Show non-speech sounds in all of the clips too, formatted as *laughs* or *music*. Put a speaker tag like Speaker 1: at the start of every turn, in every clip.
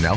Speaker 1: now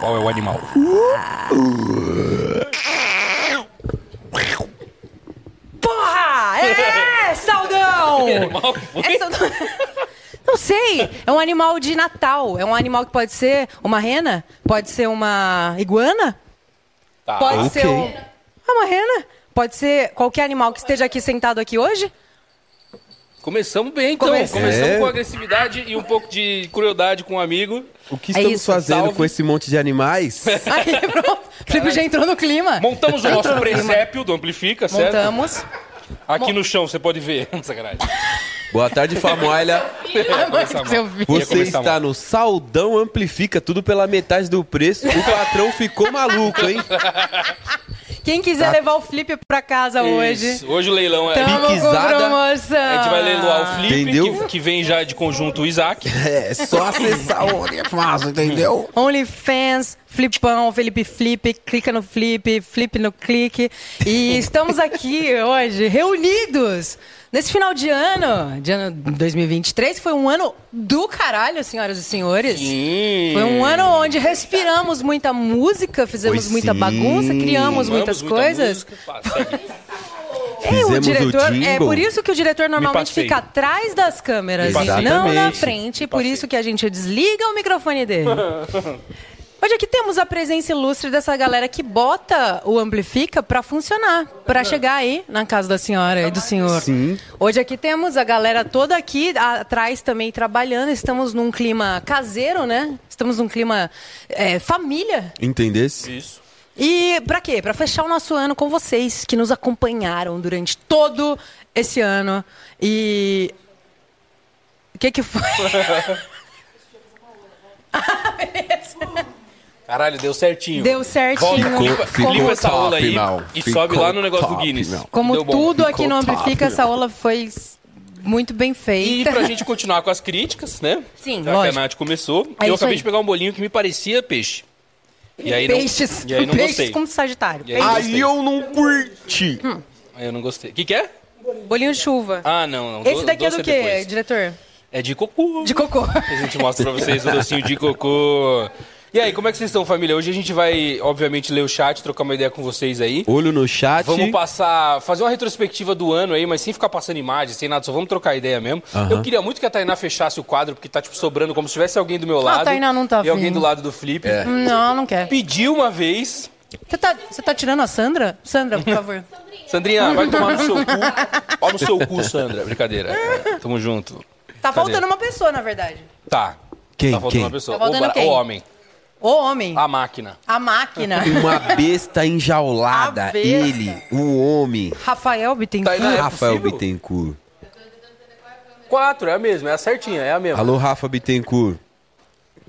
Speaker 2: Qual é o animal?
Speaker 3: Porra! É, *laughs* Saldão! É Saldão. *laughs* Não sei, é um animal de Natal. É um animal que pode ser uma rena, pode ser uma iguana,
Speaker 2: Tá.
Speaker 3: pode ser
Speaker 4: ok.
Speaker 3: um... Ah, uma rena, pode ser qualquer animal que esteja aqui sentado aqui hoje.
Speaker 2: Começamos bem, então.
Speaker 3: Começamos.
Speaker 2: Começamos
Speaker 4: É.
Speaker 2: com agressividade e um pouco de crueldade com o amigo.
Speaker 4: O que
Speaker 3: É
Speaker 4: estamos
Speaker 3: isso,
Speaker 4: fazendo
Speaker 2: salve.
Speaker 4: com esse monte de animais?
Speaker 3: Aí pronto, o Felipe já entrou no clima.
Speaker 2: Montamos o
Speaker 3: Já
Speaker 2: nosso
Speaker 3: entrou no clima.
Speaker 2: presépio do Amplifica, certo?
Speaker 3: Montamos.
Speaker 2: Aqui no chão, você pode ver. *laughs* Sacanagem.
Speaker 4: *laughs* Boa tarde, Famoalha.
Speaker 2: *laughs*
Speaker 3: A mãe
Speaker 2: Essa
Speaker 3: do seu filho.
Speaker 2: Ia
Speaker 4: Você
Speaker 2: começar
Speaker 4: está
Speaker 2: mal.
Speaker 4: no Saldão Amplifica, tudo pela metade do preço. O patrão ficou maluco, hein?
Speaker 3: Quem quiser levar o Felipe pra casa hoje,
Speaker 2: Tá. Isso. Hoje o leilão é.
Speaker 3: tamo com
Speaker 4: Piquezada.
Speaker 3: promoção.
Speaker 2: A gente vai leiloar o Flip,
Speaker 4: Entendeu?
Speaker 2: que, que vem já de conjunto o Isaac.
Speaker 4: É, só acessar o... é
Speaker 3: OnlyFans, Flipão, Felipe Flip, clica no Flip, Flip no clique. E estamos aqui hoje reunidos nesse final de ano, de ano 2023, foi um ano do caralho, senhoras e senhores.
Speaker 2: Sim.
Speaker 3: Foi um ano onde respiramos muita música, fizemos
Speaker 4: Foi
Speaker 3: muita
Speaker 4: sim.
Speaker 3: bagunça, criamos
Speaker 2: Amamos
Speaker 3: muitas
Speaker 2: muita
Speaker 3: coisas.
Speaker 2: música. Pá, segue.
Speaker 3: E É, o
Speaker 4: Fizemos o
Speaker 3: diretor, é
Speaker 4: jingle.
Speaker 3: por isso que o diretor normalmente
Speaker 2: passei.
Speaker 3: fica atrás das câmeras e
Speaker 4: Exatamente.
Speaker 3: não na frente, por isso que a gente desliga o microfone dele. Hoje aqui temos a presença ilustre dessa galera que bota o Amplifica pra funcionar, pra chegar aí na casa da senhora e do senhor. Sim. Hoje aqui temos a galera toda aqui a- atrás também trabalhando. Estamos num clima caseiro, né? Estamos num clima é, família.
Speaker 4: Entendesse?
Speaker 2: Isso.
Speaker 3: E pra quê? Pra fechar o nosso ano com vocês que nos acompanharam durante todo esse ano. E o que que
Speaker 2: *laughs*
Speaker 3: foi?
Speaker 2: Caralho, deu certinho.
Speaker 3: Deu certinho.
Speaker 2: Volta, limpa,
Speaker 3: Ficou
Speaker 2: limpa essa
Speaker 3: top,
Speaker 2: aula aí
Speaker 1: não.
Speaker 2: e
Speaker 1: Ficou
Speaker 2: sobe lá no negócio do
Speaker 1: top,
Speaker 2: Guinness.
Speaker 1: não.
Speaker 3: Como
Speaker 2: Deu bom.
Speaker 3: tudo aqui
Speaker 1: Ficou
Speaker 3: no
Speaker 1: top,
Speaker 3: Amplifica, essa aula foi muito bem
Speaker 2: E
Speaker 3: feita.
Speaker 2: pra gente continuar com as críticas, né?
Speaker 3: Sim,
Speaker 2: Já
Speaker 3: lógico.
Speaker 2: que a Nath começou.
Speaker 3: É isso
Speaker 2: eu acabei
Speaker 3: aí.
Speaker 2: de pegar um bolinho que me parecia peixe. E aí
Speaker 3: Peixes.
Speaker 2: Não, e aí não
Speaker 3: peixes
Speaker 2: gostei.
Speaker 3: como Sagitário.
Speaker 2: E aí-
Speaker 3: Peixe.
Speaker 4: Aí eu não curti.
Speaker 2: Aí eu não gostei. O que, que é?
Speaker 3: Bolinho de chuva.
Speaker 2: Ah, não, não.
Speaker 3: Esse
Speaker 2: Do-
Speaker 3: daqui é do
Speaker 2: doce
Speaker 3: quê,
Speaker 2: depois.
Speaker 3: diretor?
Speaker 2: É de cocô.
Speaker 3: De cocô.
Speaker 2: A gente mostra pra vocês o docinho de cocô. E aí, como é que vocês estão, família? Hoje a gente vai, obviamente, ler o chat, trocar uma ideia com vocês aí.
Speaker 4: Olho no chat.
Speaker 2: Vamos passar, fazer uma retrospectiva do ano aí, mas sem ficar passando imagem, sem nada, só vamos trocar ideia mesmo. Eu queria muito que a Tainá fechasse o quadro, porque tá, tipo, sobrando como se tivesse alguém do meu lado.
Speaker 3: Tainá não tá Hum, é.
Speaker 2: E alguém
Speaker 3: afim.
Speaker 2: do lado do Flip.
Speaker 4: É.
Speaker 3: Não, não quer.
Speaker 2: Pediu uma vez.
Speaker 3: Você tá, você tá tirando a Sandra? Sandra,
Speaker 2: *laughs*
Speaker 3: por favor.
Speaker 2: Sandrinha, vai tomar no seu cu. Ó no seu cu, Sandra. Brincadeira. É, Tamo junto.
Speaker 3: Tá
Speaker 2: Cadê?
Speaker 3: faltando uma pessoa, na verdade.
Speaker 2: Tá.
Speaker 4: Quem,
Speaker 2: Tá faltando
Speaker 4: quem?
Speaker 2: uma pessoa.
Speaker 3: Tá faltando
Speaker 2: o, bara-
Speaker 3: quem?
Speaker 2: o homem.
Speaker 3: O homem.
Speaker 2: A máquina.
Speaker 3: A máquina. *laughs*
Speaker 4: *laughs* Uma besta enjaulada.
Speaker 3: A besta.
Speaker 4: Ele, o homem.
Speaker 3: Rafael Bittencourt.
Speaker 2: Tainá, é
Speaker 4: Rafael
Speaker 2: possível?
Speaker 4: Bittencourt.
Speaker 2: Quatro, é a mesma, é a certinha, é a mesma.
Speaker 4: Alô, Rafa Bittencourt.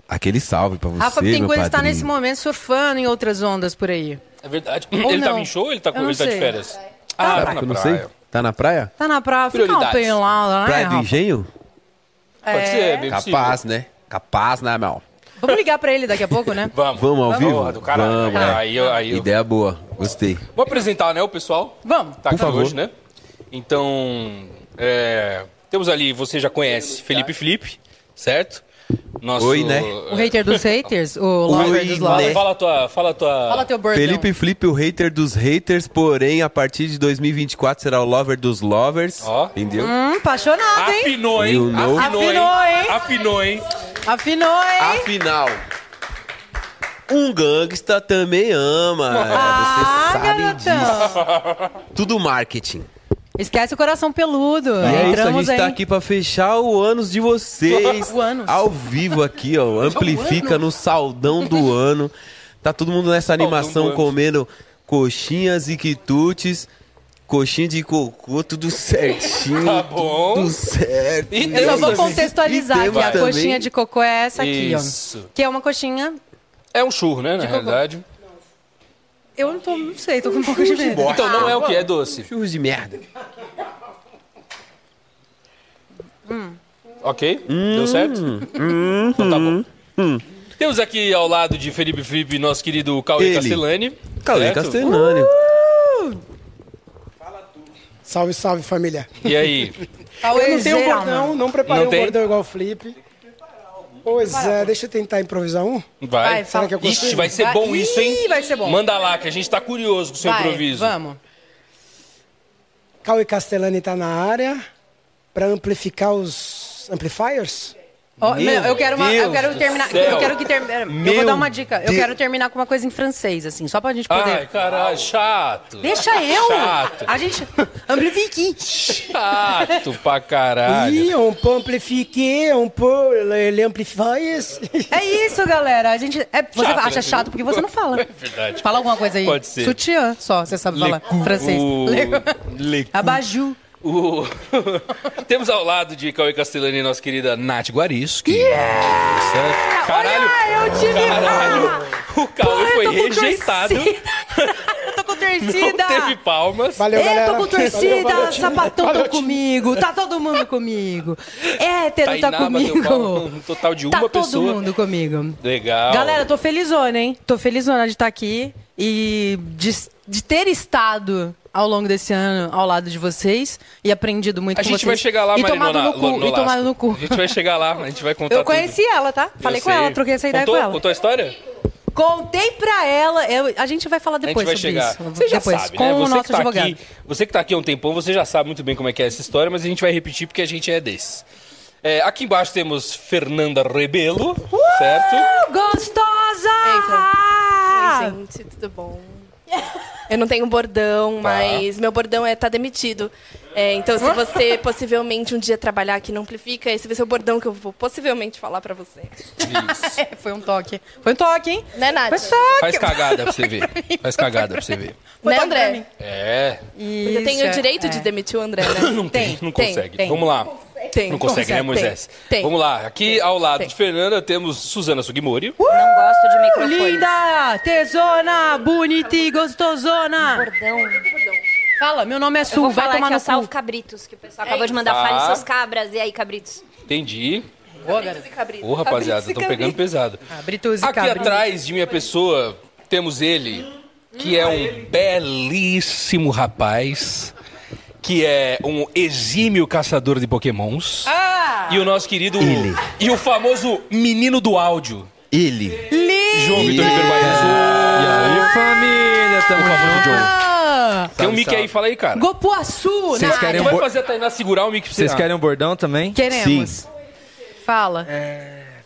Speaker 4: Aquele salve pra você,
Speaker 3: Rafa Bittencourt
Speaker 4: meu
Speaker 2: tá
Speaker 3: está
Speaker 4: padrinho.
Speaker 3: nesse momento surfando em outras ondas por aí.
Speaker 2: É verdade.
Speaker 3: Ou
Speaker 2: ele
Speaker 3: não.
Speaker 2: tava em show ou ele tá, com,
Speaker 3: Eu não
Speaker 2: ele tá de
Speaker 3: sei.
Speaker 2: férias?
Speaker 3: na
Speaker 2: Ah,
Speaker 4: Sabe
Speaker 2: tá
Speaker 4: que é eu
Speaker 2: na
Speaker 4: não sei?
Speaker 2: praia.
Speaker 4: Tá na praia?
Speaker 3: Tá na praia, fica um
Speaker 2: Prioridades.
Speaker 3: penho lá, né,
Speaker 4: Praia do
Speaker 3: Rafa?
Speaker 4: Engenho?
Speaker 2: Pode ser, é bem possível.
Speaker 4: Capaz, né? Capaz, né, meu?
Speaker 3: Vamos ligar pra ele daqui a pouco, né?
Speaker 2: *laughs* Vamos.
Speaker 4: Vamos ao vivo?
Speaker 2: Porra do caralho.
Speaker 4: Vamos, é.
Speaker 2: Aí, eu- aí eu-
Speaker 4: Ideia boa, gostei.
Speaker 2: Vou apresentar, né, o pessoal?
Speaker 3: Vamos.
Speaker 2: Tá aqui
Speaker 4: favor.
Speaker 2: hoje, né? Então, é, temos ali, você já conhece, Felipe Felipe, certo? Nosso...
Speaker 4: Oi, né?
Speaker 3: O hater dos haters, o lover
Speaker 4: Oi,
Speaker 3: dos
Speaker 2: Fala,
Speaker 4: né?
Speaker 3: lovers.
Speaker 2: fala a tua... Fala a tua...
Speaker 3: Fala teu bordão.
Speaker 4: Felipe Flip, o hater dos haters, porém, a partir de 2024 será o lover dos lovers.
Speaker 2: Ó.
Speaker 4: Entendeu?
Speaker 3: Hum, apaixonado, hein?
Speaker 2: Afinou, hein?
Speaker 4: You know.
Speaker 2: Afinou,
Speaker 3: Afinou,
Speaker 2: hein?
Speaker 3: hein?
Speaker 2: Afinou, hein?
Speaker 3: Afinou,
Speaker 4: Ah.
Speaker 3: hein?
Speaker 4: Afinal, um gangsta também
Speaker 2: *laughs*
Speaker 4: ama.
Speaker 3: Ah,
Speaker 4: Você sabe
Speaker 3: garotão.
Speaker 4: disso. Tudo marketing.
Speaker 3: Esquece o coração peludo.
Speaker 4: E é isso, a
Speaker 3: Entramos
Speaker 4: gente tá
Speaker 3: aí.
Speaker 4: aqui pra fechar o anos de
Speaker 3: *laughs*
Speaker 4: vocês.
Speaker 3: O ânus.
Speaker 4: Ao vivo aqui,
Speaker 3: *laughs*
Speaker 4: ó. Amplifica no saldão do ano. Tá todo mundo nessa animação
Speaker 2: do ânus.
Speaker 4: comendo coxinhas e quitutes, coxinha de cocô, tudo certinho.
Speaker 2: Tá bom.
Speaker 4: Tudo certo. É
Speaker 2: E
Speaker 3: Eu só
Speaker 2: temos
Speaker 3: vou
Speaker 2: também-
Speaker 3: Então, contextualizar
Speaker 4: e
Speaker 3: que
Speaker 4: temos
Speaker 3: a
Speaker 4: também-
Speaker 3: coxinha de cocô é essa aqui,
Speaker 2: Isso.
Speaker 3: ó. Que é uma coxinha.
Speaker 2: É um churro, né, na realidade.
Speaker 3: Eu não, tô, não sei, tô com um pouco de medo.
Speaker 2: Então não é o que é doce,
Speaker 4: Churros de merda.
Speaker 2: ok?
Speaker 4: Hum.
Speaker 2: Deu certo? Então tá bom.
Speaker 3: Hum.
Speaker 2: Temos aqui ao lado de Felipe Felipe, nosso querido Cauê
Speaker 4: Ele.
Speaker 2: Castellani.
Speaker 4: Calê
Speaker 2: certo?
Speaker 4: Castellani.
Speaker 5: Salve, salve, família.
Speaker 2: E aí?
Speaker 5: Eu não tenho um
Speaker 3: Geral,
Speaker 5: bordão, não preparei
Speaker 2: é, Não
Speaker 5: um
Speaker 2: tem?
Speaker 5: bordão igual o Flip. Pois é, deixa eu tentar improvisar um.
Speaker 2: Vai.
Speaker 3: Vai, fala.
Speaker 5: que eu consigo?
Speaker 2: Ixi, vai ser bom
Speaker 3: Vai-
Speaker 2: isso, hein?
Speaker 3: Ih, vai ser bom.
Speaker 2: Manda lá, que a gente tá curioso com o seu
Speaker 3: Vai,
Speaker 2: improviso.
Speaker 3: Vamos.
Speaker 5: Cauê Castellani tá na área pra amplificar os amplifiers.
Speaker 3: Ó,
Speaker 4: Meu
Speaker 3: não, eu quero uma- eu
Speaker 4: Deus
Speaker 3: quero
Speaker 2: do
Speaker 3: terminar,
Speaker 2: céu.
Speaker 3: eu quero que termine, eu
Speaker 4: Meu
Speaker 3: vou dar uma dica. Eu
Speaker 4: Deus.
Speaker 3: quero terminar com uma coisa em francês assim, só pra gente poder.
Speaker 2: Ai, caralho, chato.
Speaker 3: Deixa eu.
Speaker 2: Chato.
Speaker 3: A gente amplifique.
Speaker 2: Chato pra caralho.
Speaker 5: Ih, um on peut amplifier, on peut les amplifiers.
Speaker 3: É isso, galera. A gente é, você
Speaker 2: Chato, né?
Speaker 3: acha chato porque você não fala.
Speaker 2: É verdade.
Speaker 3: Fala alguma coisa aí.
Speaker 2: Pode ser.
Speaker 3: Sutiã, só você sabe falar
Speaker 2: Lecu- uh.
Speaker 3: francês.
Speaker 2: o-
Speaker 3: Le-
Speaker 2: lecu-
Speaker 3: Abajur.
Speaker 2: Hum. O- Temos ao lado de Cauê Castellani nossa querida Nath Guaris. que- Certo? Caralho,
Speaker 3: Olha, eu tive
Speaker 2: caralho. O Cauê
Speaker 3: Porra, eu
Speaker 2: foi
Speaker 3: tô com *laughs*
Speaker 2: rejeitado.
Speaker 3: torcida. Ah, Eu tô com torcida.
Speaker 2: Não teve palmas.
Speaker 5: Valeu,
Speaker 3: Eu
Speaker 5: galera.
Speaker 3: tô com
Speaker 5: Valeu, valeu,
Speaker 3: torcida,
Speaker 5: time.
Speaker 3: sapatão
Speaker 5: Valeu,
Speaker 3: tá
Speaker 5: time.
Speaker 3: comigo, tá todo mundo comigo. Hétero tá
Speaker 2: Tainá bateu palma,
Speaker 3: comigo.
Speaker 2: um total de
Speaker 3: Tá
Speaker 2: uma
Speaker 3: todo
Speaker 2: pessoa.
Speaker 3: mundo comigo.
Speaker 2: Legal.
Speaker 3: Galera, tô felizona, hein? Tô felizona de estar aqui e de, de ter estado ao longo desse ano ao lado de vocês e aprendido muito
Speaker 2: a
Speaker 3: com
Speaker 2: gente
Speaker 3: vocês.
Speaker 2: vai chegar lá,
Speaker 3: e
Speaker 2: Marina,
Speaker 3: tomado
Speaker 2: na-
Speaker 3: no cu,
Speaker 2: no
Speaker 3: e tomado
Speaker 2: Lasco.
Speaker 3: no cu.
Speaker 2: A gente vai chegar lá, a gente vai contar
Speaker 3: Eu conheci ela, tá?
Speaker 2: tudo.
Speaker 3: Falei
Speaker 2: Eu
Speaker 3: com
Speaker 2: sei.
Speaker 3: ela, troquei essa ideia
Speaker 2: Contou?
Speaker 3: com ela.
Speaker 2: Contou a história?
Speaker 3: Contei pra ela. eu- a gente vai falar depois
Speaker 2: a gente vai
Speaker 3: sobre
Speaker 2: chegar.
Speaker 3: isso.
Speaker 2: Você já
Speaker 3: depois,
Speaker 2: sabe,
Speaker 3: com
Speaker 2: né?
Speaker 3: o
Speaker 2: Você
Speaker 3: nosso
Speaker 2: que tá
Speaker 3: advogado.
Speaker 2: Aqui, você que tá aqui há um tempão, você já sabe muito bem como é que é essa história, mas a gente vai repetir porque a gente é desse. É, aqui embaixo temos Fernanda Rebelo, certo?
Speaker 3: Uh, gostosa!
Speaker 6: Oi, gente, tudo bom? Eu não tenho
Speaker 3: Tá.
Speaker 6: bordão, mas meu bordão é tá demitido. É, então, se
Speaker 3: *laughs*
Speaker 6: você possivelmente um dia trabalhar aqui no Amplifica, esse vai ser o bordão que eu vou possivelmente falar pra você.
Speaker 3: É, foi um toque. Foi um toque, hein?
Speaker 6: Né, Nath?
Speaker 3: Foi toque.
Speaker 2: Faz cagada
Speaker 3: *laughs*
Speaker 2: pra você ver. Faz cagada pra você ver.
Speaker 3: Foi
Speaker 6: Né,
Speaker 3: toque pra mim.
Speaker 6: André?
Speaker 2: É,
Speaker 6: Porque eu tenho
Speaker 3: Isso,
Speaker 6: o direito
Speaker 3: é.
Speaker 6: de demitir o André, né?
Speaker 2: *laughs* não tem, não
Speaker 6: tem,
Speaker 2: consegue.
Speaker 6: tem.
Speaker 2: Vamos lá.
Speaker 6: Tem.
Speaker 2: Não consegue, né,
Speaker 6: Tem,
Speaker 2: Moisés?
Speaker 6: Tem.
Speaker 2: Vamos lá. Aqui ao lado
Speaker 6: Tem.
Speaker 2: de Fernanda temos Suzana Sugimori.
Speaker 7: Não gosto de
Speaker 3: Uh,
Speaker 7: microfone.
Speaker 3: Linda, tesona, bonita e gostosona.
Speaker 7: Bordão.
Speaker 3: Fala, meu nome é
Speaker 7: Eu
Speaker 3: Su,
Speaker 7: vou
Speaker 3: vai
Speaker 7: falar
Speaker 3: tomar
Speaker 7: que é
Speaker 3: no
Speaker 7: o Salve
Speaker 3: cu.
Speaker 7: Cabritos, que o pessoal acabou de mandar fale
Speaker 2: Tá.
Speaker 7: seus cabras. E aí, Cabritos?
Speaker 2: Entendi.
Speaker 3: Boa, garota.
Speaker 2: Ô, rapaziada, estão pegando pesado.
Speaker 3: Cabritos e
Speaker 2: Aqui
Speaker 3: cabritos.
Speaker 2: atrás de minha pessoa temos ele, que é um belíssimo rapaz, que é um exímio caçador de pokémons. E o nosso querido.
Speaker 4: Ele.
Speaker 2: E o famoso menino do áudio,
Speaker 4: Ele.
Speaker 2: João Vitor Ribeiro Baiano.
Speaker 8: E aí, família, tamo junto.
Speaker 3: Ah,
Speaker 2: Tem um mic aí, fala aí, cara.
Speaker 3: Gopuaçu,
Speaker 8: Vocês
Speaker 3: né?
Speaker 8: querem
Speaker 2: Tu
Speaker 8: um
Speaker 2: vai
Speaker 8: bo-
Speaker 2: fazer a Tainá segurar o mic pra você? Ah.
Speaker 8: Vocês querem um bordão também?
Speaker 3: Queremos. Fala.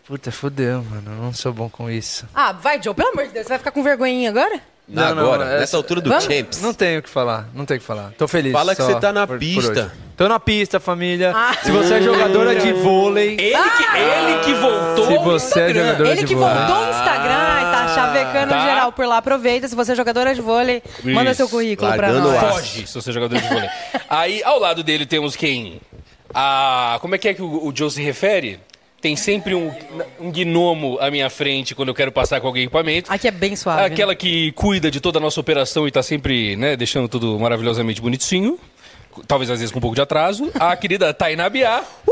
Speaker 8: Puta, fodeu, mano. Eu não sou bom com isso.
Speaker 3: Ah, vai, Joe, pelo amor de Deus, você vai ficar com vergonhinha agora?
Speaker 4: Não,
Speaker 8: Não, não,
Speaker 4: agora,
Speaker 8: é-
Speaker 4: nessa altura do
Speaker 3: Vamos?
Speaker 4: Champs.
Speaker 8: Não tenho o que falar, não tenho o que falar. Tô feliz.
Speaker 4: Fala que
Speaker 8: só
Speaker 4: você tá na
Speaker 8: por- por
Speaker 4: pista.
Speaker 8: hoje. Tô na pista, família.
Speaker 3: Ah.
Speaker 8: Se você é jogadora de vôlei, Ah!
Speaker 2: Ele que, ele que voltou
Speaker 8: se
Speaker 2: ao
Speaker 8: você é
Speaker 2: Instagram.
Speaker 8: jogadora
Speaker 3: Ele
Speaker 8: de
Speaker 3: que
Speaker 8: vôlei.
Speaker 3: voltou no Instagram e tá chavecando
Speaker 2: Tá.
Speaker 3: geral por lá. Aproveita, se você é jogadora de vôlei, manda seu currículo pra
Speaker 4: Largando
Speaker 3: nós.
Speaker 4: o ar.
Speaker 2: Foge, se você é jogador de vôlei. Aí, ao lado dele, temos quem? Ah, como é que é que o, o Joe se refere? Tem sempre um, um gnomo à minha frente quando eu quero passar com alguém equipamento.
Speaker 3: Aqui é bem suave.
Speaker 2: Aquela que cuida de toda a nossa operação e tá sempre, né, deixando tudo maravilhosamente bonitinho. Talvez às vezes com um pouco de atraso. A querida Tainá Biá.
Speaker 9: Uh!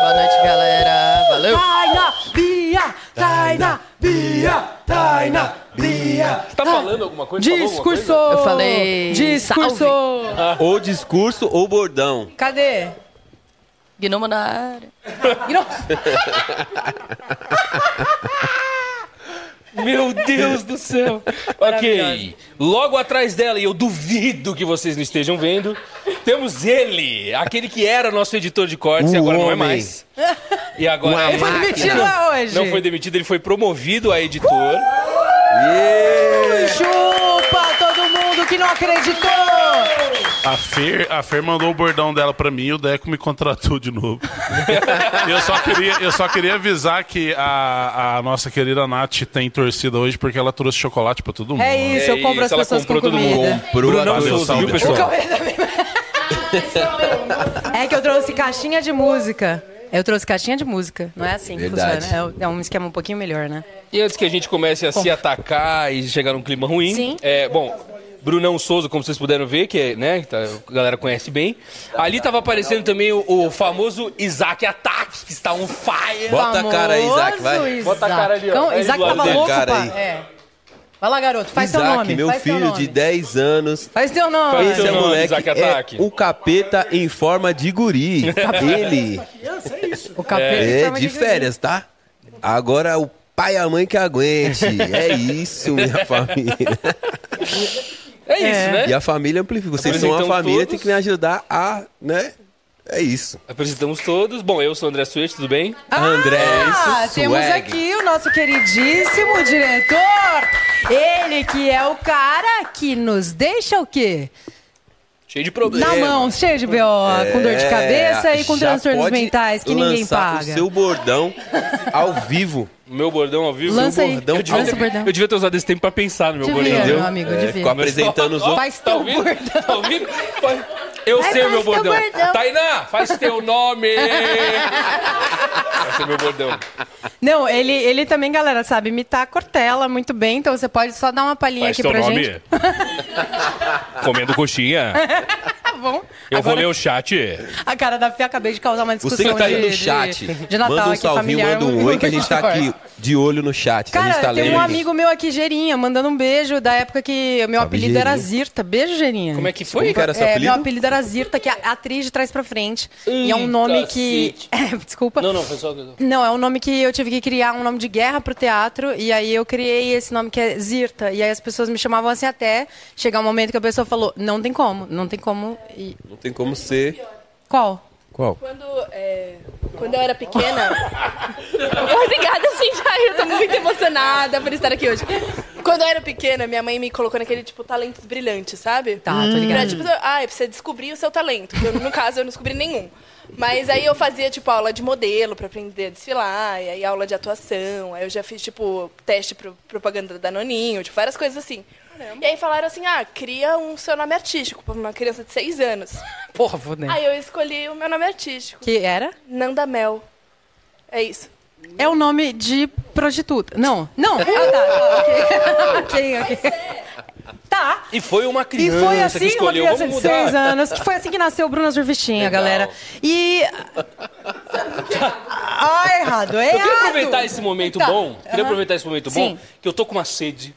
Speaker 9: Boa noite, galera. Valeu.
Speaker 3: Taina, Bia, Taina, Bia, Taina, *laughs* Bia.
Speaker 2: Tá falando alguma coisa? Falou
Speaker 3: Discurso!
Speaker 2: alguma coisa?
Speaker 9: Eu falei,
Speaker 3: Discurso!
Speaker 4: Ou discurso
Speaker 3: *laughs*
Speaker 4: ou bordão.
Speaker 3: Cadê?
Speaker 9: Gnomo na área.
Speaker 3: Gno-
Speaker 2: tá. Meu Deus do céu. ok.
Speaker 3: Maravilhosa.
Speaker 2: Logo atrás dela, e eu duvido que vocês não estejam vendo, temos ele, aquele que era nosso editor de cortes e
Speaker 4: O
Speaker 2: agora não é
Speaker 4: Um homem.
Speaker 2: mais.
Speaker 8: *laughs*
Speaker 2: E agora é
Speaker 3: Ele foi demitido hoje.
Speaker 2: Não foi demitido, ele foi promovido a editor.
Speaker 4: Yeah!
Speaker 3: Chupa todo mundo que não acreditou!
Speaker 10: A Fer, a Fer mandou o bordão dela pra mim e o Deco me contratou de novo. *laughs* eu, só queria, eu só queria avisar que a, a nossa querida Nath tem torcida hoje porque ela trouxe chocolate pra todo mundo.
Speaker 3: É isso, eu compro as pessoas com comida.
Speaker 10: Brunão
Speaker 2: Souza,
Speaker 10: Souza,
Speaker 2: viu, pessoal?
Speaker 3: É que eu trouxe caixinha de música. Eu trouxe caixinha de música. Não é assim que
Speaker 2: Verdade.
Speaker 3: funciona. É o- É um esquema um pouquinho melhor, né?
Speaker 2: E antes que a gente comece a se atacar e chegar num clima ruim,
Speaker 3: Sim.
Speaker 2: é bom. Brunão Souza, como vocês puderam ver, que é, né, que tá- a galera conhece bem. Ali tava aparecendo também o, o famoso Isaac Ataque, que está on fire.
Speaker 4: Bota a cara aí, Isaac, vai. Famoso
Speaker 2: Bota a cara ali, ó.
Speaker 3: Então,
Speaker 2: Aí,
Speaker 3: Isaac
Speaker 2: Eduardo.
Speaker 3: tava
Speaker 4: Olha a
Speaker 3: louco,
Speaker 4: cara
Speaker 3: pá.
Speaker 4: aí.
Speaker 3: É. Vai lá, garoto. Faz seu
Speaker 4: Isaac,
Speaker 3: nome.
Speaker 4: meu
Speaker 3: faz seu
Speaker 4: filho
Speaker 3: nome.
Speaker 4: de 10 anos.
Speaker 3: Faz teu nome. Faz
Speaker 4: Esse
Speaker 3: teu
Speaker 4: é
Speaker 3: nome,
Speaker 4: moleque
Speaker 2: Isaac
Speaker 4: é
Speaker 2: Ataque.
Speaker 4: o capeta em forma
Speaker 2: *laughs*
Speaker 4: de guri. Ele
Speaker 3: O capeta
Speaker 4: é
Speaker 3: chama
Speaker 4: de férias, tá? Agora o pai e a mãe que aguente. É isso,
Speaker 2: *laughs*
Speaker 4: minha família.
Speaker 2: É isso, né?
Speaker 4: E a família amplifica. Vocês são uma
Speaker 2: Apresentamos
Speaker 4: família,
Speaker 2: todos.
Speaker 4: tem que me ajudar a, né? É isso.
Speaker 2: Apresentamos todos. Bom, eu sou o André Suete, tudo bem?
Speaker 4: André,
Speaker 3: Ah, temos aqui o nosso queridíssimo diretor. Ele que é o cara que nos deixa o quê?
Speaker 2: Cheio de problema.
Speaker 3: Na mão, cheio de BO, com dor de
Speaker 4: É,
Speaker 3: cabeça e com
Speaker 4: já
Speaker 3: transtornos
Speaker 4: pode
Speaker 3: mentais que ninguém
Speaker 4: lançar
Speaker 3: paga.
Speaker 4: O seu bordão ao vivo.
Speaker 2: Meu bordão ao vivo.
Speaker 3: Lança
Speaker 2: Meu
Speaker 3: aí.
Speaker 2: bordão. Eu, devia
Speaker 3: Lança
Speaker 2: ter,
Speaker 3: o bordão.
Speaker 2: eu devia ter usado esse tempo pra pensar no meu
Speaker 3: Devia,
Speaker 2: É, bordão.
Speaker 3: meu
Speaker 2: Entendeu?
Speaker 3: amigo,
Speaker 4: devia. É, ficou apresentando os
Speaker 2: Ó,
Speaker 4: outros.
Speaker 3: Faz teu É,
Speaker 2: ouvindo? Tá ouvindo? Faz- Eu
Speaker 3: Vai,
Speaker 2: sei o meu
Speaker 3: faz teu
Speaker 2: bordão.
Speaker 3: bordão.
Speaker 2: Tainá, faz teu nome.
Speaker 3: *laughs*
Speaker 2: Esse é meu bordão.
Speaker 3: Não, ele, ele também, galera, sabe imitar a Cortella muito bem, então você pode só dar uma palhinha
Speaker 2: Faz
Speaker 3: aqui
Speaker 2: teu
Speaker 3: pra
Speaker 2: nome.
Speaker 3: gente.
Speaker 2: Comendo
Speaker 3: *laughs*
Speaker 2: coxinha.
Speaker 3: Tá bom.
Speaker 2: Eu vou
Speaker 3: Agora-
Speaker 2: ler o chat.
Speaker 3: A cara da Fia acabei de causar uma discussão
Speaker 4: Você que tá aí
Speaker 3: de,
Speaker 4: no
Speaker 3: de-
Speaker 4: chat,
Speaker 3: de Natal
Speaker 4: manda um
Speaker 3: aqui
Speaker 4: salvinho,
Speaker 3: familiar.
Speaker 4: manda um oi que a gente tá aqui de olho no chat. a gente tá
Speaker 3: Cara, tem
Speaker 4: lendo.
Speaker 3: um amigo meu aqui, Gerinha, mandando um beijo da época que meu apelido era
Speaker 4: Gerinha.
Speaker 3: Zirta. Beijo, Gerinha.
Speaker 4: Como é que foi? Como que era seu
Speaker 3: É,
Speaker 4: apelido?
Speaker 3: Meu apelido era Zirta, que é a atriz de trás pra frente. e é um
Speaker 2: Eita,
Speaker 3: nome que... *laughs* É, desculpa.
Speaker 2: Não, não, foi só...
Speaker 3: Não, é um nome que eu tive que criar, um nome de guerra pro teatro, e aí eu criei esse nome que é Zirta. E aí as pessoas me chamavam assim até chegar um momento que a pessoa falou, não tem como, não tem como. E...
Speaker 4: Não tem como ser.
Speaker 3: Qual?
Speaker 4: Qual?
Speaker 6: Quando, é, quando eu era pequena. Obrigada, gente. Ai, eu tô muito emocionada por estar aqui hoje. Quando eu era pequena, minha mãe me colocou naquele, tipo, talentos brilhantes, sabe?
Speaker 3: Tá, tô ligada.
Speaker 6: Pra, tipo, ah, é pra você descobrir o seu talento. que eu, no meu caso, eu não descobri nenhum. Mas aí eu fazia, tipo, aula de modelo pra aprender a desfilar, e aí aula de atuação. Aí eu já fiz, tipo, teste pro propaganda da Noninho, tipo, várias coisas assim. E aí falaram assim, ah, cria um seu nome artístico pra uma criança de seis anos.
Speaker 3: Porra, fudeu.
Speaker 6: Aí eu escolhi o meu nome artístico.
Speaker 3: Que era?
Speaker 6: Nanda Mel. É isso.
Speaker 3: É o nome de prostituta. Não, não. Ah, tá.
Speaker 2: *laughs*
Speaker 3: ok, ok. ok. Tá.
Speaker 2: E foi uma
Speaker 3: E
Speaker 2: criança
Speaker 3: foi
Speaker 2: que
Speaker 3: assim, uma
Speaker 2: escolheu.
Speaker 3: criança de
Speaker 2: Vamos mudar.
Speaker 3: seis anos.
Speaker 2: *laughs*
Speaker 3: Foi assim que nasceu Bruna Surfistinha, galera. E. Ah, errado, é
Speaker 2: Eu queria
Speaker 3: errado.
Speaker 2: aproveitar esse momento
Speaker 3: Tá.
Speaker 2: bom. Queria
Speaker 3: Aham.
Speaker 2: aproveitar esse momento bom.
Speaker 3: Sim.
Speaker 2: Que eu tô com uma sede.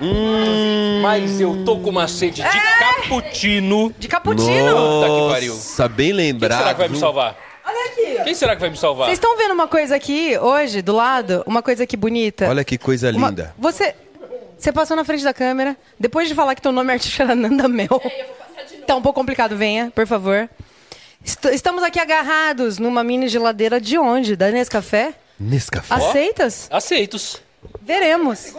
Speaker 2: Hum.
Speaker 3: Ai!
Speaker 2: Mas eu tô com uma sede de cappuccino.
Speaker 3: É. De
Speaker 2: Puta que pariu.
Speaker 4: Nossa, bem
Speaker 2: Quem
Speaker 4: lembrado.
Speaker 2: será que vai me salvar?
Speaker 3: Olha aqui.
Speaker 2: Quem será que vai me salvar?
Speaker 3: Vocês estão vendo uma coisa aqui hoje, do lado? Uma coisa aqui bonita.
Speaker 4: Olha que coisa
Speaker 3: Uma-
Speaker 4: linda.
Speaker 3: Você. Você passou na frente da câmera, depois de falar que teu nome é artístico era Nanda Mel.
Speaker 2: É,
Speaker 3: Tá um pouco complicado, venha, por favor. Est- Estamos aqui agarrados numa mini geladeira de onde? Da Nescafé?
Speaker 4: Nescafé.
Speaker 3: Aceitas?
Speaker 2: Aceitos.
Speaker 3: Veremos.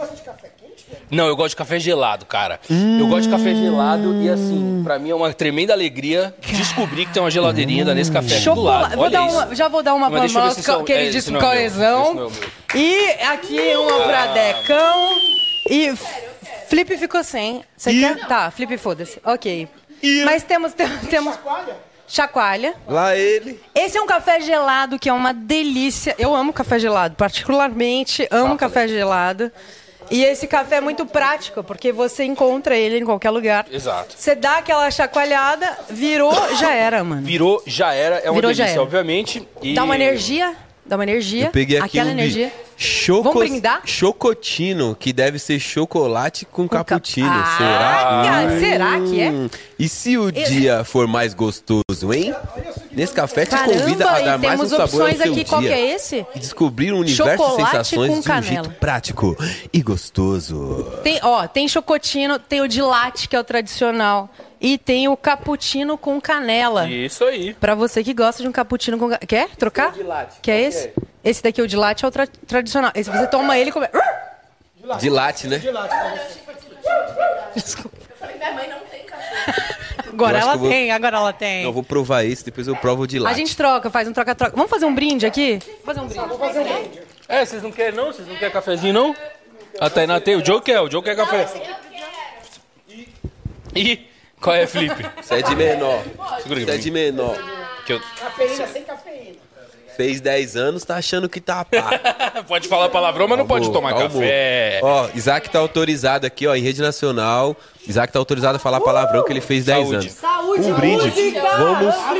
Speaker 2: Não, eu gosto de café gelado, cara. Eu gosto de café gelado e assim, pra mim é uma tremenda alegria descobrir que tem uma geladeirinha da Nescafé aqui do
Speaker 3: Chocolate.
Speaker 2: lado.
Speaker 3: Hum. Vou
Speaker 2: Ah, Olha
Speaker 3: dar
Speaker 2: isso.
Speaker 3: uma- já vou dar uma
Speaker 2: Mas
Speaker 3: para o
Speaker 2: deixa eu ver se
Speaker 3: nosso
Speaker 2: esse é
Speaker 3: co-
Speaker 2: o- é, esse
Speaker 3: queridíssimo
Speaker 2: não é o meu, esse não é
Speaker 3: coesão.
Speaker 2: o meu.
Speaker 3: E aqui uma pra
Speaker 2: Ah.
Speaker 3: Decão. E Flip ficou sem. Você quer? Tá, Flip foda-se. Ok. Mas temos... temos, temos... Chacoalha? Chacoalha.
Speaker 4: Lá ele.
Speaker 3: Esse é um café gelado que é uma delícia. Eu amo café gelado, particularmente amo café gelado. E esse café é muito prático, porque você encontra ele em qualquer lugar.
Speaker 2: Exato.
Speaker 3: Você dá aquela chacoalhada, virou, já era, mano.
Speaker 2: Virou, já era. É uma
Speaker 3: Virou, já
Speaker 2: delícia,
Speaker 3: era.
Speaker 2: obviamente. E...
Speaker 3: Dá uma energia, dá uma energia.
Speaker 4: Eu peguei aqui
Speaker 3: Aquela
Speaker 4: um
Speaker 3: energia.
Speaker 4: bi- Choco...
Speaker 3: Vamos brindar?
Speaker 4: Chocotino, que deve ser chocolate com, cappuccino.
Speaker 3: Ah,
Speaker 4: Será? Hum,
Speaker 3: cara, será que é?
Speaker 4: E se o dia for mais gostoso, hein? Nesse café te
Speaker 3: Caramba,
Speaker 4: convida a dar
Speaker 3: e
Speaker 4: mais um
Speaker 3: temos
Speaker 4: sabor ao seu
Speaker 3: opções aqui.
Speaker 4: dia.
Speaker 3: Qual que é esse?
Speaker 4: E descobrir um universo
Speaker 3: Chocolate
Speaker 4: de sensações
Speaker 3: com
Speaker 4: de um jeito
Speaker 3: canela.
Speaker 4: prático e gostoso.
Speaker 3: Tem, ó, tem chocotino, tem o de latte, que é o tradicional. E tem o cappuccino com canela.
Speaker 2: Isso aí.
Speaker 3: Pra você que gosta de um cappuccino com... ca- Quer trocar?
Speaker 2: é de latte.
Speaker 3: Quer
Speaker 2: Qual
Speaker 3: esse?
Speaker 2: que
Speaker 3: Esse daqui, o de latte, é o tra- tradicional. Esse você toma ele e come...
Speaker 4: De latte, né?
Speaker 6: Minha mãe não tem café.
Speaker 3: Agora
Speaker 4: acho
Speaker 3: ela
Speaker 4: que eu vou-
Speaker 3: tem, agora ela tem.
Speaker 4: Não, eu vou provar esse, depois eu provo o de lá.
Speaker 3: A gente troca, faz um troca-troca. Vamos fazer um brinde aqui? fazer um brinde.
Speaker 2: É, vocês não querem não? Vocês não querem cafezinho não? A Tainá tem, o Joe quer, o Joe quer café. Ih, qual é,
Speaker 4: *laughs*
Speaker 2: Felipe?
Speaker 4: Isso é de menor.
Speaker 2: Segura
Speaker 4: Isso é de menor.
Speaker 2: Que eu...
Speaker 5: Cafeína sem cafeína.
Speaker 4: Fez 10 anos, tá achando que tá pá.
Speaker 2: *laughs* Pode falar palavrão, mas não pode
Speaker 4: Calmou,
Speaker 2: tomar
Speaker 4: calmou.
Speaker 2: café.
Speaker 4: Ó, Isaac tá autorizado aqui, ó, em rede nacional. Isaac tá autorizado a
Speaker 2: Uh!
Speaker 4: falar palavrão que ele fez 10 anos. um brinde. Vamos,
Speaker 5: Vamos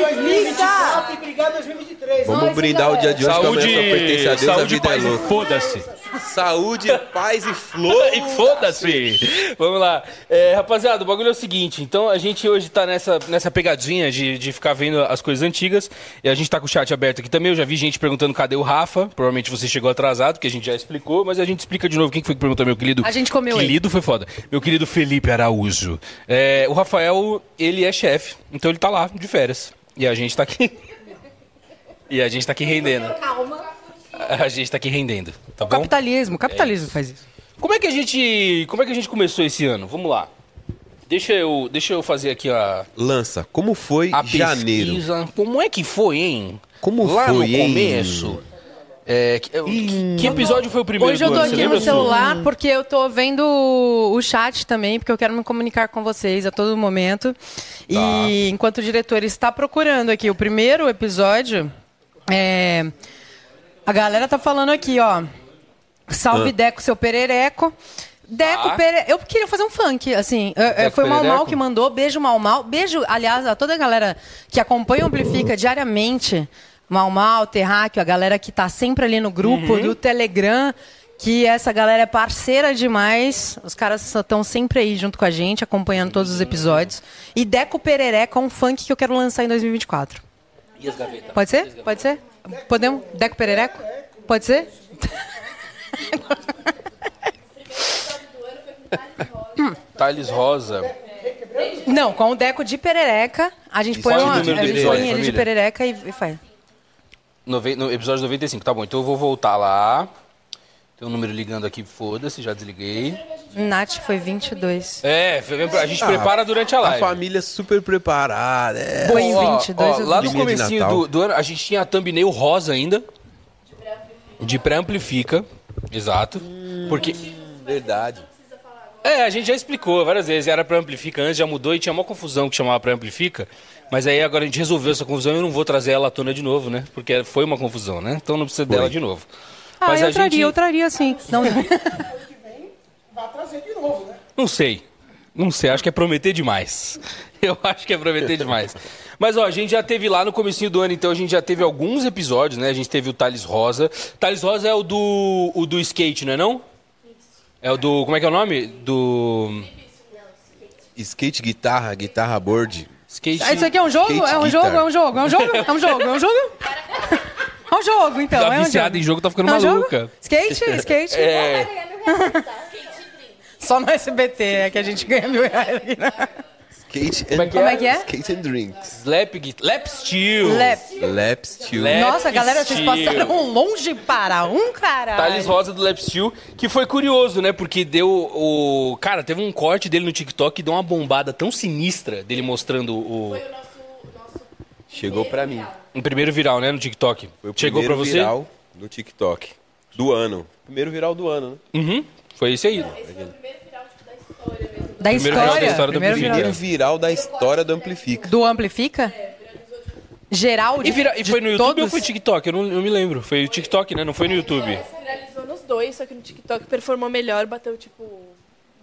Speaker 5: brigar 2023.
Speaker 4: vamos brindar o dia de hoje, que amanhã só pertence a Deus, a
Speaker 2: saúde,
Speaker 4: vida
Speaker 2: paz
Speaker 4: é
Speaker 2: e
Speaker 4: louca.
Speaker 2: foda-se.
Speaker 4: Saúde, paz
Speaker 2: *laughs*
Speaker 4: e flor.
Speaker 2: E foda-se! Vamos lá. É, rapaziada, o bagulho é o seguinte. Então, a gente hoje tá nessa, nessa pegadinha de, de ficar vendo as coisas antigas. E a gente tá com o chat aberto aqui também. Eu já vi gente perguntando cadê o Rafa. Provavelmente você chegou atrasado, porque a gente já explicou. Mas a gente explica de novo. Quem que foi que perguntou, meu querido?
Speaker 3: A gente comeu ele.
Speaker 2: Querido foi foda. Meu querido Felipe Araújo. É, o Rafael, ele é chefe. Então, ele tá lá, de férias. E a gente tá aqui. *laughs* E a gente tá aqui rendendo.
Speaker 3: Calma.
Speaker 2: A gente tá aqui rendendo, tá bom?
Speaker 3: Capitalismo, capitalismo faz isso.
Speaker 2: Como é que a gente, como é que a gente começou esse ano? Vamos lá. Deixa eu, deixa eu fazer aqui a
Speaker 4: Lança, como foi
Speaker 2: a
Speaker 4: janeiro?
Speaker 2: pesquisa. Como é que foi, hein?
Speaker 4: Como
Speaker 2: lá
Speaker 4: foi,
Speaker 2: no
Speaker 4: hein?
Speaker 2: começo? É, que, eu- que- que episódio foi o primeiro
Speaker 3: Hoje eu
Speaker 2: do
Speaker 3: tô
Speaker 2: ano? Você
Speaker 3: aqui
Speaker 2: lembra,
Speaker 3: no
Speaker 2: Su?
Speaker 3: celular porque eu tô vendo o o chat também, porque eu quero me comunicar com vocês a todo momento.
Speaker 2: Tá.
Speaker 3: E enquanto o diretor está procurando aqui o primeiro episódio, é, a galera tá falando aqui, ó. Salve
Speaker 9: Ah.
Speaker 3: Deco, seu perereco. Deco,
Speaker 9: Tá.
Speaker 3: pere... eu queria fazer um funk, assim. É, é,
Speaker 9: Deco
Speaker 3: foi o Mal Mal
Speaker 9: Perereco?
Speaker 3: que mandou. Beijo, Mal Mal. Beijo, aliás, a toda a galera que acompanha o Amplifica diariamente. Mal Mal, Terráqueo, a galera que tá sempre ali no grupo
Speaker 9: Uhum.
Speaker 3: do Telegram. Que essa galera é parceira demais. Os caras estão sempre aí junto com a gente, acompanhando todos os episódios. E Deco Perereco é um funk que eu quero lançar em 2024.
Speaker 2: E as gavetas?
Speaker 3: Pode ser? Pode ser? Podemos? Deco Perereco? Pode ser?
Speaker 2: *laughs*
Speaker 3: *laughs*
Speaker 2: Thales Rosa.
Speaker 3: Não, com o Deco de Perereca, a gente
Speaker 2: Isso.
Speaker 3: põe,
Speaker 2: Qual o
Speaker 3: uma, a
Speaker 2: número do
Speaker 3: gente
Speaker 2: episódio,
Speaker 3: põe ele de
Speaker 2: família?
Speaker 3: Perereca e, e faz.
Speaker 2: Nove... No episódio 95, tá bom. Então eu vou voltar lá. Tem um número ligando aqui, foda-se, já desliguei.
Speaker 3: Nath foi 22.
Speaker 2: É, foi- a gente prepara durante a live.
Speaker 4: Ah, A família super preparada. É.
Speaker 2: Ó,
Speaker 3: Foi em 22
Speaker 2: ó,
Speaker 3: eu
Speaker 2: Lá no
Speaker 4: Linha de
Speaker 2: comecinho
Speaker 4: Natal.
Speaker 2: do, do ano, a gente tinha a thumbnail rosa ainda. De pré-amplifica. Exato. Porque...
Speaker 4: Hum, Verdade.
Speaker 2: É, a gente já explicou várias vezes. Era pré-amplifica antes, já mudou e tinha uma confusão que chamava pré-amplifica. Mas aí agora a gente resolveu essa confusão e eu não vou trazer ela à tona de novo, né? Porque foi uma confusão, né? Então não precisa dela de novo.
Speaker 3: Ah,
Speaker 2: Mas
Speaker 3: eu
Speaker 2: a
Speaker 3: traria,
Speaker 2: gente-
Speaker 3: eu traria sim.
Speaker 2: *laughs*
Speaker 3: Não,
Speaker 5: Vai trazer de novo, né?
Speaker 2: Não sei. Não sei, acho que é prometer demais. *laughs* Eu acho que é prometer demais. Mas ó, a gente já teve lá no comecinho do ano, então a gente já teve alguns episódios, né? A gente teve o Thales Rosa. Thales Rosa é o do o do skate, não é não? É o do, como é que é o nome? Do
Speaker 4: Skate, guitarra, guitarra, board.
Speaker 2: Skate.
Speaker 3: Ah, isso aqui é um jogo? É um jogo? É um jogo? É um jogo? É um jogo? É um jogo? É um jogo, então.
Speaker 2: tá
Speaker 3: é um
Speaker 2: viciada
Speaker 3: jogo.
Speaker 2: em jogo, tá ficando
Speaker 3: É um jogo?
Speaker 2: maluca. *laughs*
Speaker 3: Skate? Skate?
Speaker 2: É.
Speaker 3: Só no SBT é que a gente ganha mil reais aqui, né?
Speaker 4: Skate and,
Speaker 3: Como é que é? Como é que é?
Speaker 4: Skate and drinks.
Speaker 2: Lap, gui- lap steel.
Speaker 3: Lap.
Speaker 4: Lap steel.
Speaker 3: Nossa, galera, vocês passaram longe para um cara.
Speaker 2: Thales Rosa do Lap Steel, que foi curioso, né? Porque deu o. Cara, teve um corte dele no TikTok que deu uma bombada tão sinistra dele mostrando o.
Speaker 4: Chegou pra mim.
Speaker 2: Um primeiro viral, né? No TikTok. Chegou pra
Speaker 4: Primeiro
Speaker 2: você?
Speaker 4: viral no TikTok. Do ano. Primeiro viral do ano, né?
Speaker 2: Uhum. Foi isso aí.
Speaker 3: Da história.
Speaker 4: Primeiro viral da
Speaker 3: primeiro
Speaker 4: história do Amplifica.
Speaker 3: viral.
Speaker 4: Primeiro viral da história do Amplifica.
Speaker 3: Do Amplifica? Geral de
Speaker 2: E, vira- e foi
Speaker 3: de
Speaker 2: no YouTube
Speaker 3: todos?
Speaker 2: ou foi TikTok? Eu não eu me lembro. Foi o TikTok, né? Não foi no YouTube.
Speaker 6: Viralizou É, nos dois, só que no TikTok performou melhor, bateu, tipo,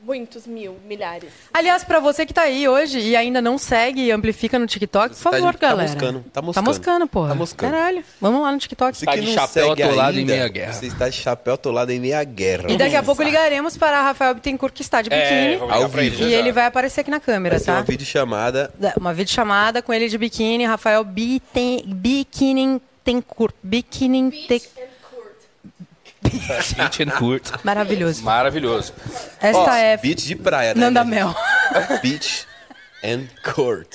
Speaker 6: muitos mil, milhares.
Speaker 3: Aliás, pra você que tá aí hoje e ainda não segue e amplifica no TikTok, por favor,
Speaker 4: tá
Speaker 3: galera.
Speaker 4: moscando, tá moscando.
Speaker 3: Tá moscando, porra. Tá moscando. Caralho. Vamos lá no TikTok.
Speaker 4: Você
Speaker 2: Tá
Speaker 4: que não segue ainda, Você está de chapéu atolado em meia guerra.
Speaker 3: E daqui a pouco ligaremos para Rafael Bittencourt, que está de
Speaker 4: É,
Speaker 3: biquíni.
Speaker 4: vamos ligar Ao pra ele, vivo.
Speaker 3: e
Speaker 4: já, já.
Speaker 3: ele vai aparecer aqui na câmera,
Speaker 4: Vai ser uma
Speaker 3: tá?
Speaker 4: videochamada.
Speaker 3: Da- Uma videochamada com ele de biquíni, Rafael Bitten- Bittencourt. Biquíni.
Speaker 2: Beat and curto.
Speaker 3: Maravilhoso.
Speaker 2: Maravilhoso.
Speaker 3: Esta é
Speaker 4: Ah, né? *laughs* Beach de praia, né?
Speaker 3: Nanda Mel.
Speaker 4: Beach and court.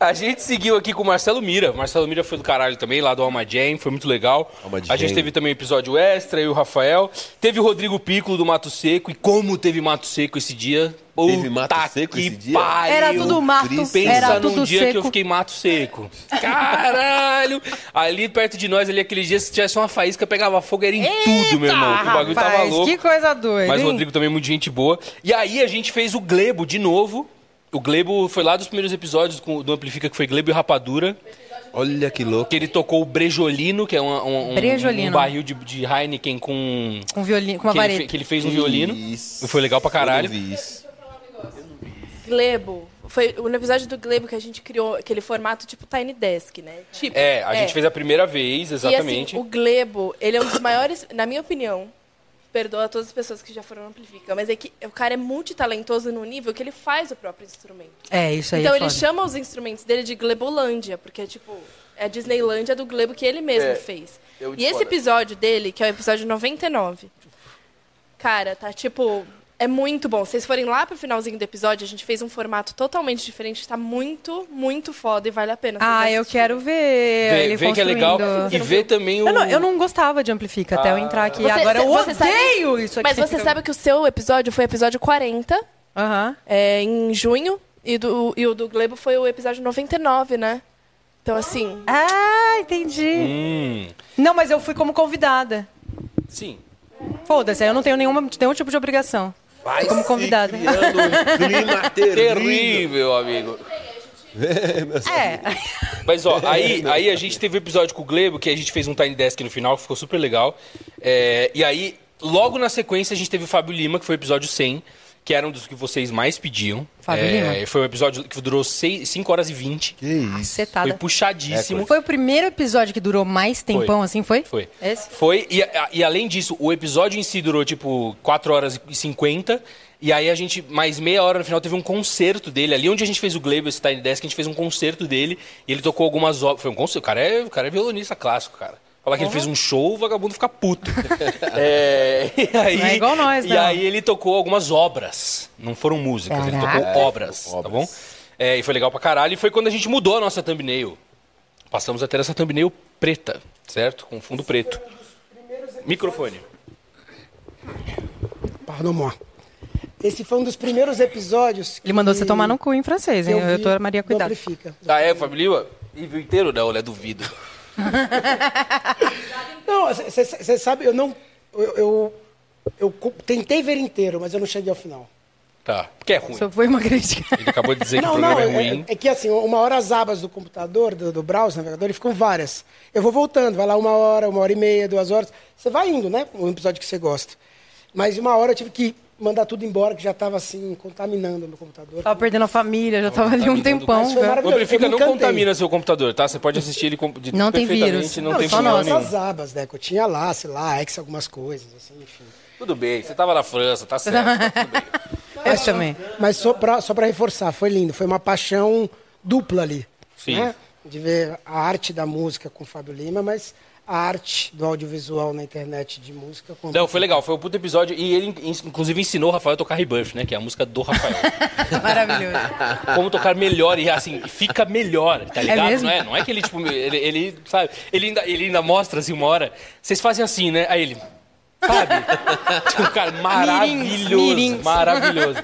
Speaker 2: A gente seguiu aqui com o Marcelo Mira. O Marcelo Mira foi do caralho também, lá do Alma Jam, foi muito legal. a gente
Speaker 4: Jam.
Speaker 2: teve também o episódio extra e o Rafael. Teve o Rodrigo Piccolo do Mato Seco. E como teve Mato Seco esse dia? Teve Mato Seco esse dia?
Speaker 3: Era tudo mato,
Speaker 2: Pensa
Speaker 3: era
Speaker 2: num
Speaker 3: tudo
Speaker 2: dia que eu
Speaker 3: seco.
Speaker 2: fiquei mato seco. Caralho! Ali perto de nós, ali aquele dia, se tivesse uma faísca, pegava fogo, era em tudo, meu irmão. O bagulho tava
Speaker 3: Rapaz,
Speaker 2: louco.
Speaker 3: que coisa doida,
Speaker 2: Mas o
Speaker 3: hein?
Speaker 2: Rodrigo também é muito gente boa. E aí a gente fez o Glebo de novo. O Glebo foi lá dos primeiros episódios com- do Amplifica, que foi Glebo e Rapadura.
Speaker 4: Olha que louco.
Speaker 2: Que ele tocou o Brejolino, que é um, um- um-
Speaker 3: Brejolino.
Speaker 2: um barril de, de Heineken com...
Speaker 3: Com, violino, com uma
Speaker 2: que, ele,
Speaker 3: vareta.
Speaker 2: fe- que ele fez um violino. E foi legal pra caralho.
Speaker 6: Glebo. Foi no episódio do Glebo que a gente criou aquele formato tipo Tiny Desk, né? Tipo,
Speaker 2: É, a gente fez a primeira vez, exatamente.
Speaker 6: E, assim, o Glebo, ele é um dos maiores, na minha opinião, perdoa a todas as pessoas que já foram no Amplifica, mas é que o cara é multitalentoso no nível que ele faz o próprio instrumento.
Speaker 3: É, isso aí.
Speaker 6: então
Speaker 3: é
Speaker 6: ele
Speaker 3: foda.
Speaker 6: chama os instrumentos dele de Glebolândia, porque é tipo, é a Disneylândia do Glebo que ele mesmo
Speaker 11: É,
Speaker 6: fez.
Speaker 11: eu
Speaker 6: E esse
Speaker 11: discordo.
Speaker 6: episódio dele, que é o episódio 99, cara, tá tipo. É muito bom. Se vocês forem lá pro finalzinho do episódio, a gente fez um formato totalmente diferente. Tá muito, muito foda e vale a pena.
Speaker 3: Ah, eu quero ver
Speaker 2: Vê-
Speaker 3: ele
Speaker 2: vê que é legal.
Speaker 3: construindo.
Speaker 2: E vê também o-
Speaker 3: Eu não, eu não gostava de Amplifica até eu
Speaker 2: Ah.
Speaker 3: entrar aqui.
Speaker 6: Você-
Speaker 3: Agora eu
Speaker 6: você
Speaker 3: odeio
Speaker 6: sabe-
Speaker 3: isso aqui.
Speaker 6: Mas você sabe que o seu episódio foi o episódio 40, é, em junho, e, do- e o do Glebo foi o episódio 99, né? Então, assim.
Speaker 3: Ah, entendi. Não, mas eu fui como convidada.
Speaker 2: Sim.
Speaker 3: Foda-se, eu não tenho nenhuma, nenhum tipo de obrigação. Fui como convidada.
Speaker 2: Tá um
Speaker 3: *laughs*
Speaker 2: *laughs* Terrível, amigo.
Speaker 3: É.
Speaker 2: Mas ó, aí, aí a gente teve o episódio com o Glebo, que a gente fez um Tiny Desk no final, que ficou super legal. É, e aí, logo na sequência, a gente teve o Fábio Lima, que foi o episódio 100, que era um dos que vocês mais pediam.
Speaker 3: Fábio
Speaker 2: é,
Speaker 3: Lima.
Speaker 2: Foi um episódio que durou 5 horas e 20. Que isso. É,
Speaker 3: Cetada.
Speaker 2: Foi puxadíssimo.
Speaker 3: Foi o primeiro episódio que durou mais tempão, assim, foi?
Speaker 2: Foi.
Speaker 3: Esse?
Speaker 2: Foi, e, a- e além disso, o episódio em si durou tipo 4 horas e 50. E aí a gente, mais meia hora no final, teve um concerto dele. Ali onde a gente fez o Glebo, esse Tiny Desk, a gente fez um concerto dele. E ele tocou algumas obras. Foi um concerto. O cara é, o cara é violonista clássico, cara. Falar que ele
Speaker 4: Porra.
Speaker 2: fez um show, o vagabundo fica
Speaker 3: *laughs*
Speaker 2: puto. *laughs* é, e aí,
Speaker 3: Não é igual nós,
Speaker 2: E
Speaker 3: não.
Speaker 2: aí ele tocou algumas obras. Não foram músicas, ele
Speaker 4: Caraca.
Speaker 3: *laughs*
Speaker 2: tocou obras, tá bom? É, e foi legal pra caralho. E foi quando a gente mudou a nossa thumbnail. Passamos a ter essa thumbnail preta, certo? Com fundo
Speaker 5: um
Speaker 2: preto. Microfone.
Speaker 5: Pardon moi. Esse foi um dos primeiros episódios.
Speaker 3: Ele mandou você tomar no cu em francês, hein? Eu,
Speaker 5: vi
Speaker 3: tô a Maria
Speaker 5: do
Speaker 3: Cuidado.
Speaker 5: Amplifica.
Speaker 2: Ah, é, família? E viu inteiro? Não, né? Duvido.
Speaker 5: Não, você sabe, eu não. Eu, eu, eu co- tentei ver inteiro, mas eu não cheguei ao final.
Speaker 2: *laughs* Tá. Porque é ruim.
Speaker 3: Só foi uma crítica.
Speaker 2: Ele acabou de dizer que o
Speaker 5: não, não, é,
Speaker 2: programa é ruim.
Speaker 5: é- é que assim, uma hora as abas do computador, do, do browser, navegador, ele ficam várias. Eu vou voltando, vai lá uma hora, uma hora e meia, duas horas. Você vai indo, né? Um episódio que você gosta. Mas uma hora eu tive que mandar tudo embora, que já estava assim, contaminando o meu computador.
Speaker 3: Tava perdendo a família, já tava ali um tempão.
Speaker 5: Mas é, foi
Speaker 3: já.
Speaker 2: O Amplifica
Speaker 5: eu me
Speaker 2: não
Speaker 5: encantei.
Speaker 2: contamina seu computador, tá? Você pode assistir ele com- de
Speaker 3: Não tem
Speaker 2: perfeitamente,
Speaker 3: vírus.
Speaker 2: Não, tem
Speaker 5: só
Speaker 2: problema
Speaker 5: nós
Speaker 2: nenhum.
Speaker 5: as abas, né? Que eu tinha lá, sei lá, ex algumas coisas, assim, enfim.
Speaker 2: Tudo bem, você tava na França,
Speaker 5: *laughs*
Speaker 2: tá certo.
Speaker 5: Mas, também. Mas só pra, só pra reforçar, foi lindo. Foi uma paixão dupla ali.
Speaker 2: Sim.
Speaker 5: né? De ver a arte da música com o Fábio Lima, mas a arte do audiovisual na internet de música com
Speaker 2: Não, foi legal, foi um puto episódio. E ele, in- inclusive, ensinou o Rafael a tocar Rebirth, né? Que é a música
Speaker 3: *laughs*
Speaker 2: do Rafael. Maravilhoso. Como tocar melhor e, assim, fica melhor, tá
Speaker 4: É
Speaker 2: ligado?
Speaker 4: mesmo?
Speaker 2: Não é? Não é que ele, tipo, ele, ele, sabe? Ele ainda, ele ainda mostra, assim, uma hora. Vocês fazem assim, né? Aí ele, sabe? tipo,
Speaker 3: *laughs*
Speaker 2: cara, maravilhoso.
Speaker 3: mirins.
Speaker 2: Maravilhoso.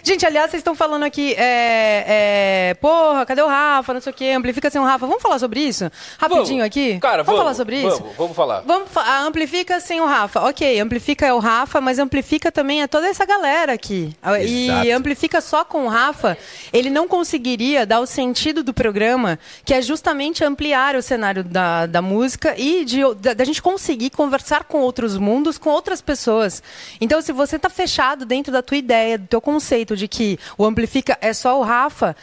Speaker 3: Gente, aliás, vocês estão falando aqui, é, é, porra, cadê o Rafa, não sei o quê, amplifica sem o Rafa. Vamos falar sobre isso? Rapidinho aqui?
Speaker 2: Cara, vamos,
Speaker 3: falar sobre isso?
Speaker 2: Vamos, vamos falar.
Speaker 3: Vamos fa- ah, amplifica sem o Rafa. Ok, amplifica é o Rafa, mas amplifica também é toda essa galera aqui. Ah, E
Speaker 12: Exato.
Speaker 3: amplifica só com o Rafa, ele não conseguiria dar o sentido do programa, que é justamente ampliar o cenário da, da música e de, o- da, da gente conseguir conversar com outros mundos, com outras pessoas. Então, se você tá fechado dentro da tua ideia, do teu conceito de que o amplifica é só o Rafa,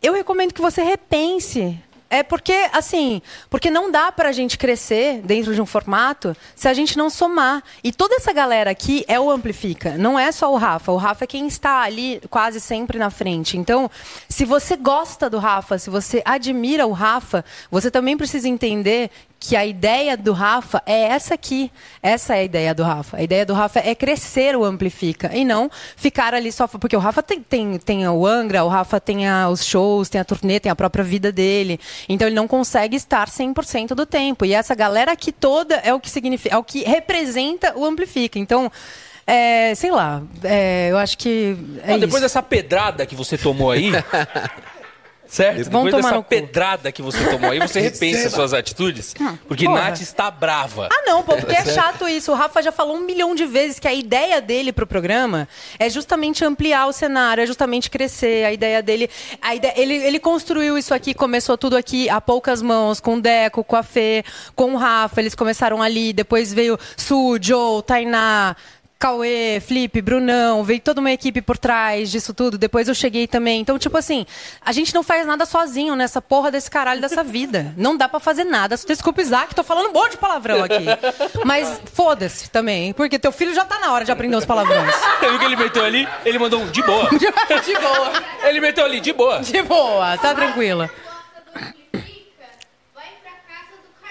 Speaker 3: eu recomendo que você repense é porque, assim, porque não dá pra gente crescer dentro de um formato se a gente não somar. E toda essa galera aqui é o Amplifica, não é só o Rafa. O Rafa é quem está ali quase sempre na frente. Então, se você gosta do Rafa, se você admira o Rafa, você também precisa entender que a ideia do Rafa é essa aqui. Essa é a ideia do Rafa. A ideia do Rafa é crescer o Amplifica e não ficar ali só. Porque o Rafa tem, tem, tem o Angra, o Rafa tem a- os shows, tem a turnê, tem a própria vida dele. Então ele não consegue estar 100% do tempo. E essa galera aqui toda é o que significa, é o que representa o Amplifica. Então. é, sei lá, é, eu acho que. é
Speaker 2: Ó, depois
Speaker 3: isso.
Speaker 2: dessa pedrada que você
Speaker 3: *laughs*
Speaker 2: tomou aí. certo?
Speaker 3: Vão
Speaker 2: depois
Speaker 3: tomar
Speaker 2: dessa
Speaker 3: no cu.
Speaker 2: pedrada que você tomou aí, você repensa suas atitudes.
Speaker 3: Hum,
Speaker 2: Porque
Speaker 3: porra.
Speaker 2: Nath está brava.
Speaker 3: Ah, não, pô, porque é
Speaker 2: Tá certo? *laughs*
Speaker 3: chato isso. O Rafa já falou um milhão de vezes que a ideia dele pro programa é justamente ampliar o cenário, é justamente crescer. A ideia dele. A ideia, ele, ele construiu isso aqui, começou tudo aqui a poucas mãos, com o Deco, com a Fê, com o Rafa. Eles começaram ali, depois veio Su, Joe, Tainá. Cauê, Felipe, Brunão, veio toda uma equipe por trás disso tudo. Depois eu cheguei também. Então, tipo assim, a gente não faz nada sozinho nessa porra desse caralho dessa vida. Não dá pra fazer nada. Desculpa, Isaac, tô falando um monte de palavrão aqui. Mas foda-se também, porque teu filho já tá na hora de aprender os palavrões.
Speaker 2: Você viu que ele meteu ali? Ele mandou um de boa.
Speaker 3: *laughs* de boa.
Speaker 2: Ele meteu ali, *laughs* de boa.
Speaker 3: De boa, tá tranquila.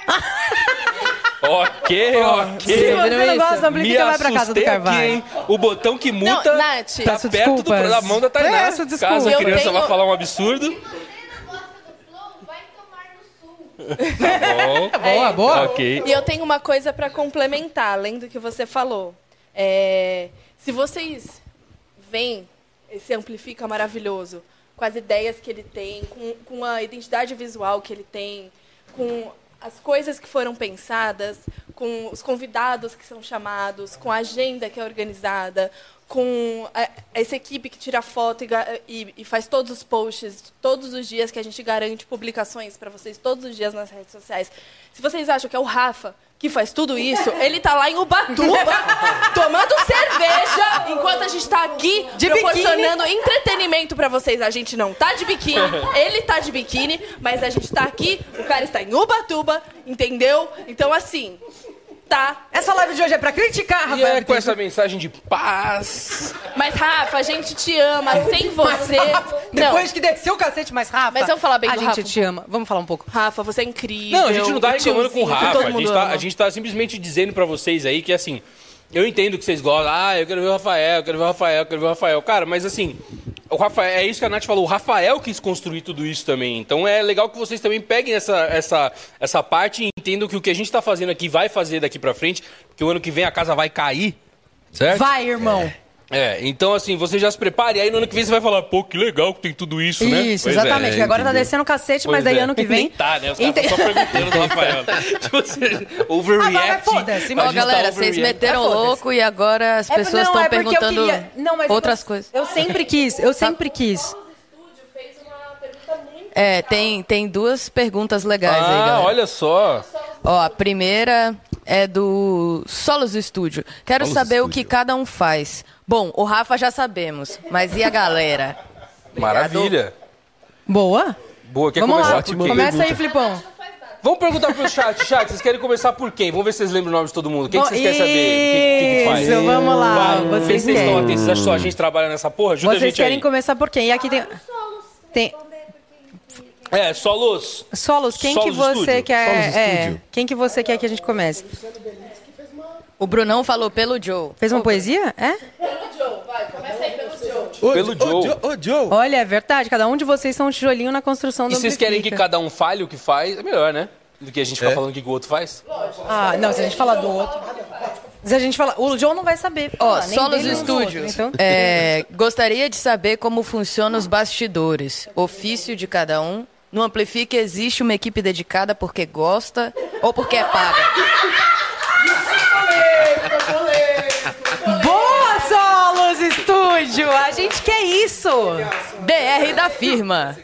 Speaker 3: *laughs*
Speaker 2: Ok, ok.
Speaker 3: Se você não gosta,
Speaker 2: Me
Speaker 3: amplifica, vai pra casa do
Speaker 2: assustei
Speaker 3: Carvalho.
Speaker 2: aqui, hein? O botão que multa
Speaker 6: Não, Nath.
Speaker 2: tá
Speaker 6: Peço
Speaker 2: perto do,
Speaker 6: desculpas.
Speaker 2: da mão da Tainá.
Speaker 6: Peço desculpas.
Speaker 2: Caso a
Speaker 6: Eu
Speaker 2: criança
Speaker 6: tenho-
Speaker 2: vá falar um absurdo. Tá Bom.
Speaker 6: É, Boa,
Speaker 3: boa.
Speaker 2: Ok.
Speaker 6: então, E eu tenho uma coisa pra complementar, além do que você falou. É, se vocês veem esse Amplifica maravilhoso, com as ideias que ele tem, com, com a identidade visual que ele tem, com as coisas que foram pensadas, com os convidados que são chamados, com a agenda que é organizada, com a- essa equipe que tira foto e, ga- e- e faz todos os posts todos os dias que a gente garante publicações para vocês todos os dias nas redes sociais. Se vocês acham que é o Rafa que faz tudo isso, ele tá lá em Ubatuba tomando cerveja enquanto a gente tá aqui
Speaker 3: De
Speaker 6: proporcionando entretenimento para vocês. A gente não tá de biquíni,
Speaker 3: *laughs*
Speaker 6: ele tá de biquíni, mas a gente tá aqui, o cara está em Ubatuba, entendeu? Então assim, tá.
Speaker 3: Essa live de hoje é para criticar,
Speaker 2: E é com essa mensagem de paz.
Speaker 6: Mas, Rafa, a gente te ama. Sem você.
Speaker 3: Mas, Rafa,
Speaker 6: não.
Speaker 3: depois que desceu o cacete, mais Rafa.
Speaker 6: Mas vamos falar bem
Speaker 3: A
Speaker 6: do
Speaker 3: gente
Speaker 6: Rafa.
Speaker 3: te ama. Vamos falar um pouco.
Speaker 6: Rafa, você é incrível.
Speaker 2: Não, a gente não tá
Speaker 6: o
Speaker 2: reclamando com
Speaker 6: tiozinho
Speaker 2: o
Speaker 6: que
Speaker 2: Rafa.
Speaker 6: todo
Speaker 2: A gente,
Speaker 6: mundo
Speaker 2: tá,
Speaker 6: ama.
Speaker 2: a gente tá simplesmente dizendo pra vocês aí que, assim, eu entendo que vocês gostam. Ah, eu quero ver o Rafael, eu quero ver o Rafael, eu quero ver o Rafael. Cara, mas assim, o Rafael, é isso que a Nath falou. O Rafael quis construir tudo isso também. Então é legal que vocês também peguem essa, essa, essa parte e entendam que o que a gente tá fazendo aqui vai fazer daqui pra frente, porque o ano que vem a casa vai cair, certo?
Speaker 3: Vai, irmão.
Speaker 2: É, então assim, você já se prepare, aí no ano que vem você vai falar, pô, que legal que tem tudo isso, né?
Speaker 3: Isso, exatamente. que agora tá descendo o cacete, mas
Speaker 2: Pois
Speaker 3: daí
Speaker 2: é.
Speaker 3: ano que
Speaker 2: *laughs*
Speaker 3: vem.
Speaker 2: Nem tá, né? Os caras tão só
Speaker 3: *laughs*
Speaker 2: perguntando do Rafael. tipo assim,
Speaker 3: Agora é
Speaker 2: overreact.
Speaker 3: foda-se,
Speaker 2: tá
Speaker 9: Ó, galera, vocês
Speaker 2: É
Speaker 9: meteram louco e agora as pessoas estão
Speaker 3: Ah, é porque eu
Speaker 9: perguntando
Speaker 3: queria- não, mas eu
Speaker 9: outras
Speaker 3: gost-
Speaker 9: coisas.
Speaker 3: Eu sempre quis, eu sempre quis.
Speaker 9: É, tem, tem duas perguntas legais aí,
Speaker 2: Ah,
Speaker 9: galera.
Speaker 2: olha só.
Speaker 9: Ó, a primeira é do Solos do Estúdio. Quero
Speaker 2: Solos
Speaker 9: saber o que
Speaker 2: Estúdio.
Speaker 9: cada um faz. Bom, o Rafa já sabemos, mas e a galera?
Speaker 2: Maravilha.
Speaker 3: Boa.
Speaker 2: Boa, quer
Speaker 3: Vamos
Speaker 2: começar
Speaker 3: lá,
Speaker 2: por quem?
Speaker 3: começa aí, Flipão.
Speaker 2: Vamos perguntar
Speaker 3: *laughs*
Speaker 2: pro chat. Chat, vocês querem começar por quem? Vamos ver se vocês lembram o nome de todo mundo. Quem
Speaker 3: Bom,
Speaker 2: que vocês querem saber? Quem- Quem que faz?
Speaker 3: isso, vamos lá,
Speaker 2: Vai, vê
Speaker 3: vocês
Speaker 2: se vocês estão
Speaker 3: querem.
Speaker 2: atentos. Vocês acham que só a gente trabalha nessa porra? Ajuda a
Speaker 3: Vocês
Speaker 2: gente
Speaker 3: querem
Speaker 2: aí.
Speaker 3: começar por quem? E aqui tem. tem
Speaker 2: É, só luz.
Speaker 3: Solos, quem
Speaker 2: Solos
Speaker 3: que você
Speaker 2: Estúdio.
Speaker 3: quer.
Speaker 2: Solos
Speaker 3: É,
Speaker 2: Estúdio.
Speaker 3: quem que você quer que a gente comece?
Speaker 9: O Brunão falou pelo Joe.
Speaker 3: Fez uma poesia? É?
Speaker 2: Pelo Joe.
Speaker 3: Olha, é verdade. Cada um de vocês são um tijolinho na construção do
Speaker 2: E vocês querem que
Speaker 3: Amplifica.
Speaker 2: cada um fale o que faz? É melhor, né? Do que a gente ficar falando o que que o outro faz?
Speaker 3: Ah, não, se a gente falar do outro. Se a gente falar. O Joe não vai saber.
Speaker 9: Ó,
Speaker 3: falar, nem
Speaker 9: Solos
Speaker 3: dele, nem do
Speaker 9: Estúdio.
Speaker 3: outro, então...
Speaker 9: É, gostaria de saber como funcionam os bastidores, ofício de cada um. No Amplifique existe uma equipe dedicada porque gosta ou porque é paga?
Speaker 3: Boa, Solos Estúdio! A gente quer isso!
Speaker 9: DR da firma.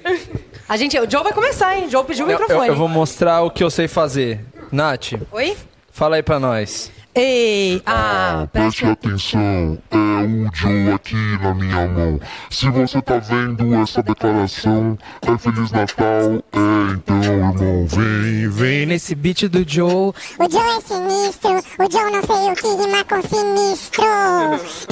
Speaker 3: A gente, o Joe vai começar, hein? O Joe pediu o
Speaker 8: Eu,
Speaker 3: microfone.
Speaker 8: eu vou mostrar o que eu sei fazer. Nath,
Speaker 3: Oi?
Speaker 8: fala aí pra nós.
Speaker 3: Ei, ah,
Speaker 11: Preste atenção, é o Joe aqui na minha mão. Se você tá vendo essa declaração, é Feliz Natal, é então, irmão, vem, vem
Speaker 8: Nesse beat do
Speaker 12: O
Speaker 8: Joe.
Speaker 12: Joe é sinistro, o Joe não sei o que rima com sinistro.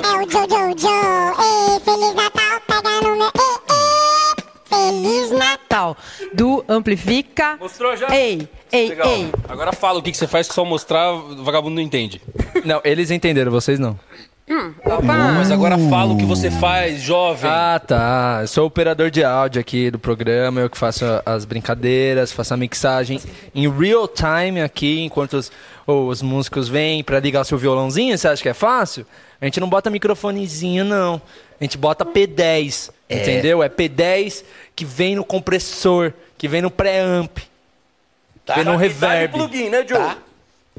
Speaker 12: É o Joe, Joe, Joe, ei, Feliz Natal, pega no meu, ei, ei, Feliz Natal.
Speaker 3: digital do Amplifica.
Speaker 2: Mostrou já?
Speaker 3: Ei, ei,
Speaker 2: Legal.
Speaker 3: ei.
Speaker 2: Agora fala o que, que você faz que só mostrar, o vagabundo não entende.
Speaker 8: Não, eles entenderam, vocês não.
Speaker 12: Hum,
Speaker 2: Tá bom, mas agora fala o que você faz, jovem.
Speaker 8: Ah, tá. Eu sou operador de áudio aqui do programa, eu que faço a- as brincadeiras, faço a mixagem em real time aqui, enquanto os, oh, os músicos vêm pra ligar o seu violãozinho, você acha que é fácil? A gente não bota microfonezinho, não. A gente bota P10,
Speaker 13: É.
Speaker 8: entendeu? É P10 que vem no compressor, que vem no preamp,
Speaker 2: Tá,
Speaker 8: que vem no reverb.
Speaker 2: um
Speaker 9: né, Joe?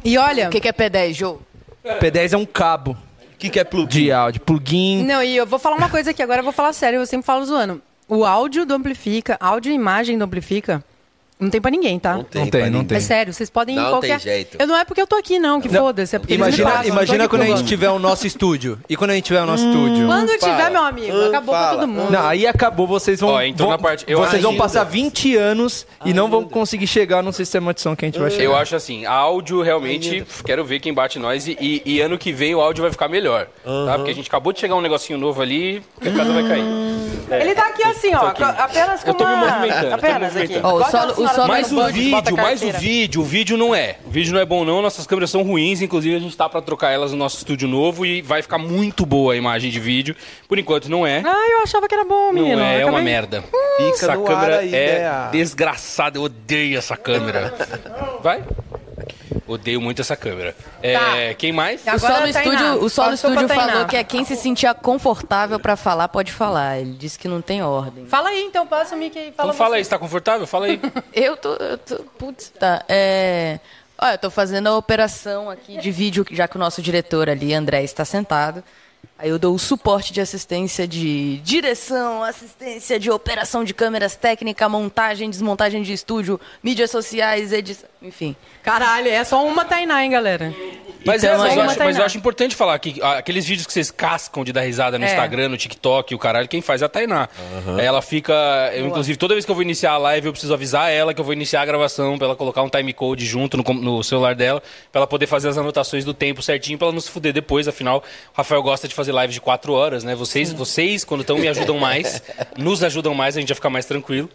Speaker 3: E olha. O
Speaker 9: que, que é P10, Joe?
Speaker 8: P10 é um cabo. O
Speaker 4: que, que é plugin?
Speaker 8: De áudio. Plugin.
Speaker 3: Não, e eu vou falar uma coisa aqui, agora eu vou falar sério, eu sempre falo zoando. O áudio do Amplifica, áudio e imagem do Amplifica, não tem pra ninguém, tá? Não
Speaker 8: tem Não tem, pra não ninguém. tem.
Speaker 3: É sério, vocês podem ir em
Speaker 8: Não tem
Speaker 3: qualquer...
Speaker 8: jeito.
Speaker 3: Eu não é porque eu tô aqui, não, que foda-se, é porque eles me
Speaker 8: Imagina,
Speaker 3: pagam, eu tô
Speaker 8: imagina
Speaker 3: aqui
Speaker 8: quando a
Speaker 3: por
Speaker 8: gente
Speaker 3: gosto.
Speaker 8: tiver o nosso estúdio. E quando a gente tiver o nosso estúdio?
Speaker 3: Hum, Quando eu tiver, meu amigo,
Speaker 2: Hum,
Speaker 3: acabou pra todo mundo.
Speaker 8: Não, aí acabou, vocês vão.
Speaker 2: Ó, entrou
Speaker 8: vão-
Speaker 2: na parte- eu
Speaker 8: vocês
Speaker 2: acho
Speaker 8: vão
Speaker 2: ainda.
Speaker 8: passar 20 anos e não vão conseguir chegar no sistema de som que a gente vai chegar.
Speaker 2: Eu acho assim, áudio realmente, pf, quero ver quem bate nós e, e- e ano que vem o áudio vai ficar melhor. Tá? Porque a gente acabou de chegar um negocinho novo ali, que a casa vai cair. É.
Speaker 3: Ele tá aqui assim, ó, co- apenas com
Speaker 2: Eu tô me
Speaker 3: uma...
Speaker 2: movimentando.
Speaker 3: apenas
Speaker 2: tô me
Speaker 3: aqui.
Speaker 2: movimentando.
Speaker 3: Igual aquela senhora que
Speaker 2: mais
Speaker 3: vai
Speaker 2: o é
Speaker 3: no banco e bota
Speaker 2: vídeo,
Speaker 3: a
Speaker 2: mais o
Speaker 3: carteira.
Speaker 2: vídeo. O vídeo não é. O vídeo não é bom, não. Nossas câmeras são ruins. Inclusive, a gente tá pra trocar elas no nosso estúdio novo e vai ficar muito boa a imagem de vídeo. Por enquanto, não é.
Speaker 3: Ah, eu achava que era bom, menino.
Speaker 2: Não é, é
Speaker 3: acabei-
Speaker 2: uma merda.
Speaker 3: Fica
Speaker 2: essa
Speaker 3: no ar
Speaker 2: câmera
Speaker 3: aí,
Speaker 2: é
Speaker 3: né?
Speaker 2: desgraçada, eu odeio essa câmera. Vai? Odeio muito essa câmero. É, Quem mais?
Speaker 9: O Solo Estúdio, o Solo
Speaker 3: Passou pra
Speaker 9: Estúdio
Speaker 3: Tainá.
Speaker 9: falou que é quem se sentia confortável pra falar, pode falar. Ele disse que não tem ordem.
Speaker 3: Fala aí, então, passa o Mickey. Fala
Speaker 2: Então fala
Speaker 3: você.
Speaker 2: aí, você tá confortável? Fala aí.
Speaker 9: Eu tô. Eu tô putz, tá. É. Olha, eu tô fazendo a operação aqui de vídeo, já que o nosso diretor ali, André, está sentado. Aí eu dou o suporte de assistência de direção, assistência de operação de câmeras técnica, montagem, desmontagem de estúdio, mídias sociais, edição, enfim.
Speaker 3: Caralho, é só uma Tainá, hein, galera?
Speaker 2: Mas,
Speaker 9: Então,
Speaker 2: é, mas,
Speaker 9: aí-
Speaker 2: eu acho, mas eu
Speaker 9: Tainá.
Speaker 2: acho importante falar que ah, aqueles vídeos que vocês cascam de dar risada no
Speaker 9: É.
Speaker 2: Instagram, no TikTok, o caralho, quem faz é a Tainá.
Speaker 4: Aham.
Speaker 2: Ela fica. eu,
Speaker 4: Boa.
Speaker 2: inclusive, toda vez que eu vou iniciar a live, eu preciso avisar ela que eu vou iniciar a gravação, pra ela colocar um timecode junto no, com- no celular dela, pra ela poder fazer as anotações do tempo certinho, pra ela não se fuder depois. Afinal, o Rafael gosta de fazer lives de quatro horas, né? Vocês, vocês quando estão, me ajudam mais, nos ajudam mais, a gente vai ficar mais tranquilo.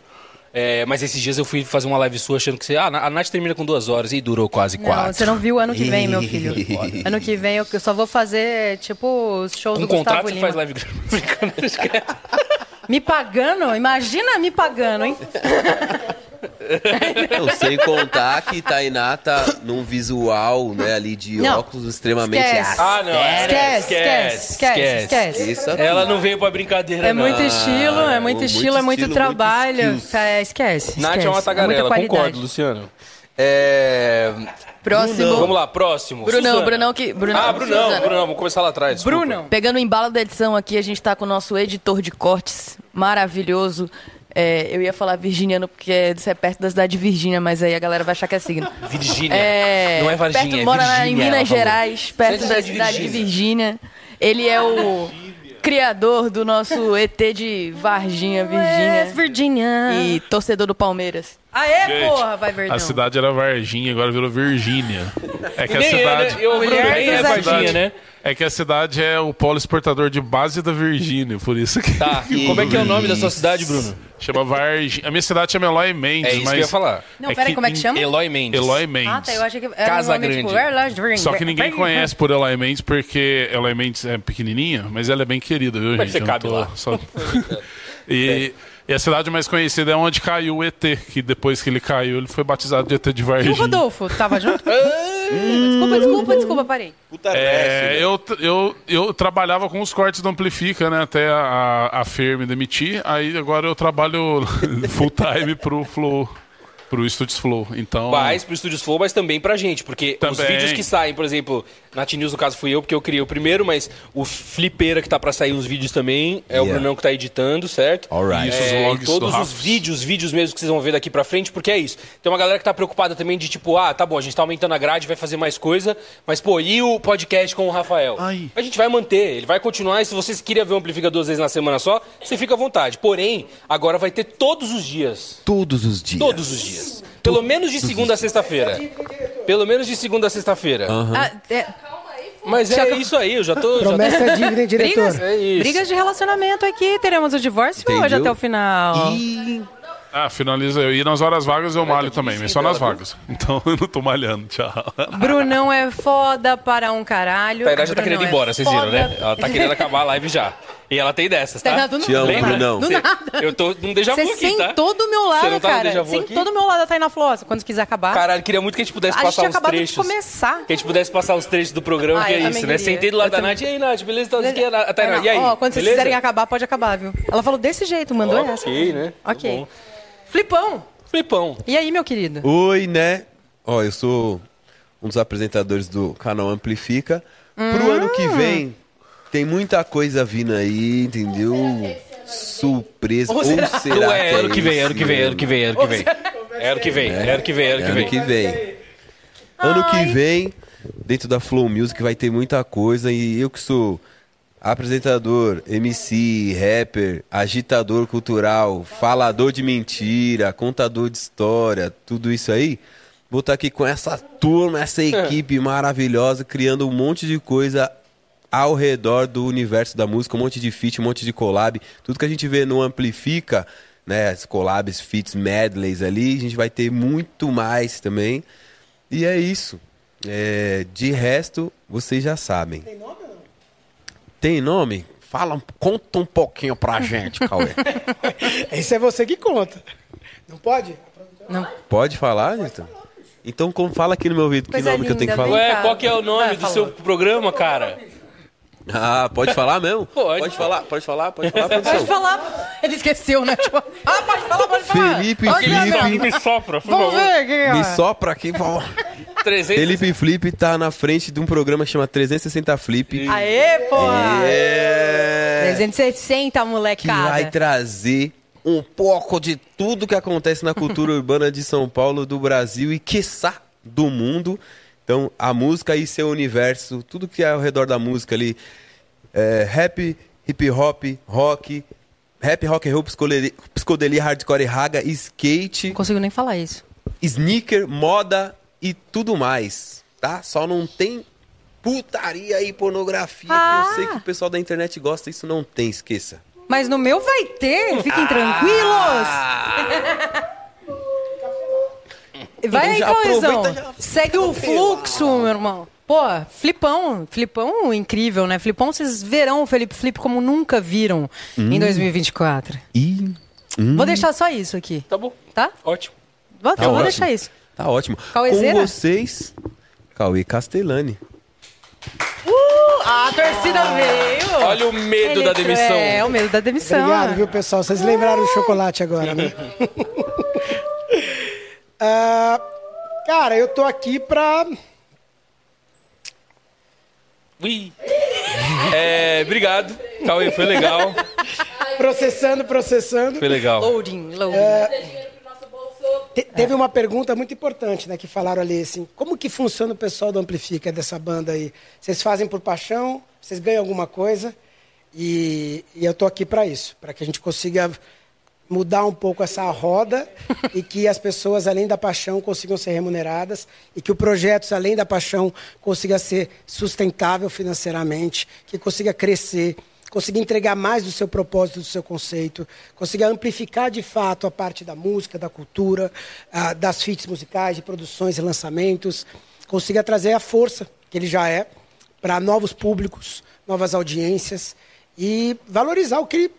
Speaker 2: É, mas esses dias eu fui fazer uma live sua achando que você. Ah, a Nath termina com duas horas e durou quase
Speaker 3: Não,
Speaker 2: quatro.
Speaker 3: você não viu ano que vem, meu
Speaker 2: *laughs*
Speaker 3: filho.
Speaker 2: Foda.
Speaker 3: Ano que vem eu eu só vou fazer, tipo, os shows
Speaker 2: Um
Speaker 3: do Gustavo
Speaker 2: contrato você
Speaker 3: Lima.
Speaker 2: faz live
Speaker 3: Me pagando? Imagina me pagando, hein?
Speaker 4: Não, sem contar que Tainá tá num visual, né, ali de
Speaker 3: Não.
Speaker 4: óculos extremamente
Speaker 3: Esquece.
Speaker 4: Ah,
Speaker 2: Ah, não. é,
Speaker 3: Esquece, esquece, esquece, esquece.
Speaker 4: Isso é
Speaker 2: Ela não veio pra brincadeira,
Speaker 3: É
Speaker 2: não.
Speaker 3: muito estilo, é muito
Speaker 2: Ah, muito
Speaker 3: estilo, é muito
Speaker 2: estilo,
Speaker 3: trabalho. É, esquece.
Speaker 2: Nath
Speaker 3: esquece.
Speaker 2: é uma tagarela,
Speaker 3: muita
Speaker 2: concordo,
Speaker 3: qualidade.
Speaker 2: Luciano. É...
Speaker 9: Próximo.
Speaker 2: Brunão. Vamos lá, próximo.
Speaker 9: Brunão,
Speaker 2: Suzana.
Speaker 9: Brunão que- Brunão,
Speaker 2: ah, Brunão,
Speaker 9: Suzana.
Speaker 2: Brunão, vamos começar lá atrás. desculpa.
Speaker 9: Pegando o embalo da edição aqui, a gente tá com o nosso editor de cortes maravilhoso. É, eu ia falar virginiano porque isso é perto da cidade de Virgínia, mas aí a galera vai achachar que é signo.
Speaker 2: Virgínia.
Speaker 9: É,
Speaker 2: Não é Varginha,
Speaker 9: perto,
Speaker 2: é
Speaker 9: Mora lá em
Speaker 2: Virgínia, ela
Speaker 9: Minas
Speaker 2: falou. é
Speaker 9: Gerais, perto da cidade de Virgínia. Ele é o criador do nosso ET de Varginha, Virgínia.
Speaker 3: Virgínia.
Speaker 9: E torcedor do Palmeiras.
Speaker 3: Aê,
Speaker 10: Gente,
Speaker 3: porra, vai Verdão.
Speaker 10: A cidade era Varginha, agora virou Virgínia. É que a
Speaker 2: Nem era,
Speaker 10: cidade.
Speaker 2: eu- Mulher nem é dos Varginha,
Speaker 10: cidade-
Speaker 2: né?
Speaker 10: É que a cidade é o polo exportador de base da Virgínia, por isso *laughs* que.
Speaker 2: Tá, e como é que é o nome da sua cidade, Bruno?
Speaker 10: Chama Varginha. A minha cidade chama Eloy Mendes,
Speaker 2: É isso que
Speaker 10: mas.
Speaker 2: eu ia falar.
Speaker 3: Não, pera aí, como é que chama?
Speaker 2: Eloy Mendes.
Speaker 10: Eloy
Speaker 3: Ah,
Speaker 10: Mendes.
Speaker 3: tá, eu achei que era
Speaker 2: Casa
Speaker 3: um nome, tipo,
Speaker 2: Grande.
Speaker 3: Airlines Dream.
Speaker 10: Só que ninguém conhece por Eloy Mendes, porque Eloy Mendes é pequenininha, mas ela é bem querida, viu,
Speaker 2: Mas
Speaker 10: gente?
Speaker 2: você
Speaker 10: Eu não
Speaker 2: cabe
Speaker 10: tô
Speaker 2: lá. *laughs* é.
Speaker 10: só- e, e a cidade mais conhecida é onde caiu o ET, que depois que ele caiu, ele foi batizado de ET de
Speaker 3: E o
Speaker 10: Varginha.
Speaker 3: Rodolfo tava
Speaker 2: *laughs*
Speaker 3: junto? desculpa, desculpa, desculpa, parei.
Speaker 10: É,
Speaker 2: né?
Speaker 10: eu, tra- eu, eu trabalhava com os cortes do Amplifica, né? Até a, a Fer me demitir. Aí agora eu trabalho *laughs* full time pro Flow, pro Studios Flow. Então.
Speaker 2: Mas pro Estúdios Flow, mas também pra gente, porque os
Speaker 10: Também.
Speaker 2: vídeos que saem, por exemplo, na T News, no caso, fui eu, porque eu criei o primeiro, mas o Flipeira que tá pra sair uns vídeos também, é o
Speaker 4: Yeah.
Speaker 2: Brunão que tá editando, certo?
Speaker 4: Alright.
Speaker 2: Isso,
Speaker 4: É, Isso, os vlogs do
Speaker 2: todos os
Speaker 4: Rafa.
Speaker 2: vídeos, vídeos mesmo que vocês vão ver daqui pra frente, porque é isso. Tem uma galera que tá preocupada também de tipo, ah, tá bom, a gente tá aumentando a grade, vai fazer mais coisa, mas pô, e o podcast com o Rafael? A gente vai manter, ele vai continuar, e se vocês queriam ver o Amplifica duas vezes na semana só, você fica à vontade. Porém, agora vai ter todos os dias.
Speaker 4: Todos os dias.
Speaker 2: Todos os dias. Pelo menos de segunda a sexta-feira. Pelo menos de segunda a sexta-feira.
Speaker 3: Ah, é-
Speaker 2: Mas é isso aí, eu já *laughs* tô. já tô-
Speaker 3: Promessa é dívida, hein, diretor?
Speaker 2: Brigas- É isso.
Speaker 3: Brigas de relacionamento aqui, teremos o divórcio hoje
Speaker 2: Entendeu?
Speaker 3: até o final.
Speaker 10: Ah, finaliza eu. E nas horas vagas eu
Speaker 2: é
Speaker 10: malho também, mas só nas
Speaker 2: dela,
Speaker 10: vagas. Então *laughs* eu não tô malhando,
Speaker 2: *laughs*
Speaker 10: tchau.
Speaker 3: Brunão é foda para um caralho.
Speaker 2: Tainá já tá
Speaker 3: Brunão
Speaker 2: querendo ir
Speaker 3: é
Speaker 2: embora, vocês viram, né?
Speaker 3: foda.
Speaker 2: Ela tá
Speaker 3: *laughs*
Speaker 2: querendo acabar a live já. E ela tem dessas,
Speaker 3: Tainá,
Speaker 2: tá?
Speaker 3: do nada.
Speaker 2: Lembra?
Speaker 3: Brunão. Do
Speaker 2: Cê-
Speaker 3: nada.
Speaker 2: Eu tô num déjà vu
Speaker 3: Você
Speaker 2: aqui, tá?
Speaker 3: sentou do meu
Speaker 2: Você
Speaker 3: lado,
Speaker 2: não tá no déjà
Speaker 3: cara.
Speaker 2: vu
Speaker 3: Sentou
Speaker 2: aqui?
Speaker 3: do meu lado, tá aí na flossa. Quando quiser acabar.
Speaker 2: Caralho, queria muito que a gente pudesse
Speaker 3: A gente
Speaker 2: passar
Speaker 3: tinha
Speaker 2: os
Speaker 3: acabado de
Speaker 2: trechos.
Speaker 3: começar.
Speaker 2: Que a gente pudesse passar os trechos do programa,
Speaker 3: Ah,
Speaker 2: que é
Speaker 3: eu
Speaker 2: isso,
Speaker 3: também
Speaker 2: né?
Speaker 3: queria.
Speaker 2: Sentei do lado
Speaker 3: Eu
Speaker 2: da
Speaker 3: também.
Speaker 2: Nath. E aí, Nath, beleza? Tá, aqui, a Tainá, e aí?
Speaker 3: Ó, quando vocês
Speaker 2: beleza?
Speaker 3: quiserem acabar, pode acabar, viu? Ela falou desse jeito, mandou essa.
Speaker 4: Ok, né?
Speaker 3: Ok. Flipão.
Speaker 2: Flipão.
Speaker 3: E aí, meu querido?
Speaker 4: Oi, né? Ó, eu sou um dos apresentadores do canal Amplifica. Pro ano que vem, tem muita coisa vindo aí, entendeu? Surpresa. Ou será,
Speaker 2: Não é,
Speaker 4: que
Speaker 2: ano que vem, ano que vem, ano que vem, ano que
Speaker 4: Ou
Speaker 2: vem.
Speaker 4: será-
Speaker 2: É ano que vem, é ano que vem, é ano que
Speaker 4: Ano
Speaker 2: vem.
Speaker 4: que vem. Ano que vem, dentro da Flow Music, vai ter muita coisa. E eu que sou apresentador, MC, rapper, agitador cultural, falador de mentira, contador de história, tudo isso aí. Vou estar aqui com essa turma, essa equipe maravilhosa, criando um monte de coisa ao redor do universo da música, um monte de feat, um monte de collab. Tudo que a gente vê no Amplifica, né? As collabs, feats, medleys ali, a gente vai ter muito mais também. E é isso. É, de resto, vocês já sabem. Tem nome? Tem nome? Fala, um- conta um pouquinho pra gente, Cauê.
Speaker 5: Isso é você que
Speaker 2: um
Speaker 5: conta. Não pode?
Speaker 4: Pode falar, Nilton? Então como fala aqui no meu ouvido, que
Speaker 5: Coisa
Speaker 4: nome que eu tenho que
Speaker 5: linda,
Speaker 4: falar?
Speaker 2: Ué, qual
Speaker 3: tá
Speaker 2: que é o nome
Speaker 4: Vai,
Speaker 2: do
Speaker 4: fala.
Speaker 2: seu programa, cara?
Speaker 4: Ah, pode falar mesmo?
Speaker 2: *laughs* Pode.
Speaker 4: falar, pode falar, pode falar,
Speaker 3: Pode
Speaker 4: produção.
Speaker 3: falar. Ele esqueceu, né? Tipo, ah, pode falar, pode falar.
Speaker 4: Felipe,
Speaker 3: Olha,
Speaker 4: Felipe.
Speaker 3: meu.
Speaker 2: sopra,
Speaker 3: Vamos ver quem é.
Speaker 4: Me sopra aqui, por favor. Felipe Flip tá na frente de um programa que chama 360 Flip.
Speaker 3: Aê, porra!
Speaker 4: É.
Speaker 3: 360,
Speaker 4: que vai
Speaker 3: molecada.
Speaker 4: trazer um pouco de tudo que acontece na cultura urbana de São Paulo, do Brasil e, quiçá, do mundo. Então, a música e seu universo, tudo que é ao redor da música ali, é, rap, hip hop, rock, rap, rock and roll, psicodeli- psicodelia, hardcore e raga, skate. Não
Speaker 3: consigo nem falar isso.
Speaker 4: Sneaker, moda e tudo mais, tá? Só não tem putaria e pornografia,
Speaker 3: Ah,
Speaker 4: que eu sei que o pessoal da internet gosta, isso não tem, esqueça.
Speaker 3: Mas no meu vai ter,
Speaker 4: Ah.
Speaker 3: fiquem tranquilos. Vai aí,
Speaker 4: Então já
Speaker 3: Cauizão.
Speaker 4: aproveita, já-
Speaker 3: Segue o fluxo, meu irmão. Pô, flipão, flipão incrível, né? Flipão, vocês verão o Felipe Flip como nunca viram em
Speaker 4: Hum.
Speaker 3: 2024.
Speaker 4: Ih, hum.
Speaker 3: Vou deixar só isso aqui.
Speaker 2: Tá bom.
Speaker 3: Tá?
Speaker 2: Ótimo.
Speaker 3: Vou,
Speaker 4: Tá
Speaker 3: vou
Speaker 4: ótimo.
Speaker 3: deixar isso.
Speaker 4: Tá ótimo.
Speaker 3: Cauezeira?
Speaker 4: Com vocês, Cauê Castellani.
Speaker 3: Uh, a torcida veio.
Speaker 2: Olha o medo da demissão.
Speaker 3: É, o medo da demissão.
Speaker 5: Obrigado, viu, pessoal? Vocês lembraram o chocolate agora,
Speaker 2: *laughs*
Speaker 5: né? *laughs* Ah, cara, eu tô aqui pra.
Speaker 2: Ui. É, obrigado. Cauê, foi legal.
Speaker 5: Processando, processando. É,
Speaker 2: Foi legal.
Speaker 3: Loading, loading.
Speaker 7: É,
Speaker 5: Te- Teve uma pergunta muito importante, né? Que falaram ali assim: como que funciona o pessoal do Amplifica dessa banda aí? Vocês fazem por paixão? Vocês ganham alguma coisa? E, e eu tô aqui para isso, para que a gente consiga mudar um pouco essa roda e que as pessoas, além da paixão, consigam ser remuneradas e que o projeto, além da paixão, consiga ser sustentável financeiramente, que consiga crescer, consiga entregar mais do seu propósito, do seu conceito, consiga amplificar de fato a parte da música, da cultura, ah, das feats musicais, de produções e lançamentos, consiga trazer a força que ele já é para novos públicos, novas audiências e valorizar o que ele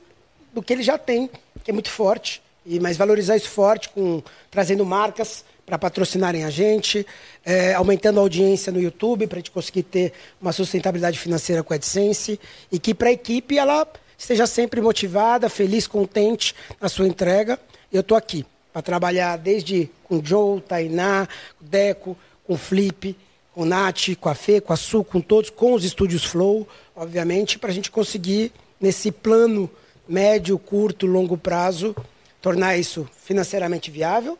Speaker 5: do que ele já tem, que é muito forte. E mas valorizar isso forte com trazendo marcas para patrocinarem a gente, eh, aumentando a audiência no YouTube para a gente conseguir ter uma sustentabilidade financeira com a AdSense e que para a equipe ela esteja sempre motivada, feliz, contente na sua entrega. Eu estou aqui para trabalhar desde com o Joe, Tainá, com o Deco, com o Flip, com o Nath, com a Fê, com a Su, com todos, com os estúdios Flow, obviamente, para a gente conseguir, nesse plano médio, curto, longo prazo, tornar isso financeiramente viável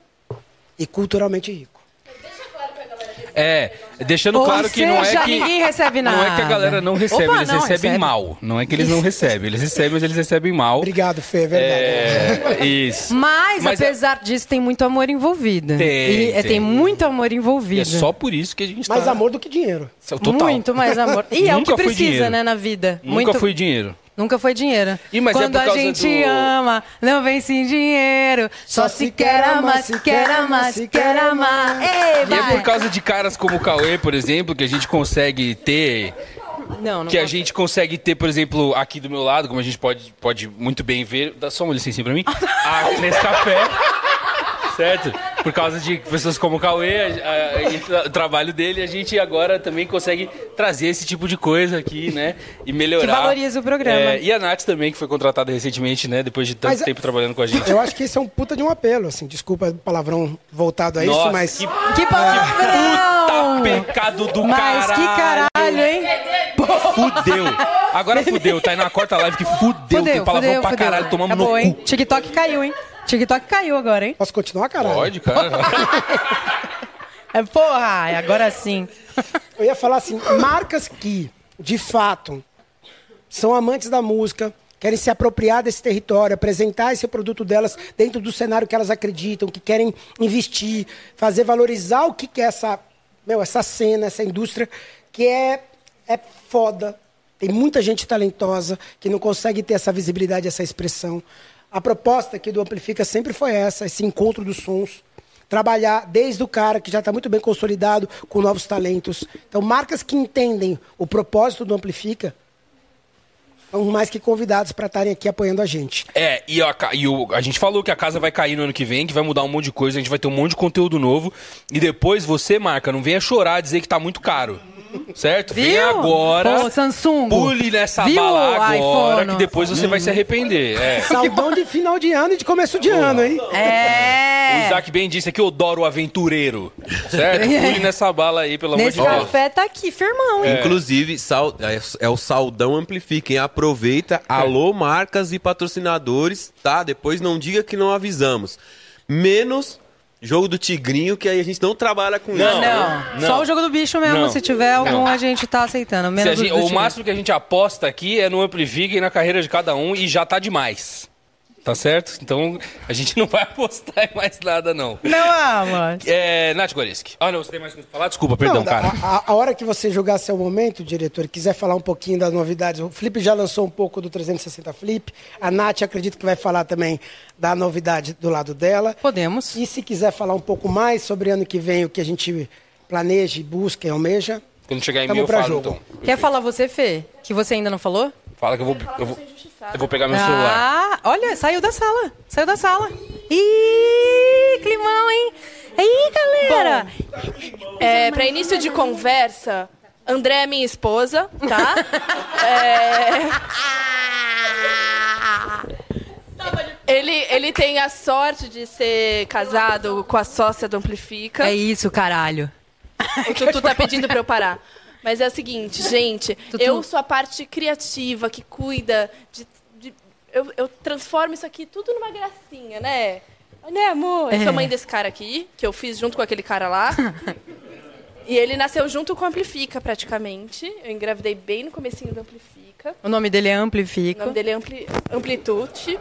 Speaker 5: e culturalmente rico.
Speaker 2: É, deixando
Speaker 3: Ou
Speaker 2: claro que não é
Speaker 3: seja,
Speaker 2: que.
Speaker 3: ninguém recebe
Speaker 2: Não é que a
Speaker 3: nada.
Speaker 2: galera não recebe,
Speaker 3: Opa,
Speaker 2: eles
Speaker 3: não,
Speaker 2: recebem
Speaker 3: recebe.
Speaker 2: mal. Não é que eles não recebem, eles recebem, mas eles recebem mal.
Speaker 5: Obrigado, Fê, é
Speaker 2: verdade. É, isso.
Speaker 3: Mas,
Speaker 2: Mas é-
Speaker 3: apesar disso, tem muito amor envolvido.
Speaker 2: Tem,
Speaker 3: E, é,
Speaker 2: tem.
Speaker 3: tem. muito amor envolvido.
Speaker 2: E é só por isso que a gente
Speaker 5: Mais
Speaker 2: tá...
Speaker 5: amor do que dinheiro.
Speaker 2: Total. *laughs*
Speaker 3: Muito mais amor. E é o
Speaker 2: Nunca
Speaker 3: que
Speaker 2: foi
Speaker 3: precisa,
Speaker 2: dinheiro.
Speaker 3: né, na vida.
Speaker 2: Nunca
Speaker 3: muito...
Speaker 2: foi dinheiro.
Speaker 3: Nunca foi dinheiro.
Speaker 2: Ih, mas é
Speaker 3: Quando
Speaker 2: por
Speaker 3: a
Speaker 2: causa
Speaker 3: gente
Speaker 2: do-
Speaker 3: ama, não vem sem dinheiro. Só se quer amar, se quer amar, se quer amar. Ei,
Speaker 2: E é
Speaker 3: vai.
Speaker 2: por causa de caras como o Cauê, por exemplo, que a gente consegue ter.
Speaker 3: Não, não.
Speaker 2: Que a gente consegue ter, por exemplo, aqui do meu lado, como a gente pode, pode muito bem ver. Dá só um uma licencinha assim pra mim.
Speaker 3: *laughs*
Speaker 2: A Nescafé. Certo? Por causa de pessoas como o Cauê, a- a- e tra- o trabalho dele, a gente agora também consegue trazer esse tipo de coisa aqui, né? E melhorar. É,
Speaker 3: Que valoriza o programa.
Speaker 2: e a Nath também, que foi contratada recentemente, né? Depois de tanto
Speaker 5: Mas- ah,
Speaker 2: tempo trabalhando com a gente.
Speaker 5: Eu acho que isso é um puta de um apelo, assim. Desculpa o palavrão voltado a isso,
Speaker 2: Nossa,
Speaker 5: mas.
Speaker 2: que-
Speaker 3: Que palavrão!
Speaker 2: *laughs* Pecado do
Speaker 3: Mas
Speaker 2: caralho!
Speaker 3: que caralho, hein?
Speaker 2: Fudeu. Agora fudeu. Tá aí na quarta live que fudeu. tem palavrão pra caralho. Tomamos
Speaker 3: Acabou,
Speaker 2: no
Speaker 3: hein?
Speaker 2: cu.
Speaker 3: TikTok caiu, hein? TikTok caiu agora, hein?
Speaker 5: Posso continuar, caralho?
Speaker 2: Pode, cara.
Speaker 3: É, porra, é agora sim.
Speaker 5: Eu ia falar assim, marcas que, de fato, são amantes da música, querem se apropriar desse território, apresentar esse produto delas dentro do cenário que elas acreditam, que querem investir, fazer valorizar o que, que é essa, meu, essa cena, essa indústria, que é, é foda. Tem muita gente talentosa que não consegue ter essa visibilidade, essa expressão. A proposta aqui do Amplifica sempre foi essa, esse encontro dos sons trabalhar desde o cara que já está muito bem consolidado com novos talentos. Então, marcas que entendem o propósito do Amplifica são mais que convidados para estarem aqui apoiando a gente.
Speaker 2: É, e, a, ca- e o- a gente falou que a casa vai cair no ano que vem, que vai mudar um monte de coisa, a gente vai ter um monte de conteúdo novo. E depois você, marca, não venha chorar dizer que tá muito caro. Certo? Venha
Speaker 3: Viu?
Speaker 2: agora.
Speaker 3: Ô, Samsung.
Speaker 2: Pule nessa
Speaker 3: Viu,
Speaker 2: bala agora,
Speaker 3: iPhone?
Speaker 2: que depois você vai se arrepender. É.
Speaker 5: Saudão de final de ano e de começo de ano, hein?
Speaker 3: É,
Speaker 2: O Isaac bem disse aqui, eu adoro o aventureiro.
Speaker 3: *laughs*
Speaker 2: Certo?
Speaker 3: É.
Speaker 2: Pule nessa bala aí, pelo amor de
Speaker 3: Nesse
Speaker 2: Deus.
Speaker 3: café tá aqui, firmão,
Speaker 2: É.
Speaker 3: hein?
Speaker 4: Inclusive, sal- é, é o Saldão Amplifica, hein?
Speaker 2: É.
Speaker 4: Aproveita, alô marcas e patrocinadores, tá? Depois não diga que não avisamos. Menos jogo do Tigrinho, que aí a gente não trabalha com
Speaker 3: Não, não.
Speaker 4: isso.
Speaker 3: Só o jogo do bicho mesmo,
Speaker 4: Não.
Speaker 3: se tiver algum,
Speaker 4: Não.
Speaker 3: a gente tá aceitando.
Speaker 2: Se a
Speaker 3: Menos
Speaker 2: gente-
Speaker 3: do, do
Speaker 2: o
Speaker 3: time.
Speaker 2: máximo que a gente aposta aqui é no Amplifica e na carreira de cada um e já tá demais. Tá certo? Então a gente não vai *laughs* apostar em mais nada, não.
Speaker 3: Não, amor.
Speaker 2: É, Nath Goriski. Ah, não, você tem mais coisa pra falar? Desculpa, perdão,
Speaker 5: Não,
Speaker 2: cara.
Speaker 5: A, a- a hora que você julgar seu momento, diretor, e quiser falar um pouquinho das novidades, o Felipe já lançou um pouco do 360 Flip, a Nath acredito que vai falar também da novidade do lado dela.
Speaker 3: Podemos.
Speaker 5: E se quiser falar um pouco mais sobre ano que vem, o que a gente planeja e busca e almeja.
Speaker 2: Quando chegar em
Speaker 5: Tamo
Speaker 2: mim, eu
Speaker 5: pra
Speaker 2: falo,
Speaker 5: jogo.
Speaker 2: então.
Speaker 3: Quer falar Ah, você, Fê? Que você ainda não falou?
Speaker 2: Fala que eu vou. Eu vou, eu vou pegar meu celular.
Speaker 3: Ah, olha, saiu da sala. Saiu da sala. Ih, climão, hein? Ih, galera!
Speaker 6: É, pra início de conversa, André é minha esposa,
Speaker 3: *laughs*
Speaker 6: tá? É... Ele, ele tem a sorte de ser casado com a sócia do Amplifica.
Speaker 3: É isso, caralho.
Speaker 6: O Tutu tá pedindo pra eu parar. Mas é
Speaker 3: *laughs*
Speaker 6: o seguinte, gente,
Speaker 3: Tutu.
Speaker 6: eu sou a parte criativa que cuida de. de- eu, eu transformo isso aqui tudo numa gracinha, né? Né, amor? Eu
Speaker 3: É.
Speaker 6: sou mãe desse cara aqui, que eu fiz junto com aquele
Speaker 3: *laughs*
Speaker 6: cara lá. e ele nasceu junto com o Amplifica, praticamente. Eu engravidei bem no comecinho do Amplifica.
Speaker 3: O nome dele é
Speaker 6: O
Speaker 3: Amplifico.
Speaker 6: nome dele é Ampli... Amplitude.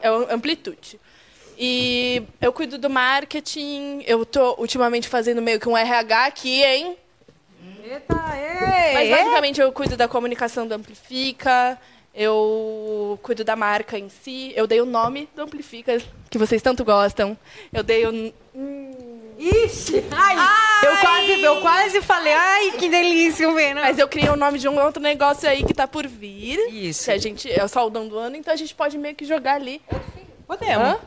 Speaker 6: É o Amplitude. E eu cuido do marketing. Eu tô ultimamente fazendo meio que um RH aqui, hein?
Speaker 3: É?
Speaker 6: Mas basicamente eu cuido da comunicação do Amplifica, eu cuido da marca em si, eu dei o nome do Amplifica, que vocês tanto gostam. Eu dei um, o. n-
Speaker 3: Ixi! Ai! Eu, quase, eu quase falei, ai, que delícia, um Vena.
Speaker 6: Mas eu criei o nome de um outro negócio aí que tá por vir.
Speaker 3: Isso.
Speaker 6: Que a gente é o saldão do ano, então a gente pode meio que jogar ali.
Speaker 3: Podemos.
Speaker 6: Hã?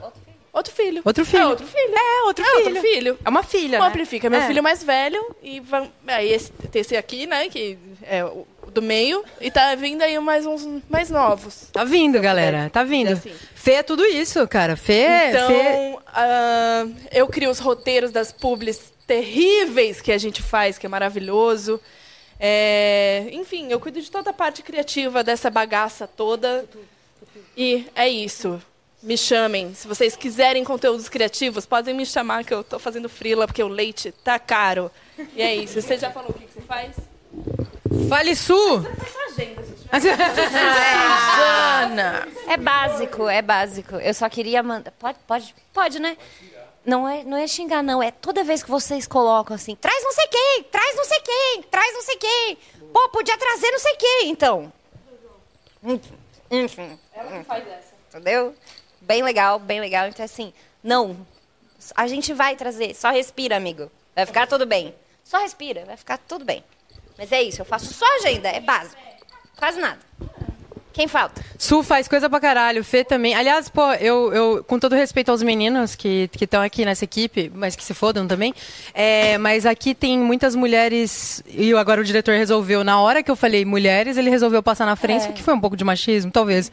Speaker 6: Outro filho.
Speaker 3: Outro filho.
Speaker 6: É outro filho.
Speaker 3: É, outro
Speaker 6: é
Speaker 3: filho.
Speaker 6: Outro filho.
Speaker 3: É uma filha,
Speaker 6: O
Speaker 3: né?
Speaker 6: Amplifica, meu
Speaker 3: É.
Speaker 6: filho mais velho. E vai- aí esse, tem esse aqui, né? Que é o do meio. E tá vindo aí mais uns mais novos.
Speaker 3: Tá vindo, galera. Tá vindo. Fê é tudo isso, cara. Fê,
Speaker 6: Então,
Speaker 3: Fê...
Speaker 6: ah, eu crio os roteiros das publis terríveis que a gente faz, que é maravilhoso. É, enfim, eu cuido de toda a parte criativa dessa bagaça toda. E é isso. Me chamem. Se vocês quiserem conteúdos criativos, podem me chamar, que eu tô fazendo frila, porque o leite tá caro. E é isso. Você já falou o que, que você faz? Tá
Speaker 3: Fale Su!
Speaker 7: *laughs* Susana! É básico, é básico. Eu só queria mandar. Pode, pode, pode, né? Não é, não é xingar, não. É toda vez que vocês colocam assim, traz não sei quem, traz não sei quem, traz não sei quem. Pô, podia trazer não sei quem, então. Enfim. Ela faz essa. Entendeu? Bem legal, bem legal. Então, assim, não. A gente vai trazer. Só respira, amigo. Vai ficar tudo bem. Só respira, vai ficar tudo bem. Mas é isso, eu faço só agenda, é básico. Quase nada. Quem falta?
Speaker 3: Su faz coisa pra caralho, Fê também. Aliás, pô, eu, eu com todo respeito aos meninos que estão aqui nessa equipe, mas que se fodam também, é, mas aqui tem muitas mulheres, e agora o diretor resolveu, na hora que eu falei mulheres, ele resolveu passar na frente,
Speaker 13: É.
Speaker 3: o que foi um pouco de machismo, talvez.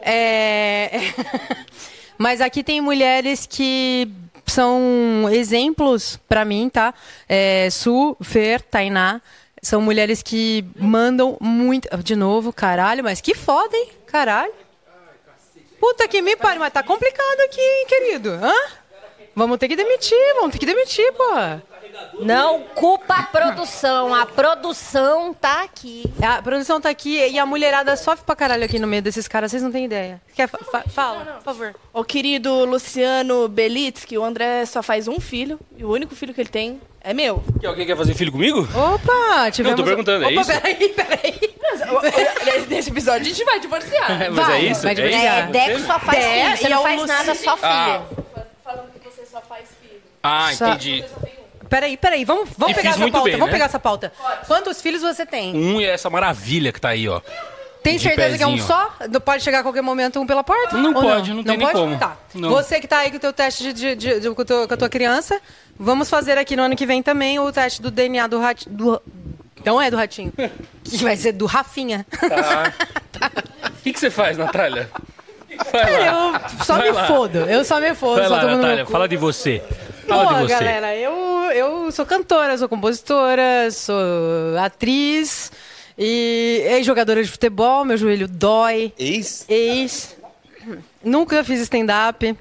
Speaker 3: É, mas aqui tem mulheres que são exemplos pra mim, tá? É, Su, Fer, Tainá. São mulheres que mandam muito. De novo, caralho, mas que foda, hein? Caralho. Puta que me pariu, mas tá complicado aqui, hein, querido? Hã? Vamos ter que demitir, vamos ter que demitir, pô.
Speaker 7: Não culpa a produção, a produção tá aqui.
Speaker 3: A produção tá aqui e a mulherada sofre pra caralho aqui no meio desses caras, vocês não têm ideia. Quer fa- fa- fala, por favor.
Speaker 6: O querido Luciano Belitsky, o André só faz um filho, e o único filho que ele tem é meu.
Speaker 3: Ah.
Speaker 2: Que alguém quer fazer filho comigo?
Speaker 3: Opa,
Speaker 2: Não, tô perguntando, é isso?
Speaker 6: Aliás, nesse episódio a gente vai divorciar.
Speaker 2: É, *laughs* mas é isso?
Speaker 6: vai
Speaker 2: É isso?
Speaker 6: divorciar.
Speaker 2: É, Deco só
Speaker 7: faz
Speaker 6: Deco
Speaker 7: filho, você
Speaker 6: e
Speaker 7: não
Speaker 6: é o
Speaker 7: faz nada, só
Speaker 2: filho. Ah.
Speaker 6: Falando que você só faz filho.
Speaker 2: Ah,
Speaker 3: Só-
Speaker 2: entendi.
Speaker 3: Peraí, peraí, vamos,
Speaker 2: E
Speaker 3: vamos pegar
Speaker 2: fiz
Speaker 3: essa
Speaker 2: muito
Speaker 3: pauta.
Speaker 2: bem,
Speaker 3: vamos
Speaker 2: né?
Speaker 3: pegar essa pauta. Quantos filhos você tem?
Speaker 2: Um é essa maravilha que tá aí, ó.
Speaker 3: Tem
Speaker 2: De
Speaker 3: certeza que é um
Speaker 2: pezinho.
Speaker 3: só? Não Pode chegar a qualquer momento um pela porta?
Speaker 2: Não
Speaker 3: Ou
Speaker 2: pode, não tem nem
Speaker 3: pode?
Speaker 2: como.
Speaker 3: Tá.
Speaker 2: Não.
Speaker 3: Você que tá aí com o teu teste de, de- de- de- com, o teu- com a tua criança, vamos fazer aqui no ano que vem também o teste do DNA do ratinho. Do... Não é do ratinho. que vai ser do Rafinha. *laughs*
Speaker 2: O Tá. que, que você faz, Natália? Vai lá.
Speaker 3: Eu só
Speaker 2: Vai
Speaker 3: me
Speaker 2: lá.
Speaker 3: fodo. Eu só me fodo.
Speaker 2: Vai
Speaker 3: só
Speaker 2: lá,
Speaker 3: tomo no meu
Speaker 2: Natália,
Speaker 3: cu.
Speaker 2: fala de você. Fala de
Speaker 3: Pô,
Speaker 2: você.
Speaker 3: galera, eu, eu sou cantora, sou compositora, sou atriz e ex-jogadora de futebol, meu joelho dói.
Speaker 4: Ex?
Speaker 3: Ex. Nunca fiz stand-up.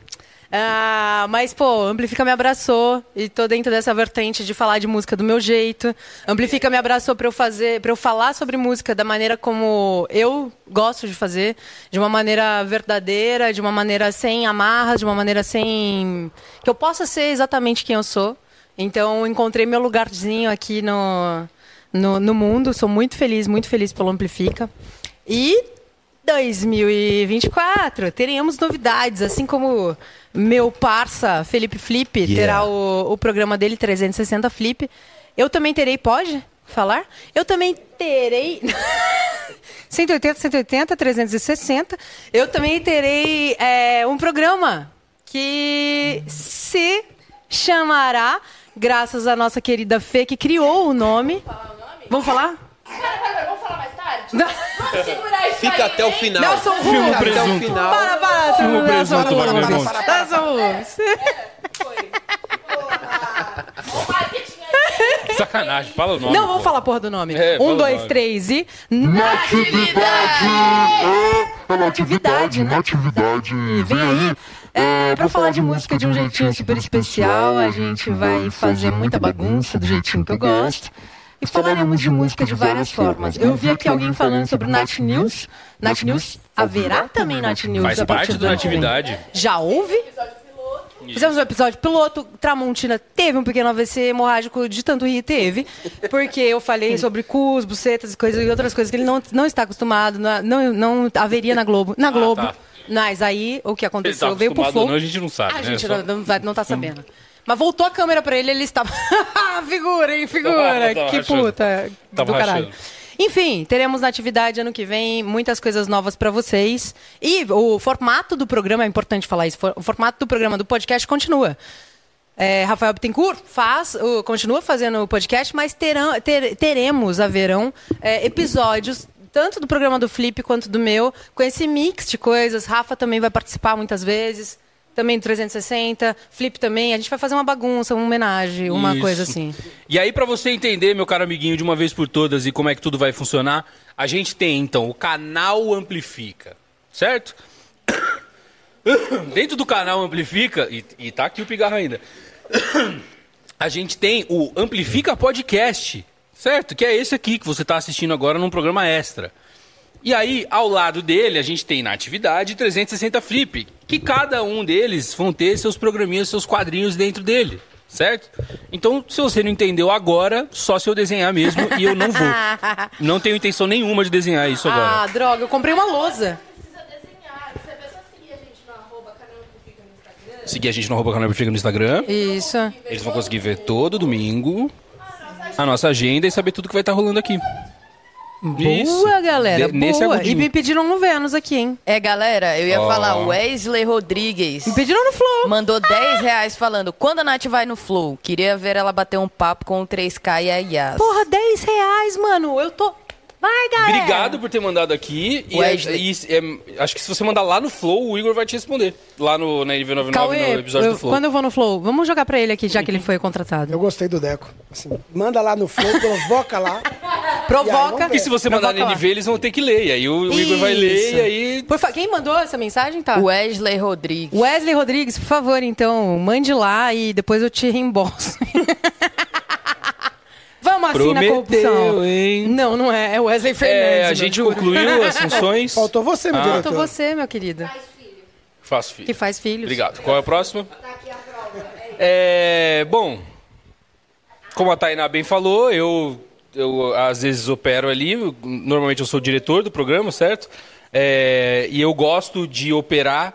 Speaker 3: Ah, mas, pô, Amplifica me abraçou e tô dentro dessa vertente de falar de música do meu jeito. Amplifica me abraçou pra eu fazer, para eu falar sobre música da maneira como eu gosto de fazer, de uma maneira verdadeira, de uma maneira sem amarras, de uma maneira sem que eu possa ser exatamente quem eu sou. Então, eu encontrei meu lugarzinho aqui no no, no mundo. Sou muito feliz, muito feliz pelo Amplifica. E 2024 teremos novidades, assim como meu parça Felipe Flip
Speaker 14: Yeah.
Speaker 3: terá o, o programa dele 360 Flip. Eu também terei, pode falar? Eu também terei 180, 180, 360. Eu também terei é, um programa que se chamará, graças à nossa querida Fê, que criou o nome. Vamos falar? Não.
Speaker 4: Fica até o final.
Speaker 3: Nelson Rubens.
Speaker 4: Fica até o
Speaker 3: Presunto.
Speaker 4: final.
Speaker 3: Para, para,
Speaker 4: Filma o
Speaker 3: Nelson
Speaker 4: presunto,
Speaker 3: Rubens.
Speaker 4: vagabundo.
Speaker 15: É.
Speaker 3: Nelson Rubens.
Speaker 2: Sacanagem, fala o nome.
Speaker 3: Não, vamos
Speaker 2: pô.
Speaker 3: falar a porra do nome.
Speaker 2: É, fala
Speaker 3: um,
Speaker 2: o
Speaker 3: dois,
Speaker 2: nome.
Speaker 3: três e.
Speaker 11: É natividade, natividade. Vem aí. É, pra falar de música de um jeitinho super especial, a gente vai fazer muita bagunça do jeitinho que eu gosto. E falaremos de música de várias formas. Eu vi aqui alguém tá falando sobre Nat News. Nat News haverá também Nat News.
Speaker 2: Faz
Speaker 11: a partir
Speaker 2: parte
Speaker 11: do
Speaker 2: da
Speaker 11: ano que vem.
Speaker 2: atividade.
Speaker 3: Já houve? Fizemos um episódio piloto. Tramontina teve um pequeno AVC hemorrágico de tanto rir, teve. Porque eu falei sobre cus, bucetas e coisas, e outras coisas que ele não, não está acostumado, na- não, não haveria na Globo. Na Globo.
Speaker 2: tá.
Speaker 3: Mas aí, o que
Speaker 2: Se ele tá
Speaker 3: aconteceu? Veio pro
Speaker 2: acostumado
Speaker 3: Flow.
Speaker 2: ou não, a gente não sabe,
Speaker 3: A
Speaker 2: né?
Speaker 3: gente
Speaker 2: Só-
Speaker 3: não, não vai- não tá sabendo. Mas voltou a câmera pra ele, ele estava. *laughs* Ah, figura, hein? Figura!
Speaker 2: Tava- tava
Speaker 3: que
Speaker 2: rachando.
Speaker 3: puta!
Speaker 2: Tava
Speaker 3: do caralho.
Speaker 2: rachando.
Speaker 3: Enfim, teremos na atividade ano que vem muitas coisas novas pra vocês. E o formato do programa, é importante falar isso, for- o formato do programa do podcast continua. É, Rafael Bittencourt faz, o- continua fazendo o podcast, mas terão, ter- teremos, haverão é, episódios tanto do programa do Flip quanto do meu, com esse mix de coisas. Rafa também vai participar muitas vezes, também do 360, Flip também. A gente vai fazer uma bagunça, uma homenagem, uma
Speaker 2: Isso.
Speaker 3: coisa assim.
Speaker 2: E aí, pra você entender, meu caro amiguinho, de uma vez por todas e como é que tudo vai funcionar, a gente tem então o canal Amplifica, certo? *coughs* Dentro do canal Amplifica, e, e tá aqui o pigarro ainda, *coughs* a gente tem o Amplifica Podcast, certo? Que é esse aqui que você tá assistindo agora num programa extra. E aí, ao lado dele, a gente tem na atividade 360 Flip, que cada um deles vão ter seus programinhos, seus quadrinhos dentro dele, certo? Então, se você não entendeu agora, só se eu desenhar mesmo
Speaker 3: *laughs*
Speaker 2: e eu não vou. Não tenho intenção nenhuma de desenhar isso agora.
Speaker 3: Ah, droga, eu comprei uma lousa.
Speaker 2: Seguir a gente no arroba canal Bixiga no Instagram.
Speaker 3: Isso.
Speaker 2: Eles vão conseguir ver todo domingo a nossa agenda e saber tudo que vai estar rolando aqui.
Speaker 3: Boa, galera.
Speaker 2: De- nesse
Speaker 3: boa. E
Speaker 2: agudinho.
Speaker 3: me pediram no Vênus aqui, hein?
Speaker 9: É, galera, eu ia
Speaker 2: Ó.
Speaker 9: falar Wesley Rodrigues. Me
Speaker 3: pediram no Flow.
Speaker 9: Mandou 10 reais falando, quando a Nath vai no Flow? Queria ver ela bater um papo com o 3K e a Yas.
Speaker 3: Porra, 10 reais, mano. Eu tô. Vai, galera.
Speaker 2: Obrigado por ter mandado aqui. E,
Speaker 9: Wesley.
Speaker 2: é- e é- acho que se você mandar lá no Flow, o Igor vai te responder. Lá no, na NV99,
Speaker 3: Cauê,
Speaker 2: no episódio
Speaker 3: eu-
Speaker 2: do Flow.
Speaker 3: quando eu vou no Flow, vamos jogar pra ele aqui, já que ele foi contratado. Eu
Speaker 5: gostei do Deco. Assim, Manda lá no flow, provoca lá.
Speaker 3: *laughs* Provoca.
Speaker 2: E se você mandar na NV, eles vão ter que ler. E aí o Igor vai ler e aí.
Speaker 3: Por fa- Quem mandou essa mensagem, tá?
Speaker 9: Wesley Rodrigues.
Speaker 3: Wesley Rodrigues, por favor, então, mande lá e depois eu te reembolso. *laughs* Vamos assim na
Speaker 2: Prometeu,
Speaker 3: corrupção. Não, não é. É Wesley Fernandes.
Speaker 2: É, a
Speaker 3: meu,
Speaker 2: gente
Speaker 3: juro. Ah.
Speaker 2: concluiu as funções. Faltou você, meu diretor.
Speaker 3: Faltou você, meu querido.
Speaker 2: Faço filho.
Speaker 3: Que faz filhos.
Speaker 2: Obrigado. Qual é a próxima? É, bom, como a Tainá bem falou, eu, eu às vezes opero ali. eu- Normalmente eu sou o diretor do programa, certo? É, e eu gosto de operar,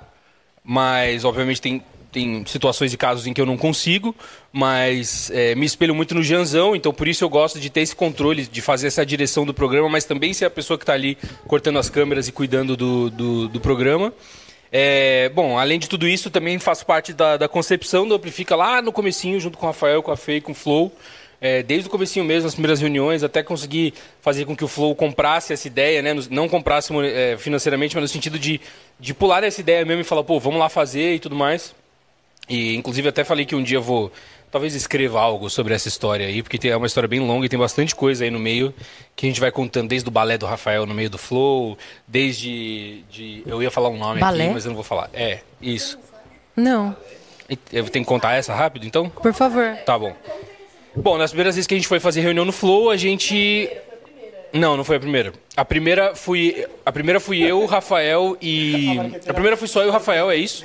Speaker 2: mas obviamente tem, tem situações e casos em que eu não consigo. Mas é, me espelho muito no Janzão, então por isso eu gosto de ter esse controle, de fazer essa direção do programa, mas também ser a pessoa que está ali cortando as câmeras e cuidando do, do, do programa. É, bom, além de tudo isso, também faço parte da, da concepção do Amplifica lá no comecinho, junto com o Rafael, com a Fê, e com o Flow. É, desde o comecinho mesmo, nas primeiras reuniões, até conseguir fazer com que o Flow comprasse essa ideia, né? Nos- Não comprasse mo- é, financeiramente, mas no sentido de, de pular essa ideia mesmo e falar, pô, vamos lá fazer e tudo mais. E inclusive até falei que um dia eu vou talvez escreva algo sobre essa história aí, porque tem- é uma história bem longa e tem bastante coisa aí no meio que a gente vai contando desde o balé do Rafael no meio do flow, desde de eu ia falar um nome
Speaker 3: Balé?
Speaker 2: aqui, mas eu não vou falar. É, isso.
Speaker 3: Não,
Speaker 2: E- Eu tenho que contar essa rápido, então?
Speaker 3: por favor.
Speaker 2: Tá bom. Bom, nas primeiras vezes que a gente foi fazer reunião no Flow, a gente não, não foi a primeira. A primeira fui, a primeira fui eu, o Rafael e a primeira fui só eu, e o Rafael, é isso?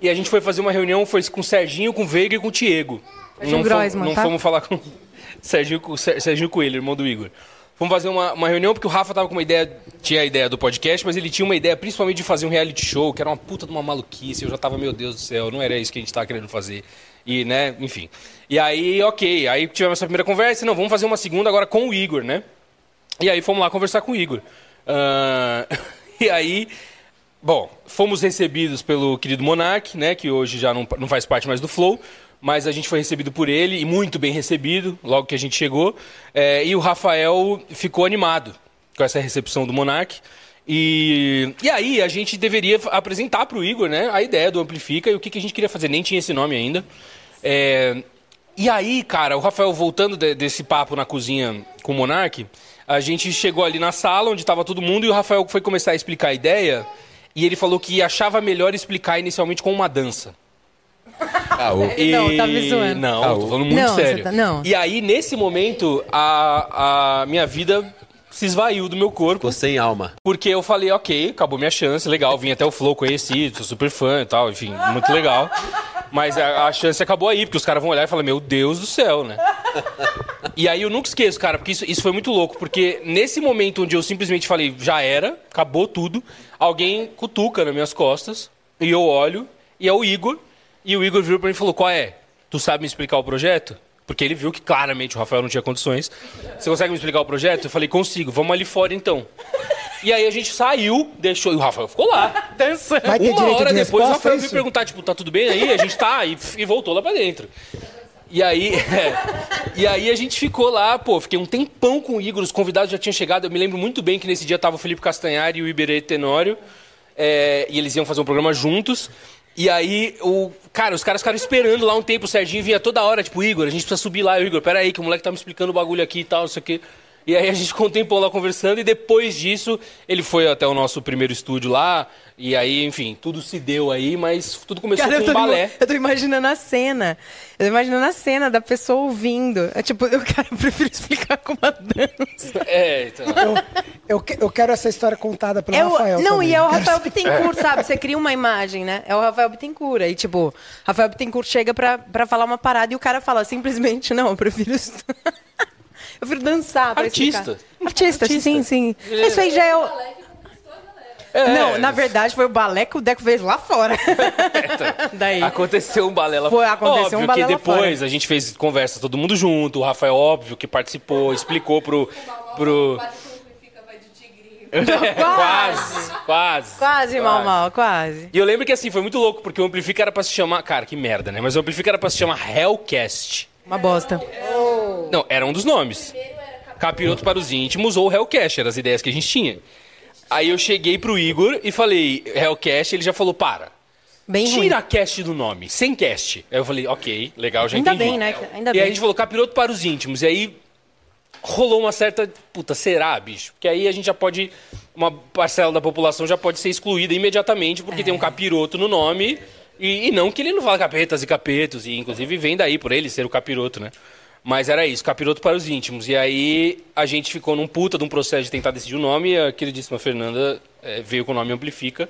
Speaker 2: E a gente foi fazer uma reunião, foi com o Serginho, com o Veiga e com o Diego.
Speaker 3: Serginho
Speaker 2: Não,
Speaker 3: Groisman,
Speaker 2: não
Speaker 3: tá?
Speaker 2: fomos falar com *laughs* Serginho, com- Ser- Serginho Coelho, irmão do Igor. Fomos fazer uma, uma reunião porque o Rafa tava com uma ideia, tinha a ideia do podcast, mas ele tinha uma ideia principalmente de fazer um reality show, que era uma puta de uma maluquice. Eu já tava, meu Deus do céu, não era isso que a gente tava querendo fazer. E, né, enfim. E aí, ok, aí tivemos essa primeira conversa, não, vamos fazer uma segunda agora com o Igor, né? E aí fomos lá conversar com o Igor. Ah, *laughs* e aí, bom, fomos recebidos pelo querido Monark, né, que hoje já não, não faz parte mais do Flow, mas a gente foi recebido por ele e muito bem recebido logo que a gente chegou. Eh, e o Rafael ficou animado com essa recepção do Monark. E, e aí a gente deveria f- apresentar para o Igor né, a ideia do Amplifica e o que, que a gente queria fazer. Nem tinha esse nome ainda. Eh, e aí, cara, o Rafael voltando de- desse papo na cozinha com o Monark, a gente chegou ali na sala onde estava todo mundo e o Rafael foi começar a explicar a ideia e ele falou que achava melhor explicar inicialmente com uma dança. E-
Speaker 3: Não, tá me zoando.
Speaker 2: Não,
Speaker 3: Caô.
Speaker 2: tô falando muito
Speaker 3: Não, você
Speaker 2: sério.
Speaker 3: tá- não.
Speaker 2: E aí, nesse momento, a, a minha vida se esvaiu do meu corpo. Ficou
Speaker 4: sem alma.
Speaker 2: Porque eu falei, ok, acabou minha chance, legal, vim até o Flow, conheci, sou super fã e tal, enfim, muito legal. Mas a, a chance acabou aí, porque os caras vão olhar e falar, meu Deus do céu, né? E aí eu nunca esqueço, cara, porque isso, isso foi muito louco, porque nesse momento onde eu simplesmente falei, já era, acabou tudo, alguém cutuca nas minhas costas, e eu olho, e é o Igor, e o Igor virou pra mim e falou, qual é? Tu sabe me explicar o projeto? Porque ele viu que claramente o Rafael não tinha condições. Você consegue me explicar o projeto? Eu falei, consigo, vamos ali fora então. E aí a gente saiu, deixou, e o Rafael ficou lá. Dançando.
Speaker 5: Vai ter
Speaker 2: Uma
Speaker 5: direito
Speaker 2: hora
Speaker 5: de
Speaker 2: depois o
Speaker 5: resposta, é
Speaker 2: Rafael veio
Speaker 5: isso?
Speaker 2: perguntar, tipo, tá tudo bem aí? A gente tá, e, e voltou lá pra dentro. E aí, *laughs* e aí a gente ficou lá, pô, fiquei um tempão com o Igor, os convidados já tinham chegado. Eu me lembro muito bem que nesse dia tava o Felipe Castanhari e o Iberê Tenório. é, e eles iam fazer um programa juntos. E aí, o, cara, os caras ficaram esperando lá um tempo, o Serginho vinha toda hora, tipo, Igor, a gente precisa subir lá, Eu, Igor, peraí, que o moleque tá me explicando o bagulho aqui e tal, não sei o quê. E aí a gente ficou um tempão lá conversando, e depois disso, ele foi até o nosso primeiro estúdio lá, e aí, enfim, tudo se deu aí, mas tudo começou
Speaker 3: Cara, eu
Speaker 2: com
Speaker 3: tô,
Speaker 2: um balé.
Speaker 3: ima- eu tô imaginando a cena. Eu tô imaginando a cena da pessoa ouvindo. É tipo, eu, *laughs* cara, eu prefiro explicar com uma dança.
Speaker 2: É, então.
Speaker 5: Eu, que- eu quero essa história contada pelo
Speaker 3: É o-
Speaker 5: Rafael.
Speaker 3: não,
Speaker 5: também.
Speaker 3: e é o Rafael Bittencourt,
Speaker 2: *laughs*
Speaker 3: sabe? Você cria uma imagem, né? É o Rafael Bittencourt. Aí, tipo, Rafael Bittencourt chega pra, pra falar uma parada e o cara fala simplesmente, não, eu prefiro... *laughs* est- eu prefiro dançar pra
Speaker 2: Artista.
Speaker 3: explicar. Artista. Artista, sim, sim.
Speaker 2: Ele-
Speaker 3: Isso aí já é o... é Não, na verdade foi o balé que o Deco fez lá fora. Daí.
Speaker 2: Aconteceu um balela.
Speaker 3: Foi, aconteceu
Speaker 2: óbvio
Speaker 3: um balela
Speaker 2: que depois
Speaker 3: fora.
Speaker 2: a gente fez conversa todo mundo junto. O Rafael, óbvio, que participou, explicou pro... pro... *laughs* quase, quase.
Speaker 3: Quase, mal, mal, quase.
Speaker 2: E eu lembro que assim, foi muito louco, porque o Amplifica era pra se chamar. Cara, que merda, né? Mas o Amplifica era pra se chamar Hellcast.
Speaker 3: Uma bosta.
Speaker 2: Não, era um dos nomes. Capiroto para os íntimos ou Hellcast, eram as ideias que a gente tinha. Aí eu cheguei pro Igor e falei, Hellcast, ele já falou, para.
Speaker 3: Bem
Speaker 2: Tira
Speaker 3: ruim.
Speaker 2: cast do nome, sem cast. Aí eu falei, ok, legal, já
Speaker 3: Ainda
Speaker 2: entendi.
Speaker 3: bem, né? que- Ainda
Speaker 2: e
Speaker 3: bem.
Speaker 2: aí a gente falou capiroto para os íntimos. E aí rolou uma certa. Puta, será, bicho? Porque aí a gente já pode. Uma parcela da população já pode ser excluída imediatamente porque
Speaker 3: É.
Speaker 2: tem um capiroto no nome. E, e não que ele não fala capetas e capetos, e inclusive vem daí por ele ser o capiroto, né? Mas era isso, capiroto para os íntimos. E aí a gente ficou num puta de um processo de tentar decidir o nome e a queridíssima Fernanda eh, veio com o nome Amplifica.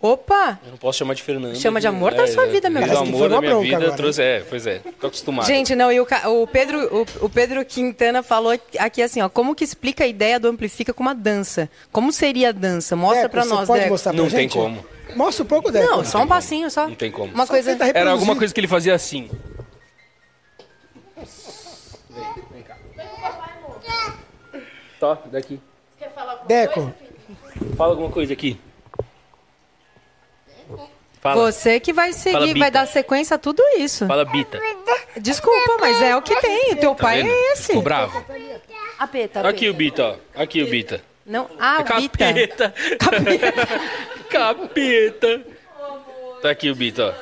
Speaker 3: Opa!
Speaker 2: Eu não posso chamar de Fernanda. né? É,
Speaker 3: Chama de amor da sua vida, meu
Speaker 2: Do
Speaker 3: Parece que foi
Speaker 2: amor
Speaker 3: uma
Speaker 2: da minha
Speaker 3: bronca
Speaker 2: vida,
Speaker 3: agora,
Speaker 2: trouxe. É, pois é, tô acostumado.
Speaker 3: Gente, não, e o, ca- o Pedro, o, o Pedro Quintana falou aqui assim, ó, como que explica a ideia do Amplifica com uma dança? Como seria a dança? Mostra
Speaker 5: Deco,
Speaker 3: pra
Speaker 5: você
Speaker 3: nós,
Speaker 5: pode
Speaker 3: Deco.
Speaker 5: mostrar pra
Speaker 2: não tem
Speaker 5: gente?
Speaker 2: como.
Speaker 5: Mostra um pouco dela.
Speaker 3: Não, só um passinho, só.
Speaker 2: Não tem como.
Speaker 3: Uma coisa- tenta reproduzir.
Speaker 2: Era alguma coisa que ele fazia assim. Tó, Tá, daqui.
Speaker 5: Deco,
Speaker 2: Fala alguma coisa aqui.
Speaker 3: Você que vai
Speaker 2: Fala,
Speaker 3: seguir,
Speaker 2: Bita.
Speaker 3: vai dar sequência a tudo isso.
Speaker 2: Fala, Bita.
Speaker 3: Desculpa, mas é o que tem. O teu
Speaker 2: Tá
Speaker 3: pai
Speaker 2: vendo?
Speaker 3: é esse.
Speaker 2: Ficou bravo. Tá
Speaker 3: A peta, a
Speaker 2: Aqui é
Speaker 3: peta.
Speaker 2: o Bita, ó. Aqui o Bita.
Speaker 3: Não, ah, o Bita.
Speaker 2: Capeta. Capeta. *laughs* Tá aqui o Bita,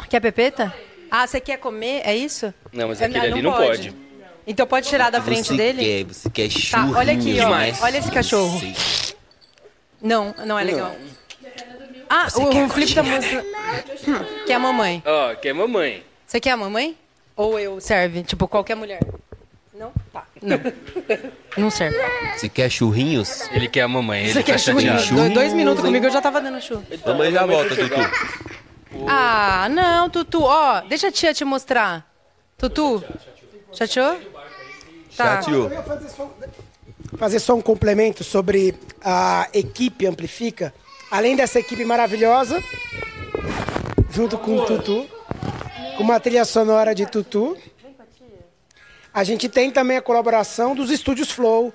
Speaker 2: ó.
Speaker 3: Quer pepeta? Ah, você quer comer? É isso?
Speaker 2: Não, mas
Speaker 3: É,
Speaker 2: aquele ali não pode.
Speaker 3: Então pode tirar da frente dele?
Speaker 13: Quer, você quer
Speaker 3: Tá,
Speaker 13: churro
Speaker 3: olha aqui, ó.
Speaker 13: demais.
Speaker 3: Olha esse cachorro. Não, não é legal. Ah, o, o Felipe tá mostrando. Hum, Quer a mamãe.
Speaker 2: Ó, que é mamãe.
Speaker 3: Você quer a mamãe? Ou eu serve? Tipo, qualquer mulher. Não? Tá. Não. *laughs* Não serve.
Speaker 13: Você quer churrinhos?
Speaker 2: Ele tá quer a mamãe,
Speaker 3: Você quer churro? Do- Dois minutos comigo, eu já tava dando churro.
Speaker 13: Mamãe já volta, Tutu.
Speaker 3: Ah, não, Tutu. Ó, deixa a tia te mostrar. Tutu, chateou? Tá.
Speaker 5: Eu ia
Speaker 4: é
Speaker 5: fazer só- fazer só um complemento sobre a equipe Amplifica. Além dessa equipe maravilhosa, junto com o Tutu, com uma trilha sonora de Tutu, a gente tem também a colaboração dos estúdios Flow.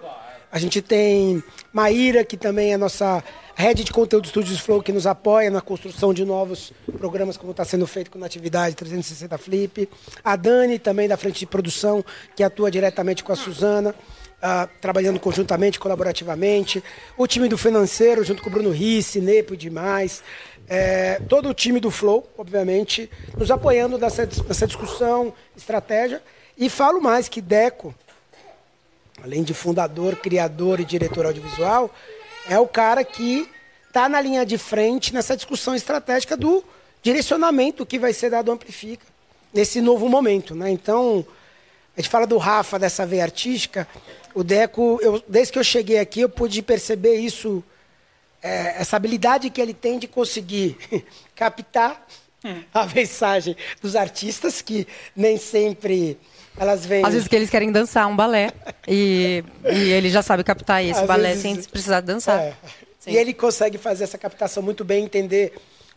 Speaker 5: A gente tem Maíra, que também é nossa rede de conteúdo dos estúdios Flow, que nos apoia na construção de novos programas, como está sendo feito com Natividade 360 Flip. A Dani, também da frente de produção, que atua diretamente com a Suzana, ah, trabalhando conjuntamente, colaborativamente. O time do financeiro, junto com o Bruno Risse, Nepo e demais. É, todo o time do Flow, obviamente, nos apoiando nessa, dis- nessa discussão, estratégia. E falo mais que Deco, além de fundador, criador e diretor audiovisual, é o cara que está na linha de frente nessa discussão estratégica do direcionamento que vai ser dado ao Amplifica nesse novo momento. Né? Então, a gente fala do Rafa, dessa veia artística. O Deco, eu- desde que eu cheguei aqui, eu pude perceber isso, é, essa habilidade que ele tem de conseguir *laughs* captar
Speaker 3: Hum.
Speaker 5: a mensagem dos artistas, que nem sempre elas vêm...
Speaker 3: Às vezes que eles querem dançar um balé e, e ele já sabe captar esse
Speaker 5: Às
Speaker 3: balé
Speaker 5: vezes-
Speaker 3: sem precisar dançar.
Speaker 5: É. E ele consegue fazer essa captação muito bem, entender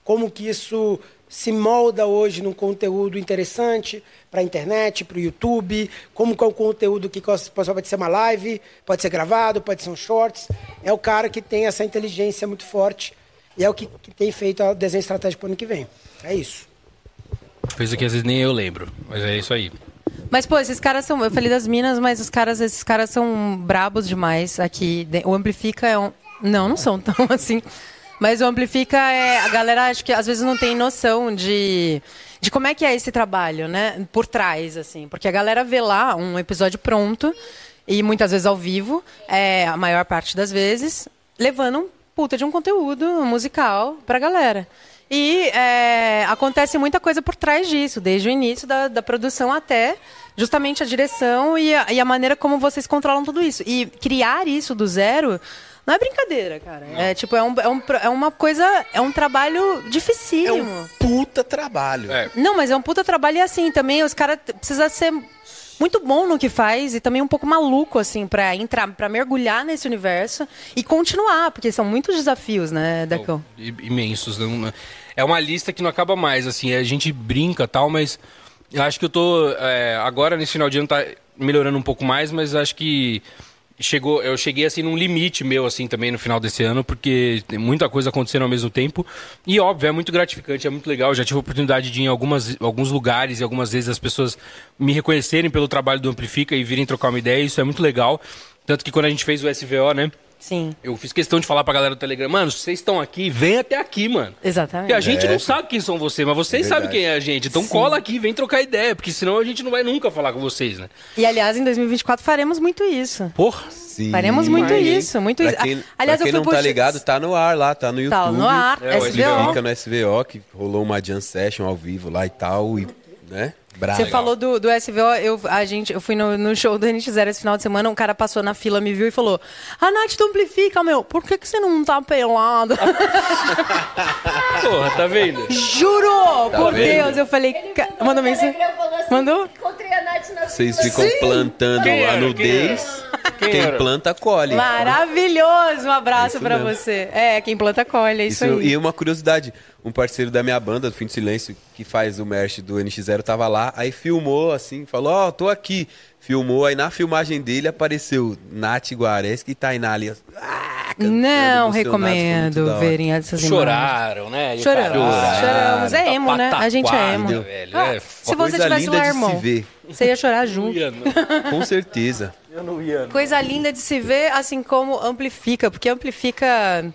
Speaker 5: como que isso se molda hoje num conteúdo interessante para a internet, para o YouTube, como que é o conteúdo que cos- pode ser uma live, pode ser gravado, pode ser um shorts. É o cara que tem essa inteligência muito forte e é o que, que tem feito o desenho estratégico para o ano que vem. É isso.
Speaker 2: Fez o que às vezes nem eu lembro, mas é isso aí.
Speaker 3: Mas, pô, esses caras são. Eu falei das minas, mas os caras, esses caras são brabos demais aqui. de- O Amplifica é um. Não, não são tão *laughs* assim. Mas o Amplifica é. A galera acho que às vezes não tem noção de. De como é que é esse trabalho, né? Por trás, assim. Porque a galera vê lá um episódio pronto, e muitas vezes ao vivo, é, a maior parte das vezes, levando um puta de um conteúdo musical pra galera. E é, acontece muita coisa por trás disso, desde o início da, da produção até justamente a direção e a, e a maneira como vocês controlam tudo isso. E criar isso do zero não é brincadeira, cara. É tipo, é, um, é, um pro- é uma coisa, é um trabalho dificílimo. é
Speaker 13: Puta trabalho.
Speaker 3: Não, mas é um puta trabalho e assim, também os caras t- precisa ser muito bom no que faz e também um pouco maluco, assim, pra entrar, pra mergulhar nesse universo e continuar, porque são muitos desafios, né, Decão?
Speaker 2: I- imensos. não- é uma lista que não acaba mais, assim. A gente brinca tal, mas eu acho que eu tô. é, agora, nesse final de ano, tá melhorando um pouco mais, mas acho que chegou eu cheguei assim num limite meu assim também no final desse ano porque tem muita coisa acontecendo ao mesmo tempo e óbvio é muito gratificante é muito legal Eu já tive a oportunidade de ir em algumas alguns lugares e algumas vezes as pessoas me reconhecerem pelo trabalho do Amplifica e virem trocar uma ideia isso é muito legal tanto que quando a gente fez o SVO né
Speaker 3: sim
Speaker 2: eu fiz questão de falar pra galera do Telegram mano se vocês estão aqui vem até aqui mano
Speaker 3: Exatamente.
Speaker 2: porque a gente
Speaker 4: É.
Speaker 2: não sabe quem são vocês, mas vocês
Speaker 3: É
Speaker 2: sabem
Speaker 3: verdade.
Speaker 2: quem é a gente. Então
Speaker 3: Sim.
Speaker 2: cola aqui, vem trocar ideia, porque senão a gente não vai nunca falar com vocês, né?
Speaker 3: E aliás, em 2024 faremos muito isso.
Speaker 2: Porra!
Speaker 4: Sim.
Speaker 3: Faremos muito
Speaker 4: Sim.
Speaker 3: isso, muito
Speaker 4: Pra
Speaker 3: isso.
Speaker 4: Quem,
Speaker 3: Ah, aliás,
Speaker 4: pra
Speaker 3: eu fui
Speaker 4: quem não tá
Speaker 3: puxa-
Speaker 4: ligado, tá no ar lá, tá no YouTube.
Speaker 3: Tá no ar, É, o SBO. SBO.
Speaker 4: Fica no SVO, que rolou uma jam session ao vivo lá e tal, e, né? Bravo.
Speaker 3: Você falou do, do SVO, eu, a gente, eu fui no, no show do NX Zero esse final de semana, um cara passou na fila, me viu e falou: A Nath tu amplifica, meu, por que, que você não tá
Speaker 4: *laughs*
Speaker 3: pelado?
Speaker 2: Porra, tá vendo?
Speaker 3: Juro,
Speaker 4: Tá
Speaker 3: por
Speaker 4: vendo?
Speaker 3: Deus, eu falei, "Ca- mandou mensagem. Mandou?
Speaker 7: Encontrei a Nath na
Speaker 4: Vocês ficam plantando
Speaker 3: Quem
Speaker 4: a
Speaker 3: era?
Speaker 4: nudez. Quem,
Speaker 3: era?
Speaker 4: planta, colhe.
Speaker 3: Maravilhoso, um abraço
Speaker 4: Isso
Speaker 3: pra
Speaker 4: mesmo.
Speaker 3: você. É, quem planta colhe, é isso,
Speaker 4: Isso-
Speaker 3: aí.
Speaker 4: e uma curiosidade, um parceiro da minha banda, do Fim do Silêncio, que faz o merch do NX0, tava lá, aí filmou assim, falou, ó, tô aqui. Filmou, aí na filmagem dele apareceu Nath tá Guareschi e Tainá ali.
Speaker 3: Não
Speaker 4: né, do Bolsonaro, foi muito da
Speaker 3: recomendo
Speaker 4: hora.
Speaker 3: verem essas
Speaker 2: Choraram, né? E o
Speaker 3: Choramos,
Speaker 2: caralho.
Speaker 3: choramos.
Speaker 4: Ah,
Speaker 3: É emo, né? A gente é emo.
Speaker 2: Pataquada, velho, é
Speaker 3: Se você
Speaker 4: Uma coisa
Speaker 3: tivesse
Speaker 4: linda
Speaker 3: lá,
Speaker 4: de
Speaker 3: irmão,
Speaker 4: se ver.
Speaker 3: você ia chorar junto.
Speaker 4: Com certeza.
Speaker 2: Eu não ia.
Speaker 3: Coisa linda de se ver, assim como amplifica, porque amplifica.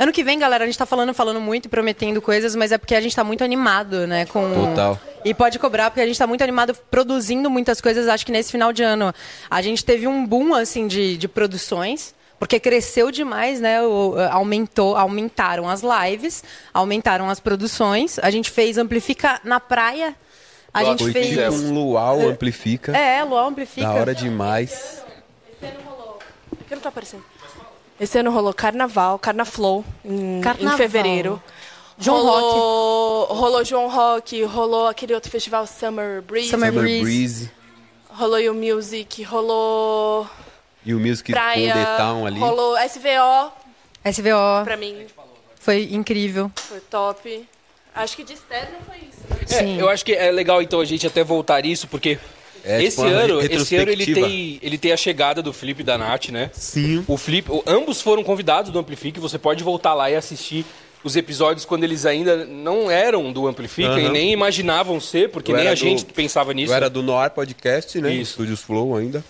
Speaker 3: Ano que vem, galera, a gente tá falando, falando muito e prometendo coisas, mas é porque a gente tá muito animado, né? Com...
Speaker 4: Total.
Speaker 3: E pode cobrar, porque a gente tá muito animado produzindo muitas coisas. Acho que nesse final de ano a gente teve um boom, assim, de, de produções. Porque cresceu demais, né? O- aumentou, aumentaram as lives, aumentaram as produções. A gente fez Amplifica na praia. A gente
Speaker 4: Foi
Speaker 3: fez.
Speaker 4: tipo um luau, amplifica.
Speaker 3: É, Luau Amplifica.
Speaker 4: Da hora demais.
Speaker 6: Por que não tá aparecendo? Esse ano rolou Carnaval, Carnaflow, em,
Speaker 3: Carnaval.
Speaker 6: em fevereiro.
Speaker 3: João
Speaker 6: rolou, Rock. Rolou João Rock, rolou aquele outro festival Summer Breeze.
Speaker 4: Summer Breeze.
Speaker 6: Rolou You Music, rolou
Speaker 4: E o Music
Speaker 6: Praia,
Speaker 4: com The Town ali.
Speaker 6: rolou SVO,
Speaker 3: SVO.
Speaker 6: pra mim,
Speaker 3: Foi incrível.
Speaker 6: foi top. Acho que de externo foi isso.
Speaker 2: É, eu acho que é legal então a gente até voltar isso, porque
Speaker 4: É,
Speaker 2: esse,
Speaker 4: tipo uma
Speaker 2: ano, esse ano ele
Speaker 4: retrospectiva.
Speaker 2: tem, ele tem a chegada do Felipe e da Nath, né?
Speaker 4: Sim.
Speaker 2: O Felipe, o- ambos foram convidados do Amplifique, você pode voltar lá e assistir os episódios quando eles ainda não eram do Amplifica
Speaker 4: Aham.
Speaker 2: e nem imaginavam ser, porque
Speaker 4: Eu
Speaker 2: nem
Speaker 4: era
Speaker 2: a
Speaker 4: do-
Speaker 2: gente pensava nisso.
Speaker 4: Eu era do Noir Podcast, né?
Speaker 2: Isso.
Speaker 4: Estúdios Flow ainda.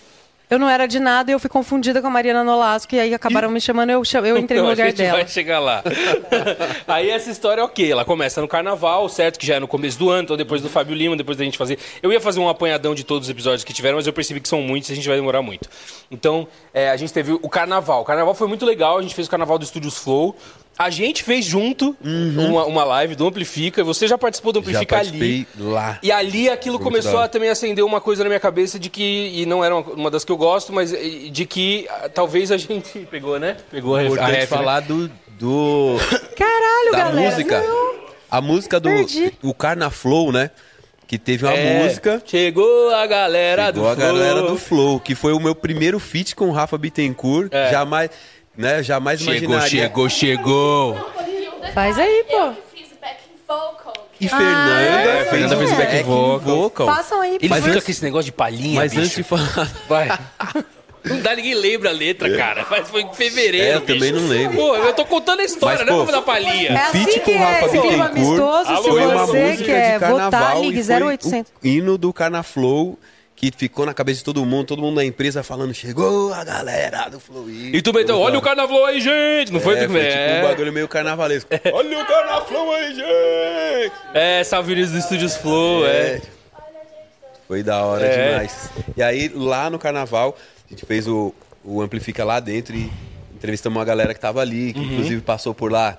Speaker 3: Eu não era de nada e eu fui confundida com a Mariana Nolasco e aí acabaram me chamando, eu, cha- eu
Speaker 2: *laughs*
Speaker 3: entrei
Speaker 2: Então,
Speaker 3: no
Speaker 2: a
Speaker 3: lugar
Speaker 2: gente
Speaker 3: dela.
Speaker 2: vai chegar
Speaker 3: *laughs*
Speaker 2: lá. Aí essa história é ok, ela começa no carnaval, certo? Que já é no começo do ano, então depois do Fábio Lima, depois da gente fazer. Eu ia fazer um apanhadão de todos os episódios que tiveram, mas eu percebi que são muitos e a gente vai demorar muito. Então, é, a gente teve o carnaval. O carnaval foi muito legal, a gente fez o carnaval do Estúdios Flow. A gente fez junto uma, uma live do Amplifica. Você já participou do
Speaker 4: Uhum. Já
Speaker 2: Amplifica ali.
Speaker 4: participei
Speaker 15: Ah.
Speaker 4: lá.
Speaker 2: E ali aquilo
Speaker 4: Foi muito
Speaker 2: começou
Speaker 4: da hora.
Speaker 2: a também acender uma coisa na minha cabeça de que, e não era uma, uma das que eu gosto, mas eh, de que ah, talvez a gente. *laughs* Pegou, né? Pegou a, ref- a
Speaker 4: Importante
Speaker 2: ref, né?
Speaker 4: falar do, do
Speaker 3: *coughs* Caralho,
Speaker 4: da
Speaker 3: galera.
Speaker 4: música. A música do
Speaker 3: Perdi.
Speaker 4: o Carnaflow, né? Que teve uma
Speaker 2: É,
Speaker 4: música
Speaker 2: Chegou a galera
Speaker 4: igual a
Speaker 2: Ah, do Flow.
Speaker 4: galera do Flow, que foi o meu primeiro feat com o Rafa Bittencourt.
Speaker 2: É.
Speaker 4: Jamais, né, jamais
Speaker 2: Chegou,
Speaker 4: imaginaria.
Speaker 2: chegou, chegou.
Speaker 3: Faz aí, pô. Ah,
Speaker 4: E Fernanda,
Speaker 2: É, Fernanda fez o back
Speaker 4: Ah, é,
Speaker 2: vocal.
Speaker 3: Façam aí,
Speaker 2: Ele
Speaker 3: por
Speaker 2: fica
Speaker 3: favor.
Speaker 2: com esse negócio de palhinha,
Speaker 4: Mas
Speaker 2: bicho.
Speaker 4: antes de falar.
Speaker 2: Vai. Não dá, ninguém lembra a letra, cara. Mas foi em fevereiro.
Speaker 4: É, eu
Speaker 2: bicho.
Speaker 4: também não lembro.
Speaker 2: Pô, eu tô contando a história,
Speaker 4: Mas,
Speaker 2: não
Speaker 4: pô,
Speaker 2: vou dar palhinha.
Speaker 4: o É feat assim com que o Rafa é, esse clima Bittencourt amistoso,
Speaker 2: Alô,
Speaker 3: se
Speaker 2: alô,
Speaker 4: uma
Speaker 3: você
Speaker 4: música
Speaker 3: quer
Speaker 4: de carnaval
Speaker 3: votar,
Speaker 4: e
Speaker 3: ligue
Speaker 4: foi
Speaker 3: 0800.
Speaker 4: O hino do Carnaflow que ficou na cabeça de todo mundo, todo mundo da empresa falando, chegou a galera do Flow.
Speaker 2: E tu meteu, Então, olha o carnaval aí, gente. Não foi?
Speaker 4: é, foi tipo um
Speaker 2: É.
Speaker 4: bagulho meio carnavalesco.
Speaker 2: Olha o Carnaflow aí, gente! *laughs* É, Salvinius do Estúdios Flow, é.
Speaker 4: Foi da hora
Speaker 2: É.
Speaker 4: demais. E aí, lá no carnaval, a gente fez o, o Amplifica lá dentro e entrevistamos uma galera que tava ali, que
Speaker 2: Uhum.
Speaker 4: inclusive passou por lá.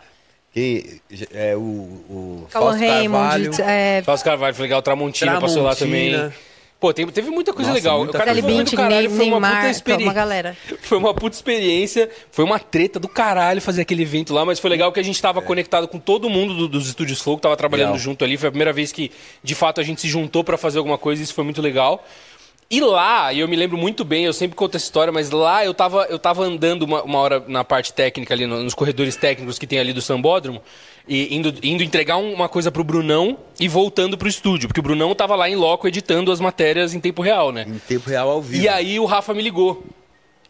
Speaker 4: Quem, é o, o
Speaker 3: Calor
Speaker 4: Fausto Carvalho.
Speaker 3: Raymond. É,
Speaker 2: Fausto Carvalho foi legal, Tramontina, passou lá
Speaker 4: Tramontina. né?
Speaker 2: também. Pô, tem- teve muita coisa
Speaker 4: Nossa,
Speaker 2: legal.
Speaker 4: muita
Speaker 2: o
Speaker 3: Kelly
Speaker 2: carnaval foi do
Speaker 3: Bint,
Speaker 2: caralho, foi uma
Speaker 3: Neymar,
Speaker 2: puta
Speaker 3: então, uma
Speaker 2: experiência.
Speaker 3: galera.
Speaker 2: *laughs* Foi uma puta experiência, foi uma treta do caralho fazer aquele evento lá, mas foi legal que a gente tava conectado com todo mundo do- dos estúdios Flow, que tava trabalhando
Speaker 4: É. Legal.
Speaker 2: junto ali. Foi a primeira vez que, de fato, a gente se juntou pra fazer alguma coisa, isso foi muito legal. E lá, e eu me lembro muito bem, eu sempre conto essa história, mas lá eu tava, eu tava andando uma, uma hora na parte técnica ali, no- nos corredores técnicos que tem ali do Sambódromo, e indo, indo entregar um- uma coisa pro Brunão e voltando pro estúdio, porque o Brunão tava lá em loco editando as matérias em tempo real, né? Em
Speaker 4: tempo real ao vivo.
Speaker 2: E aí o Rafa me ligou.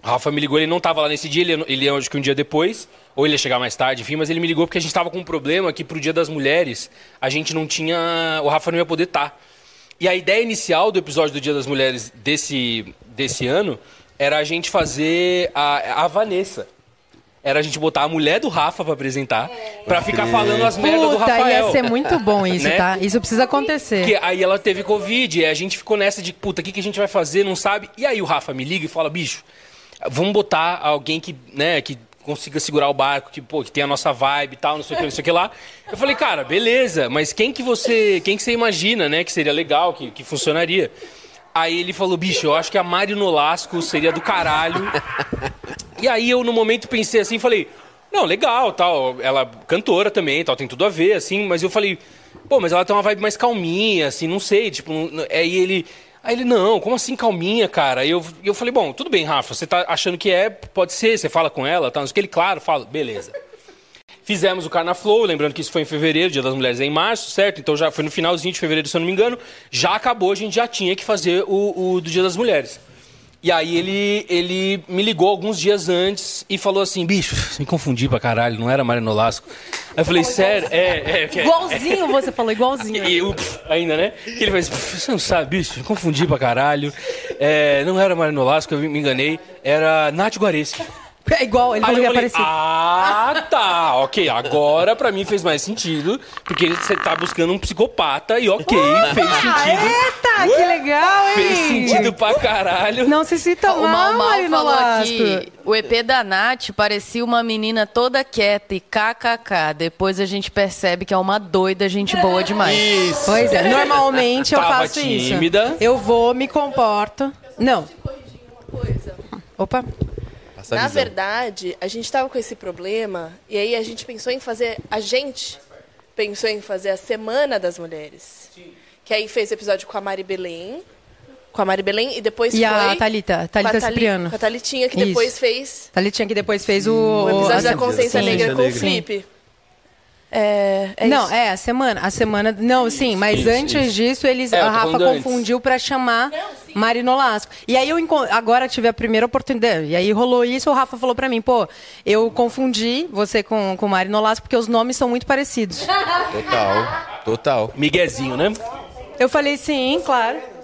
Speaker 2: O Rafa me ligou, ele não tava lá nesse dia, ele, ia- ele ia acho que um dia depois, ou ele ia chegar mais tarde, enfim, mas ele me ligou porque a gente tava com um problema que pro Dia das Mulheres a gente não tinha. O Rafa não ia poder estar. E a ideia inicial do episódio do Dia das Mulheres desse, desse ano era a gente fazer a, a Vanessa. Era a gente botar a mulher do Rafa pra apresentar, pra ficar falando as merdas do
Speaker 3: Puta,
Speaker 2: Rafael.
Speaker 3: ia ser muito
Speaker 2: *laughs*
Speaker 3: bom isso,
Speaker 2: Né?
Speaker 3: tá? Isso precisa acontecer.
Speaker 2: Porque aí ela teve Covid, e a gente ficou nessa de, puta, o que, que a gente vai fazer, não sabe. E aí o Rafa me liga e fala, bicho, vamos botar alguém que, né, que consiga segurar o barco, que, pô, que tem a nossa vibe e tal, não sei o que, não sei o que lá. Eu falei, cara, beleza, mas quem que você, quem que você imagina, né, que seria legal, que, que funcionaria? Aí ele falou, bicho, eu acho que a Mário Nolasco seria do caralho. E aí eu, no momento, pensei assim, falei, não, legal, tal, ela é cantora também, tal, tem tudo a ver, assim, mas eu falei, pô, mas ela tem uma vibe mais calminha, assim, não sei, tipo, não- não- aí ele... Aí ele, não, como assim calminha, cara? Aí eu, eu falei, bom, tudo bem, Rafa, você tá achando que é, pode ser, você fala com ela, tal, não sei o que, ele, claro, fala, beleza. Fizemos o Carnaflow, lembrando que isso foi em fevereiro, Dia das Mulheres é em março, certo? Então já foi no finalzinho de fevereiro, se eu não me engano. Já acabou, a gente já tinha que fazer o, o do Dia das Mulheres. E aí ele, ele me ligou alguns dias antes e falou assim, bicho, me confundi pra caralho, não era Mário Nolasco. Aí eu falei, sério, é, é, que é-
Speaker 3: Igualzinho você falou, igualzinho.
Speaker 2: e o pf, ainda, né? Que ele fez, "Pf, você não sabe, bicho, me confundi pra caralho. É, não era Mário Nolasco, eu me enganei, era Nath Guareschi.
Speaker 3: É igual, ele
Speaker 2: Aí
Speaker 3: falou
Speaker 2: eu
Speaker 3: que ia
Speaker 2: falei,
Speaker 3: aparecer.
Speaker 2: Ah, tá. Ok, agora pra mim fez mais sentido, porque você tá buscando um psicopata e ok,
Speaker 3: Ah,
Speaker 2: fez sentido.
Speaker 3: Eita, tá, que legal, hein?
Speaker 2: Fez sentido pra caralho.
Speaker 3: Não se sinta
Speaker 9: O Mal
Speaker 3: mal,
Speaker 9: Mal
Speaker 3: Marina
Speaker 9: falou
Speaker 3: Lasco.
Speaker 9: aqui, o EP da Nath parecia uma menina toda quieta e kkk. Depois a gente percebe que é uma doida gente boa demais.
Speaker 2: Isso.
Speaker 3: Pois é, normalmente eu
Speaker 9: Tava
Speaker 3: faço
Speaker 9: tímida.
Speaker 3: isso. Eu vou, me comporto. Não. Opa.
Speaker 6: Na verdade, a gente tava com esse problema e aí a gente pensou em fazer. A gente pensou em fazer a Semana das Mulheres. Que aí fez episódio com a Mari Belém. Com a Mari Belém e depois
Speaker 3: E
Speaker 6: foi.
Speaker 3: a Thalita,
Speaker 6: com
Speaker 3: Thalita
Speaker 6: a Thali-
Speaker 3: Cipriano.
Speaker 6: Com a Thalitinha, que depois
Speaker 3: Isso.
Speaker 6: fez
Speaker 3: Thalitinha que depois fez o...
Speaker 6: o episódio Hum, da
Speaker 3: a-
Speaker 6: Consciência
Speaker 3: Sim.
Speaker 6: Negra com o Felipe. É, é
Speaker 3: não,
Speaker 6: isso.
Speaker 3: é a semana, a semana, não, sim, mas
Speaker 6: isso,
Speaker 3: antes
Speaker 6: isso.
Speaker 3: disso eles,
Speaker 6: É, eu
Speaker 3: a
Speaker 6: tô
Speaker 3: Rafa
Speaker 6: falando antes.
Speaker 3: confundiu pra chamar Mari Nolasco. E aí eu encon- agora tive a primeira oportunidade, e aí rolou isso, o Rafa falou pra mim, pô, eu confundi você com com Mari Nolasco porque os nomes são muito
Speaker 6: *laughs*
Speaker 3: parecidos.
Speaker 4: Total, total.
Speaker 2: Miguezinho, né?
Speaker 3: Eu falei sim, claro.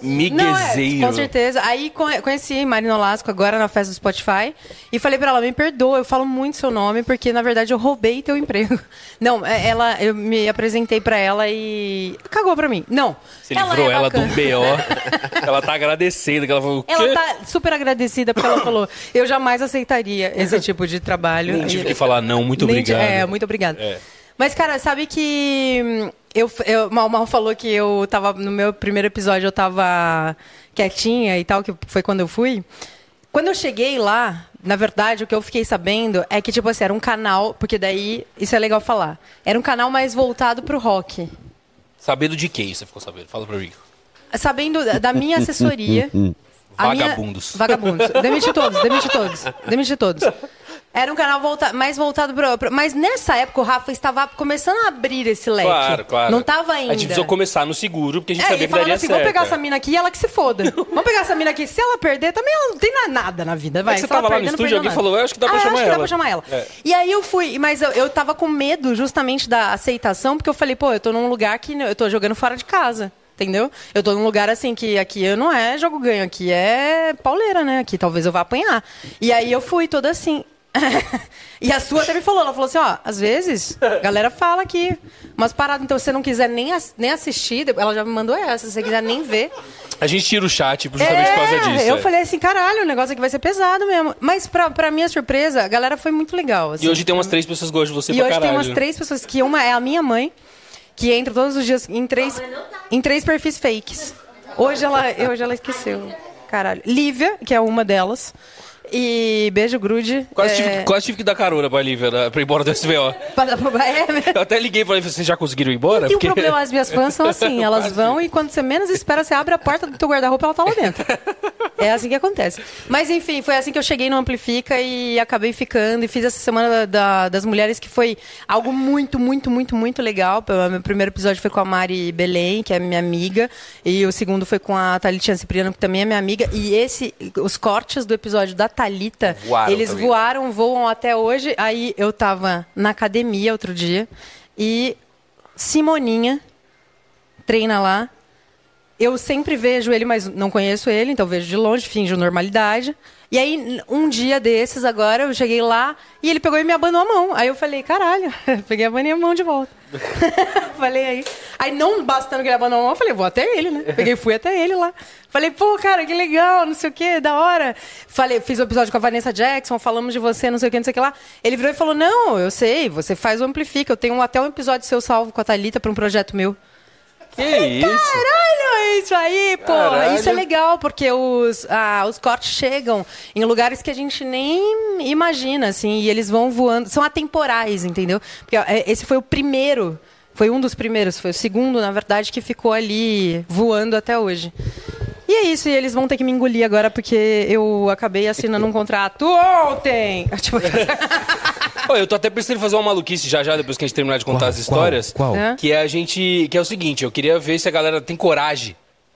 Speaker 3: Não, é,
Speaker 2: Miguezeiro.
Speaker 3: com certeza. Aí conhe- conheci Marina Olasco agora na festa do Spotify e falei pra ela, me perdoa, eu falo muito seu nome porque na verdade eu roubei teu emprego. *laughs* Não, é- ela, eu me apresentei pra ela e cagou pra mim. Não.
Speaker 2: Você livrou
Speaker 3: é
Speaker 2: ela, do
Speaker 3: bacana. *laughs*
Speaker 2: BO. ela tá agradecendo, que ela falou, o quê?
Speaker 3: Ela tá super agradecida porque ela falou, eu jamais aceitaria
Speaker 2: *laughs*
Speaker 3: esse tipo de trabalho.
Speaker 2: Nem tive
Speaker 3: E-
Speaker 2: que falar não, muito
Speaker 3: Nem ti-
Speaker 2: obrigado.
Speaker 3: É, muito obrigado.
Speaker 2: É.
Speaker 3: Mas, cara, sabe que hum, eu, eu, Mal Mal falou que eu tava. No meu primeiro episódio eu tava quietinha e tal, que foi quando eu fui. Quando eu cheguei lá, na verdade, o que eu fiquei sabendo é que, tipo assim, era um canal, porque daí, isso é legal falar. Era um canal mais voltado pro rock.
Speaker 2: Sabendo de quem você ficou sabendo? Fala pra mim.
Speaker 3: Sabendo da- da minha *laughs*
Speaker 2: *laughs*
Speaker 3: assessoria, a minha-
Speaker 2: Vagabundos.
Speaker 3: Vagabundos. Demite todos, demite todos. Demite todos. Era um canal volta... mais voltado para. Mas nessa época o Rafa estava começando a abrir esse leque.
Speaker 2: Claro, claro.
Speaker 3: Não tava
Speaker 2: A
Speaker 3: ainda.
Speaker 2: gente precisou começar no seguro, porque a gente
Speaker 3: é,
Speaker 2: sabia
Speaker 3: ele
Speaker 2: que daria
Speaker 3: falava assim:
Speaker 2: certo.
Speaker 3: vamos pegar
Speaker 2: é.
Speaker 3: essa mina aqui e ela que se foda. Vamos pegar essa mina aqui. Se ela perder, também ela não tem na- nada na vida. Vai.
Speaker 2: É que você
Speaker 3: Se ela
Speaker 2: tava lá no
Speaker 3: perder, não
Speaker 2: estúdio,
Speaker 3: perdeu
Speaker 2: alguém
Speaker 3: nada.
Speaker 2: falou, eu acho que dá pra
Speaker 3: Ah, eu
Speaker 2: chamar
Speaker 3: acho que dá
Speaker 2: ela.
Speaker 3: pra chamar ela.
Speaker 2: É.
Speaker 3: E aí eu fui, mas eu, eu tava com medo justamente da aceitação, porque eu falei, pô, eu tô num lugar que eu tô jogando fora de casa. Entendeu? Eu tô num lugar assim que aqui eu não é jogo ganho, aqui é pauleira, né? Aqui talvez eu vá apanhar. E aí eu fui toda assim. *laughs* e a sua até me falou, ela falou assim, ó, às vezes a galera fala aqui umas paradas, então se você não quiser nem, ass- nem assistir, ela já me mandou essa, se você quiser nem ver,
Speaker 2: A gente tira o chat tipo, justamente por causa disso.
Speaker 3: eu
Speaker 2: é.
Speaker 3: falei assim, caralho, o negócio aqui vai ser pesado mesmo. Mas pra, pra minha surpresa, a galera foi muito legal. assim.
Speaker 2: E hoje tem umas três pessoas que gostam de você
Speaker 3: E
Speaker 2: pra
Speaker 3: hoje
Speaker 2: caralho.
Speaker 3: tem umas três pessoas que uma é a minha mãe, que entra todos os dias em três, em três perfis fakes. Hoje ela, hoje ela esqueceu. Caralho. Lívia, que é uma delas. E beijo, grude.
Speaker 2: Quase,
Speaker 3: é...
Speaker 2: tive, quase tive que dar carona pra Lívia né, pra ir embora
Speaker 3: *laughs*
Speaker 2: do SVO. *laughs*
Speaker 3: É,
Speaker 2: Eu até liguei e falei, vocês já conseguiram ir embora?
Speaker 3: tem um
Speaker 2: *laughs*
Speaker 3: problema, as minhas fãs são assim, elas vão e quando você menos espera, você abre a porta do teu guarda-roupa, ela tá lá dentro. É assim que acontece. Mas enfim, foi assim que eu cheguei no Amplifica e acabei ficando e fiz essa semana da- da- das mulheres que foi algo muito, muito, muito, muito legal. O meu primeiro episódio foi com a Mari Belém, que é minha amiga, e o segundo foi com a Thalitinha Cipriano, que também é minha amiga. E esse, os cortes do episódio da Thalita,
Speaker 14: Voaram
Speaker 3: eles
Speaker 14: também.
Speaker 3: voaram, voam até hoje. Aí eu tava na academia outro dia e Simoninha treina lá. Eu sempre vejo ele, mas não conheço ele, então vejo de longe, finjo normalidade. E aí, n- um dia desses agora, eu cheguei lá e ele pegou e me abanou a mão. Aí eu falei, caralho, *laughs* peguei a abanei a mão de volta. *laughs* falei aí. Aí não bastando que ele abanou a mão, eu falei, vou até ele, né? Peguei e fui até ele lá. Falei, pô, cara, que legal, não sei o quê, da hora. Falei, fiz o episódio com a Vanessa Jackson, falamos de você, não sei o quê, não sei o que lá. Ele virou e falou, não, eu sei, você faz o Amplifica. Eu tenho até um episódio seu salvo com a Thalita pra um projeto meu.
Speaker 14: Que isso?
Speaker 3: Caralho, é isso aí, pô.
Speaker 14: Caralho.
Speaker 3: Isso é legal, porque os, ah, os cortes chegam em lugares que a gente nem imagina, assim, e eles vão voando. São atemporais, entendeu? Porque ó, é, esse foi o primeiro, foi um dos primeiros, foi o segundo, na verdade, que ficou ali voando até hoje. E é isso, e eles vão ter que me engolir agora, porque eu acabei assinando um contrato ontem. *laughs* Tipo,
Speaker 2: Ó, eu tô até pensando em fazer uma maluquice já já, depois que a gente terminar de contar as histórias.
Speaker 3: qual? Hã?
Speaker 2: Que é a gente. Que é o seguinte, eu queria ver se a galera tem coragem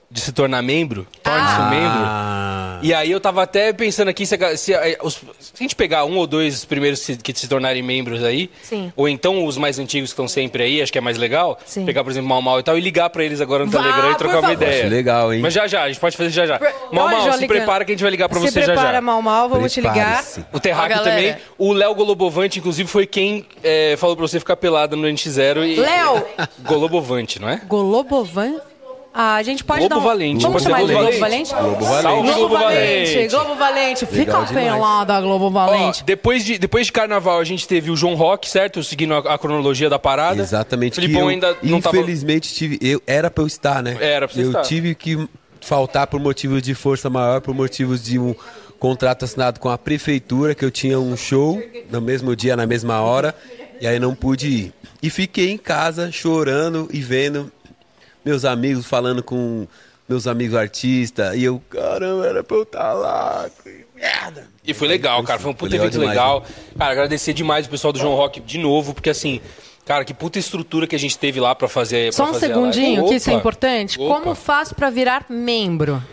Speaker 2: de se tornar membro. Torne-se
Speaker 3: Ah.
Speaker 2: um membro. E aí eu tava até pensando aqui se a, ga- se a- eh, os- se a gente pegar um ou dois primeiros se- que se tornarem membros aí.
Speaker 3: Sim.
Speaker 2: Ou então os mais antigos que estão sempre aí, acho que é mais legal.
Speaker 3: Sim.
Speaker 2: Pegar, por exemplo, Mal Mal e tal, e ligar pra eles agora no
Speaker 3: Vá,
Speaker 2: Telegram e
Speaker 3: por
Speaker 2: trocar uma
Speaker 3: favor.
Speaker 2: ideia.
Speaker 4: Acho legal, hein?
Speaker 2: Mas já já, a gente pode fazer já já. Mal
Speaker 3: Olha,
Speaker 2: Mal,
Speaker 3: João
Speaker 2: se
Speaker 3: ligando.
Speaker 2: prepara que a gente vai ligar pra
Speaker 3: Se
Speaker 2: você já já.
Speaker 3: prepara, Mal Mal, vamos te ligar. Prepare-se.
Speaker 2: O Terráqueo
Speaker 3: Ó, galera.
Speaker 2: também. O Léo Golobovante, inclusive, foi quem eh, falou pra você ficar pelada no NX0. E... *laughs*
Speaker 3: Léo!
Speaker 2: Golobovante, não é?
Speaker 3: Golobovan? Ah, a gente pode
Speaker 2: Globo
Speaker 3: dar um...
Speaker 2: Valente,
Speaker 3: Vamos
Speaker 2: pode ser
Speaker 3: chamar ele de
Speaker 2: Globo
Speaker 3: Globo Valente?
Speaker 2: Valente. Globo Valente. Salve, Globo Valente.
Speaker 3: Globo Valente.
Speaker 2: Legal
Speaker 3: Fica
Speaker 2: demais.
Speaker 3: pelada, Globo Valente.
Speaker 2: Depois de, depois de carnaval, a gente teve o João Rock, certo? Seguindo a, a cronologia da parada.
Speaker 4: Exatamente. que
Speaker 2: Filipão
Speaker 4: eu,
Speaker 2: ainda não tava.
Speaker 4: infelizmente tive, eu era pra eu estar, né?
Speaker 2: Era pra você
Speaker 4: eu
Speaker 2: estar.
Speaker 4: tive que faltar por motivos de força maior, por motivos de um contrato assinado com a prefeitura que eu tinha um show no mesmo dia, na mesma hora, e aí não pude ir. E fiquei em casa chorando e vendo meus amigos falando com meus amigos artistas e eu, caramba, era pra eu estar lá.
Speaker 2: E foi legal, cara. Foi um puta
Speaker 4: legal
Speaker 2: evento
Speaker 4: demais, né?
Speaker 2: legal. Cara, agradecer demais o pessoal do João Rock de novo, porque assim, cara, que puta estrutura que a gente teve lá pra fazer.
Speaker 3: Só
Speaker 2: pra
Speaker 3: um
Speaker 2: fazer a live.
Speaker 3: segundinho, que isso é
Speaker 2: Opa.
Speaker 3: importante.
Speaker 2: Opa.
Speaker 3: Como faço pra virar membro?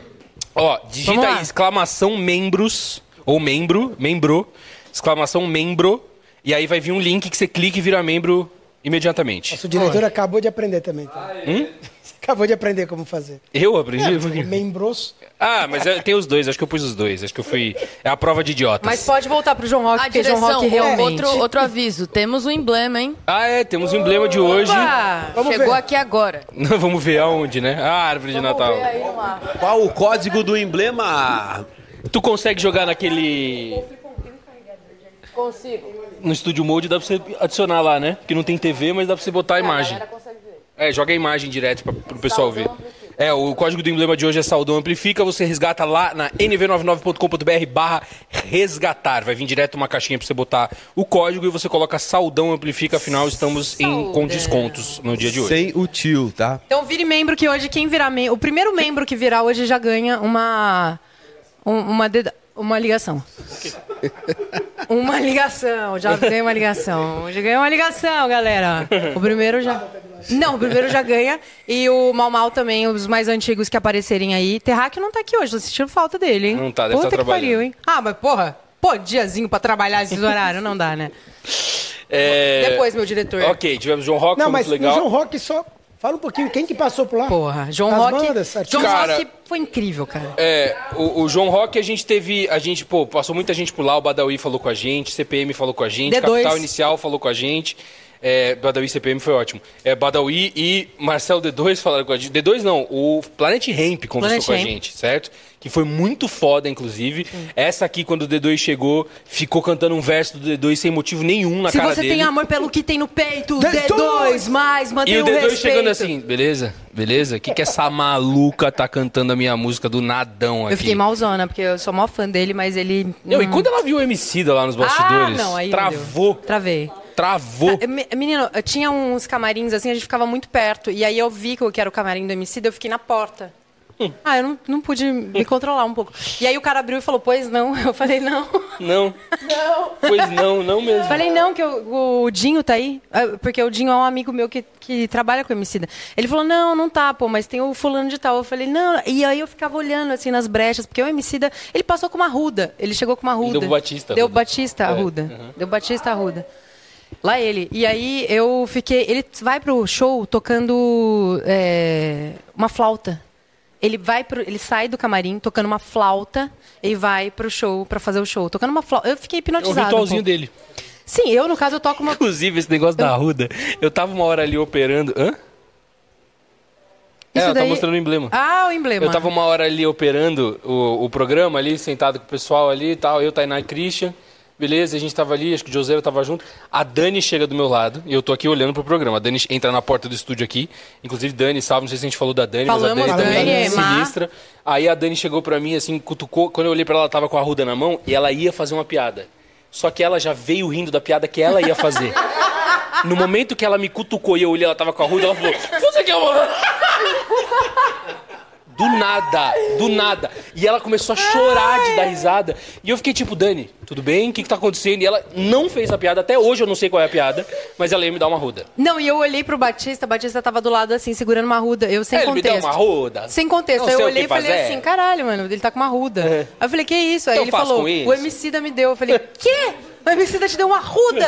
Speaker 2: Ó, digita
Speaker 3: Vamos lá.
Speaker 2: aí, exclamação membros, ou membro, membro, exclamação membro, e aí vai vir um link que você clica e vira membro imediatamente.
Speaker 5: O diretor acabou de aprender também. tá?
Speaker 2: Hum?
Speaker 5: *laughs* Acabou de aprender como fazer.
Speaker 2: Eu aprendi? Por quê?
Speaker 5: Membros.
Speaker 2: Ah, mas é, tem os dois, acho que eu pus os dois, acho que eu fui... É a prova de idiotas.
Speaker 3: Mas pode voltar pro João Rock,
Speaker 9: A
Speaker 3: porque João
Speaker 9: direção,
Speaker 3: Rock
Speaker 9: é,
Speaker 3: realmente...
Speaker 9: outro, outro aviso. Temos um emblema, hein?
Speaker 2: Ah, é, temos o emblema de hoje.
Speaker 9: Opa! Chegou aqui agora.
Speaker 2: Não, *laughs* Vamos ver aonde, né? A árvore de Natal.
Speaker 4: Qual o código do emblema?
Speaker 2: Tu consegue jogar naquele...
Speaker 9: Consigo.
Speaker 2: No Studio Mode dá pra você adicionar lá, né? Porque não tem TV, mas dá pra você botar a imagem. É, joga a imagem direto pra, pro pessoal ver. É, o código do emblema de hoje é Saudão Amplifica. Você resgata lá na nv99.com.br barra resgatar. Vai vir direto uma caixinha pra você botar o código e você coloca Saudão Amplifica. Afinal, estamos em, com descontos no dia de hoje.
Speaker 4: Sem o tio, tá?
Speaker 3: Então vire membro que hoje quem virar membro, o primeiro membro que virar hoje já ganha uma um- uma deda- uma ligação. Uma ligação, já ganha uma ligação. Já ganha uma ligação, galera. O primeiro já. Não, o primeiro já ganha. E o Mal Mal também, os mais antigos que aparecerem aí. Terráqueo não tá aqui hoje, tô sentindo falta dele, hein?
Speaker 2: Não tá, deve
Speaker 3: Puta
Speaker 2: tá
Speaker 3: que pariu,
Speaker 2: trabalhando.
Speaker 3: hein? Ah, mas porra, pô, diazinho pra trabalhar esses horários, não dá, né?
Speaker 2: É...
Speaker 3: Depois, meu diretor.
Speaker 2: Ok, tivemos João Rock,
Speaker 5: Não,
Speaker 2: foi
Speaker 5: mas
Speaker 2: muito
Speaker 5: o
Speaker 2: legal.
Speaker 5: João Rock só. Fala um pouquinho, quem que passou por lá?
Speaker 3: Porra, João
Speaker 5: As
Speaker 3: Rock.
Speaker 5: bandas,
Speaker 3: João
Speaker 5: artistas.
Speaker 3: Rock foi incrível, cara.
Speaker 2: É, o, o João Rock a gente teve, a gente, pô, passou muita gente por lá, o Badawi falou com a gente, CPM falou com a gente,
Speaker 3: D2.
Speaker 2: Capital Inicial falou com a gente. É, Badawi CPM foi ótimo. É, Badawi e Marcel D2 falaram com a gente. D2 não, o Planet Ramp conversou
Speaker 3: Planet
Speaker 2: com a
Speaker 3: Hemp.
Speaker 2: gente, certo? Que foi muito foda, inclusive. Essa aqui, quando o D2 chegou, ficou cantando um verso do D2 sem motivo nenhum na
Speaker 3: Se
Speaker 2: cara
Speaker 3: você
Speaker 2: dele.
Speaker 3: tem amor pelo que tem no peito, D2, mais,
Speaker 2: E
Speaker 3: mantenha
Speaker 2: o
Speaker 3: o,
Speaker 2: D2
Speaker 3: respeito.
Speaker 2: chegando assim, beleza? Beleza? O que, que essa maluca tá cantando a minha música do nadão um aqui?
Speaker 3: Eu fiquei malzona, porque eu sou mó fã dele, mas ele...
Speaker 2: Não, e quando ela viu o MC lá nos
Speaker 3: Hum. Ah,
Speaker 2: bastidores,
Speaker 3: não, aí não deu.
Speaker 2: travou,
Speaker 3: Travei.
Speaker 2: travou.
Speaker 3: Tá, me- Menino, eu tinha uns camarins assim, a gente ficava muito perto. E aí eu vi que eu- que era o camarim do MC, daí eu fiquei na porta. Ah, eu não, não pude me controlar um pouco. E aí o cara abriu e falou, pois não. *laughs* Eu falei, não.
Speaker 2: Não. é um
Speaker 3: Não.
Speaker 2: Pois não, não mesmo.
Speaker 3: Falei, não, que o, o Dinho tá aí. Ah, Porque o Dinho é um amigo meu que, que trabalha com Emicida. Ele falou, não, não tá, pô, mas tem o fulano de tal. Eu falei, não. E aí eu ficava olhando, assim, nas brechas. Porque o Emicida, ele passou com uma ruda. Ele chegou com uma ruda.
Speaker 2: Deu pro Batista, É,
Speaker 3: Deu
Speaker 2: Arruda.
Speaker 3: Batista, a ruda. Deu Batista, a ruda. Lá ele. E aí eu fiquei... Ele vai pro show tocando é, uma flauta. Ele vai pro, ele sai do camarim tocando uma flauta e vai pro show pra fazer o show, tocando uma flauta. Eu fiquei
Speaker 2: É o
Speaker 3: hipnotizada. um
Speaker 2: ritualzinho
Speaker 3: pouco.
Speaker 2: dele.
Speaker 3: Sim, eu no caso eu toco uma
Speaker 2: Inclusive, esse negócio da Arruda. Eu tava uma hora ali operando. Hã? é, ela tá
Speaker 3: daí-
Speaker 2: mostrando o emblema.
Speaker 3: Ah, o emblema.
Speaker 2: Eu tava uma hora ali operando o, o programa ali, sentado com o pessoal ali e tal. Eu, Tainá e Christian. Beleza, a gente tava ali, acho que o José tava junto. A Dani chega do meu lado e eu tô aqui olhando pro programa. A Dani entra na porta do estúdio aqui. Inclusive, Dani, salve, não sei se a gente falou da Dani,
Speaker 3: Falamos,
Speaker 2: mas a Dani,
Speaker 3: Dani,
Speaker 2: também tá
Speaker 3: Má.
Speaker 2: sinistra. Aí a Dani chegou pra mim, assim, cutucou. Quando eu olhei pra ela, ela tava com a ruda na mão e ela ia fazer uma piada. Só que ela já veio rindo da piada que ela ia
Speaker 3: *laughs*
Speaker 2: fazer. No momento que ela me cutucou e eu olhei, ela tava com a ruda, ela falou: Você que é uma. Do nada, do nada. E ela começou a chorar de dar risada. E eu fiquei tipo, Dani, tudo bem? O que, que tá acontecendo? E ela não fez a piada, até hoje eu não sei qual é a piada, mas ela ia me dar uma ruda.
Speaker 3: Não, e eu olhei pro Batista, o Batista tava do lado assim, segurando uma ruda, eu sem
Speaker 2: É, ele me
Speaker 3: contexto.
Speaker 2: deu uma ruda.
Speaker 3: Sem contexto.
Speaker 2: Não
Speaker 3: Aí eu
Speaker 2: sei o
Speaker 3: olhei
Speaker 2: que
Speaker 3: e falei
Speaker 2: fazer. É.
Speaker 3: assim, caralho, mano, ele tá com uma ruda. Aí eu falei, que isso? Aí
Speaker 2: Eu
Speaker 3: ele
Speaker 2: faço
Speaker 3: falou,
Speaker 2: com isso?
Speaker 3: o Emicida me deu. Eu falei, quê? O Emicida te deu uma
Speaker 2: *laughs*
Speaker 3: ruda?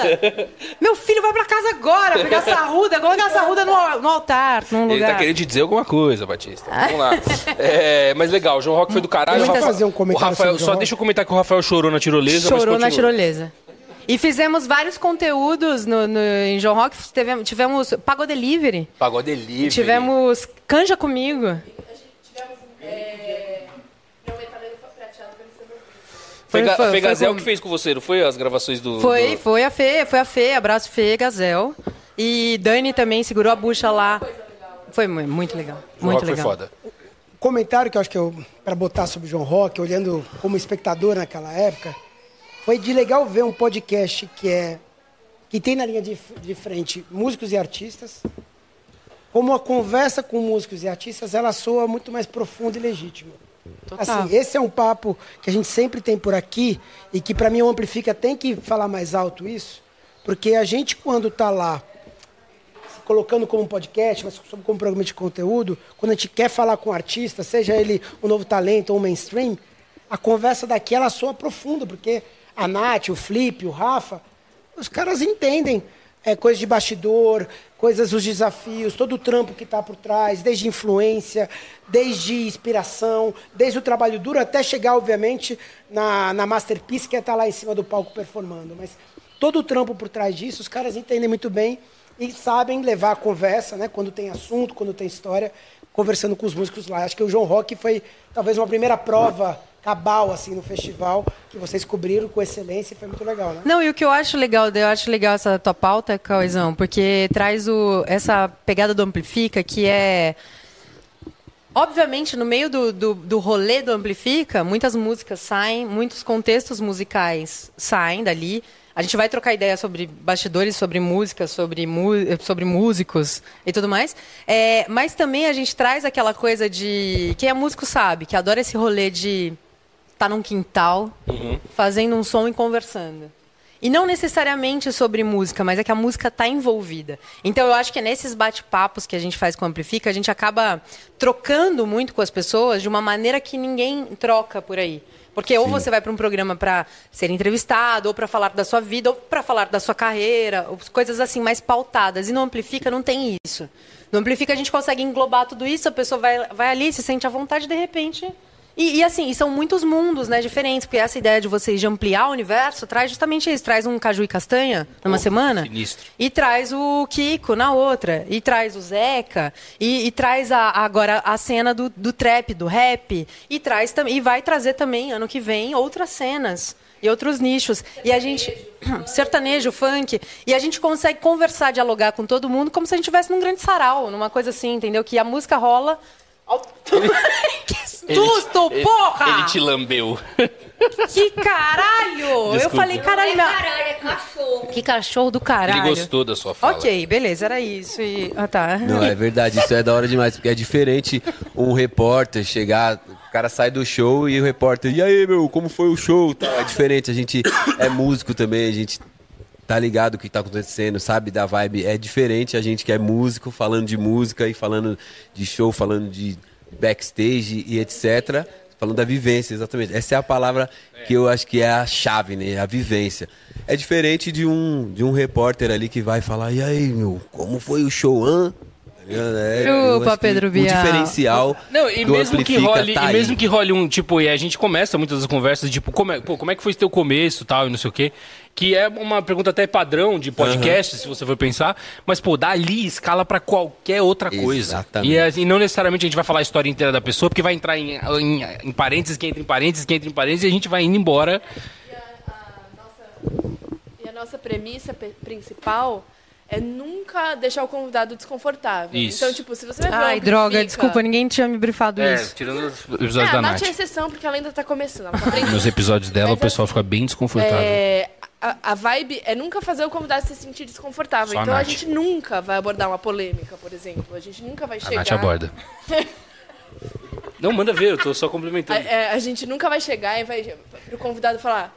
Speaker 3: Meu filho vai pra casa agora pegar essa ruda, colocar essa ruda no, al- no altar, num
Speaker 2: Ele
Speaker 3: um lugar. Ah.
Speaker 2: tá querendo te dizer alguma coisa, Batista. Vamos lá. É, mas legal, o João Rock foi do caralho.
Speaker 3: Deixa eu
Speaker 2: O Rafa-
Speaker 3: fazer um comentário
Speaker 2: o Rafael,
Speaker 3: sobre o João
Speaker 2: só
Speaker 3: Rock.
Speaker 2: deixa eu comentar que o Rafael chorou na tirolesa. mas
Speaker 3: Chorou na
Speaker 2: continua.
Speaker 3: tirolesa. E fizemos vários conteúdos no, no- em João Rock. Tivemos, tivemos Pagou Delivery.
Speaker 2: Pagou delivery.
Speaker 3: Tivemos Canja Comigo.
Speaker 2: Foi,
Speaker 3: Foi-
Speaker 2: Ga-
Speaker 3: foi-
Speaker 2: foi
Speaker 3: foi
Speaker 2: Gazel
Speaker 3: com-
Speaker 2: que fez com você, não foi? As gravações do.
Speaker 3: Foi,
Speaker 2: do-
Speaker 3: foi a Fê, foi a Fê, abraço Fê, Gazel. E Dani também segurou a bucha lá. Foi mu- muito legal,
Speaker 2: João
Speaker 3: muito
Speaker 2: Rock
Speaker 3: legal.
Speaker 2: Foi foda.
Speaker 5: comentário que eu acho que eu para botar sobre o João Rock, olhando como espectador naquela época, foi de legal ver um podcast que é que tem na linha de, f- de frente músicos e artistas. Como a conversa com músicos e artistas, ela soa muito mais profunda e legítima.
Speaker 3: Total.
Speaker 5: Assim, esse é um papo que a gente sempre tem por aqui e que para mim o amplifica tem que falar mais alto isso, porque a gente quando tá lá se colocando como um podcast, mas sobre- como programa de conteúdo, quando a gente quer falar com um artista, seja ele um novo talento ou um mainstream, a conversa daqui ela soa profunda, porque a Nath, o Flip, o Rafa, os caras entendem é, coisas de bastidor, coisas, os desafios, todo o trampo que está por trás, desde influência, desde inspiração, desde o trabalho duro, até chegar, obviamente, na, na masterpiece que é estar lá em cima do palco performando. Mas todo o trampo por trás disso, os caras entendem muito bem e sabem levar a conversa, né? Quando tem assunto, quando tem história, conversando com os músicos lá. Acho que o João Rock foi talvez uma primeira prova cabal, assim, no festival, que vocês cobriram com excelência e foi muito legal, né?
Speaker 3: Não, e o que eu acho legal, eu acho legal essa tua pauta, Cauizão, porque traz o, essa pegada do Amplifica, que é. Obviamente, no meio do, do, do rolê do Amplifica, muitas músicas saem, muitos contextos musicais saem dali. A gente vai trocar ideia sobre bastidores, sobre música, sobre, mu- sobre músicos e tudo mais. É, mas também a gente traz aquela coisa de. Quem é músico sabe, que adora esse rolê de estar num quintal,
Speaker 5: Uhum.
Speaker 3: fazendo um som e conversando. E não necessariamente sobre música, mas é que a música está envolvida. Então eu acho que é nesses bate-papos que a gente faz com o Amplifica, a gente acaba trocando muito com as pessoas de uma maneira que ninguém troca por aí. Porque ou você vai para um programa para ser entrevistado, ou para falar da sua vida, ou para falar da sua carreira, ou coisas assim mais pautadas. E no Amplifica não tem isso. No Amplifica a gente consegue englobar tudo isso, a pessoa vai, vai ali, se sente à vontade, de repente e, e, assim, e são muitos mundos, né, diferentes, porque essa ideia de vocês de ampliar o universo traz justamente isso, traz um caju e castanha numa semana.
Speaker 2: Sinistro.
Speaker 3: E traz o Kiko na outra, e traz o Zeca, e, e traz a- agora a cena do, do trap, do rap, e traz também e vai trazer também ano que vem outras cenas e outros nichos. E a gente *clears throat* sertanejo, funk, e a gente consegue conversar, dialogar com todo mundo como se a gente estivesse num grande sarau, numa coisa assim, entendeu? Que a música rola
Speaker 2: Ele-
Speaker 3: Susto,
Speaker 2: ele-
Speaker 3: porra!
Speaker 2: Ele te lambeu.
Speaker 3: Que caralho! Eu
Speaker 2: Desculpa.
Speaker 7: é
Speaker 3: falei, caralho, minha, cachorro. Que cachorro do caralho.
Speaker 2: Ele gostou da sua fala.
Speaker 3: Ok, beleza, era isso. E... Ah, tá.
Speaker 13: Não, é verdade, isso é da hora demais, porque é diferente um repórter chegar, o cara sai do show e o repórter, e aí, meu, como foi o show? Tal, É diferente, a gente é músico também, a gente tá ligado o que tá acontecendo, sabe da vibe, é diferente a gente que é músico, falando de música e falando de show, falando de backstage e etc. Falando da vivência, exatamente. Essa é a palavra que eu acho que é a chave, né? A vivência. É diferente de um, de um repórter ali que vai falar, e aí, meu, como foi o show, hã? Tá ligado? É, eu
Speaker 3: Chupa,
Speaker 13: acho que
Speaker 3: Pedro
Speaker 13: O
Speaker 3: Bial.
Speaker 13: diferencial
Speaker 2: Não, e
Speaker 13: do
Speaker 2: mesmo que
Speaker 13: Amplifica
Speaker 2: role,
Speaker 13: tá
Speaker 2: e
Speaker 13: aí.
Speaker 2: mesmo que role um, tipo, e a gente começa muitas das conversas, tipo, como é, pô, como é que foi teu começo, tal, e não sei o quê, que é uma pergunta até padrão de podcast, se você for pensar, mas pô, dali escala pra qualquer outra coisa.
Speaker 13: Exatamente.
Speaker 2: E, é- e não necessariamente a gente vai falar a história inteira da pessoa, porque vai entrar em, em, em parênteses, que entra em parênteses, que entra em parênteses, e a gente vai indo embora.
Speaker 6: E a nossa premissa pe- principal é nunca deixar o convidado desconfortável.
Speaker 2: Isso.
Speaker 6: Então, tipo, se você vai ver
Speaker 3: Ai,
Speaker 6: o
Speaker 3: droga,
Speaker 6: Amplifica-
Speaker 3: desculpa, ninguém tinha me brifado
Speaker 2: É,
Speaker 3: isso.
Speaker 2: tirando os
Speaker 6: Ah,
Speaker 2: episódios
Speaker 6: a
Speaker 2: da
Speaker 6: Nath
Speaker 2: Nath.
Speaker 6: é exceção, porque ela ainda tá começando. Ela tá aprendendo.
Speaker 2: Nos episódios dela, o pessoal fica bem desconfortável.
Speaker 6: É, a, a vibe é nunca fazer o convidado se sentir desconfortável.
Speaker 2: Só a
Speaker 6: então a
Speaker 2: Nath.
Speaker 6: gente nunca vai abordar uma polêmica, por exemplo. A gente nunca vai
Speaker 2: A
Speaker 6: chegar. *laughs*
Speaker 2: Nath aborda. Não, manda ver, eu tô só
Speaker 6: A,
Speaker 2: complementando.
Speaker 6: é, a gente nunca vai chegar e vai pro convidado falar.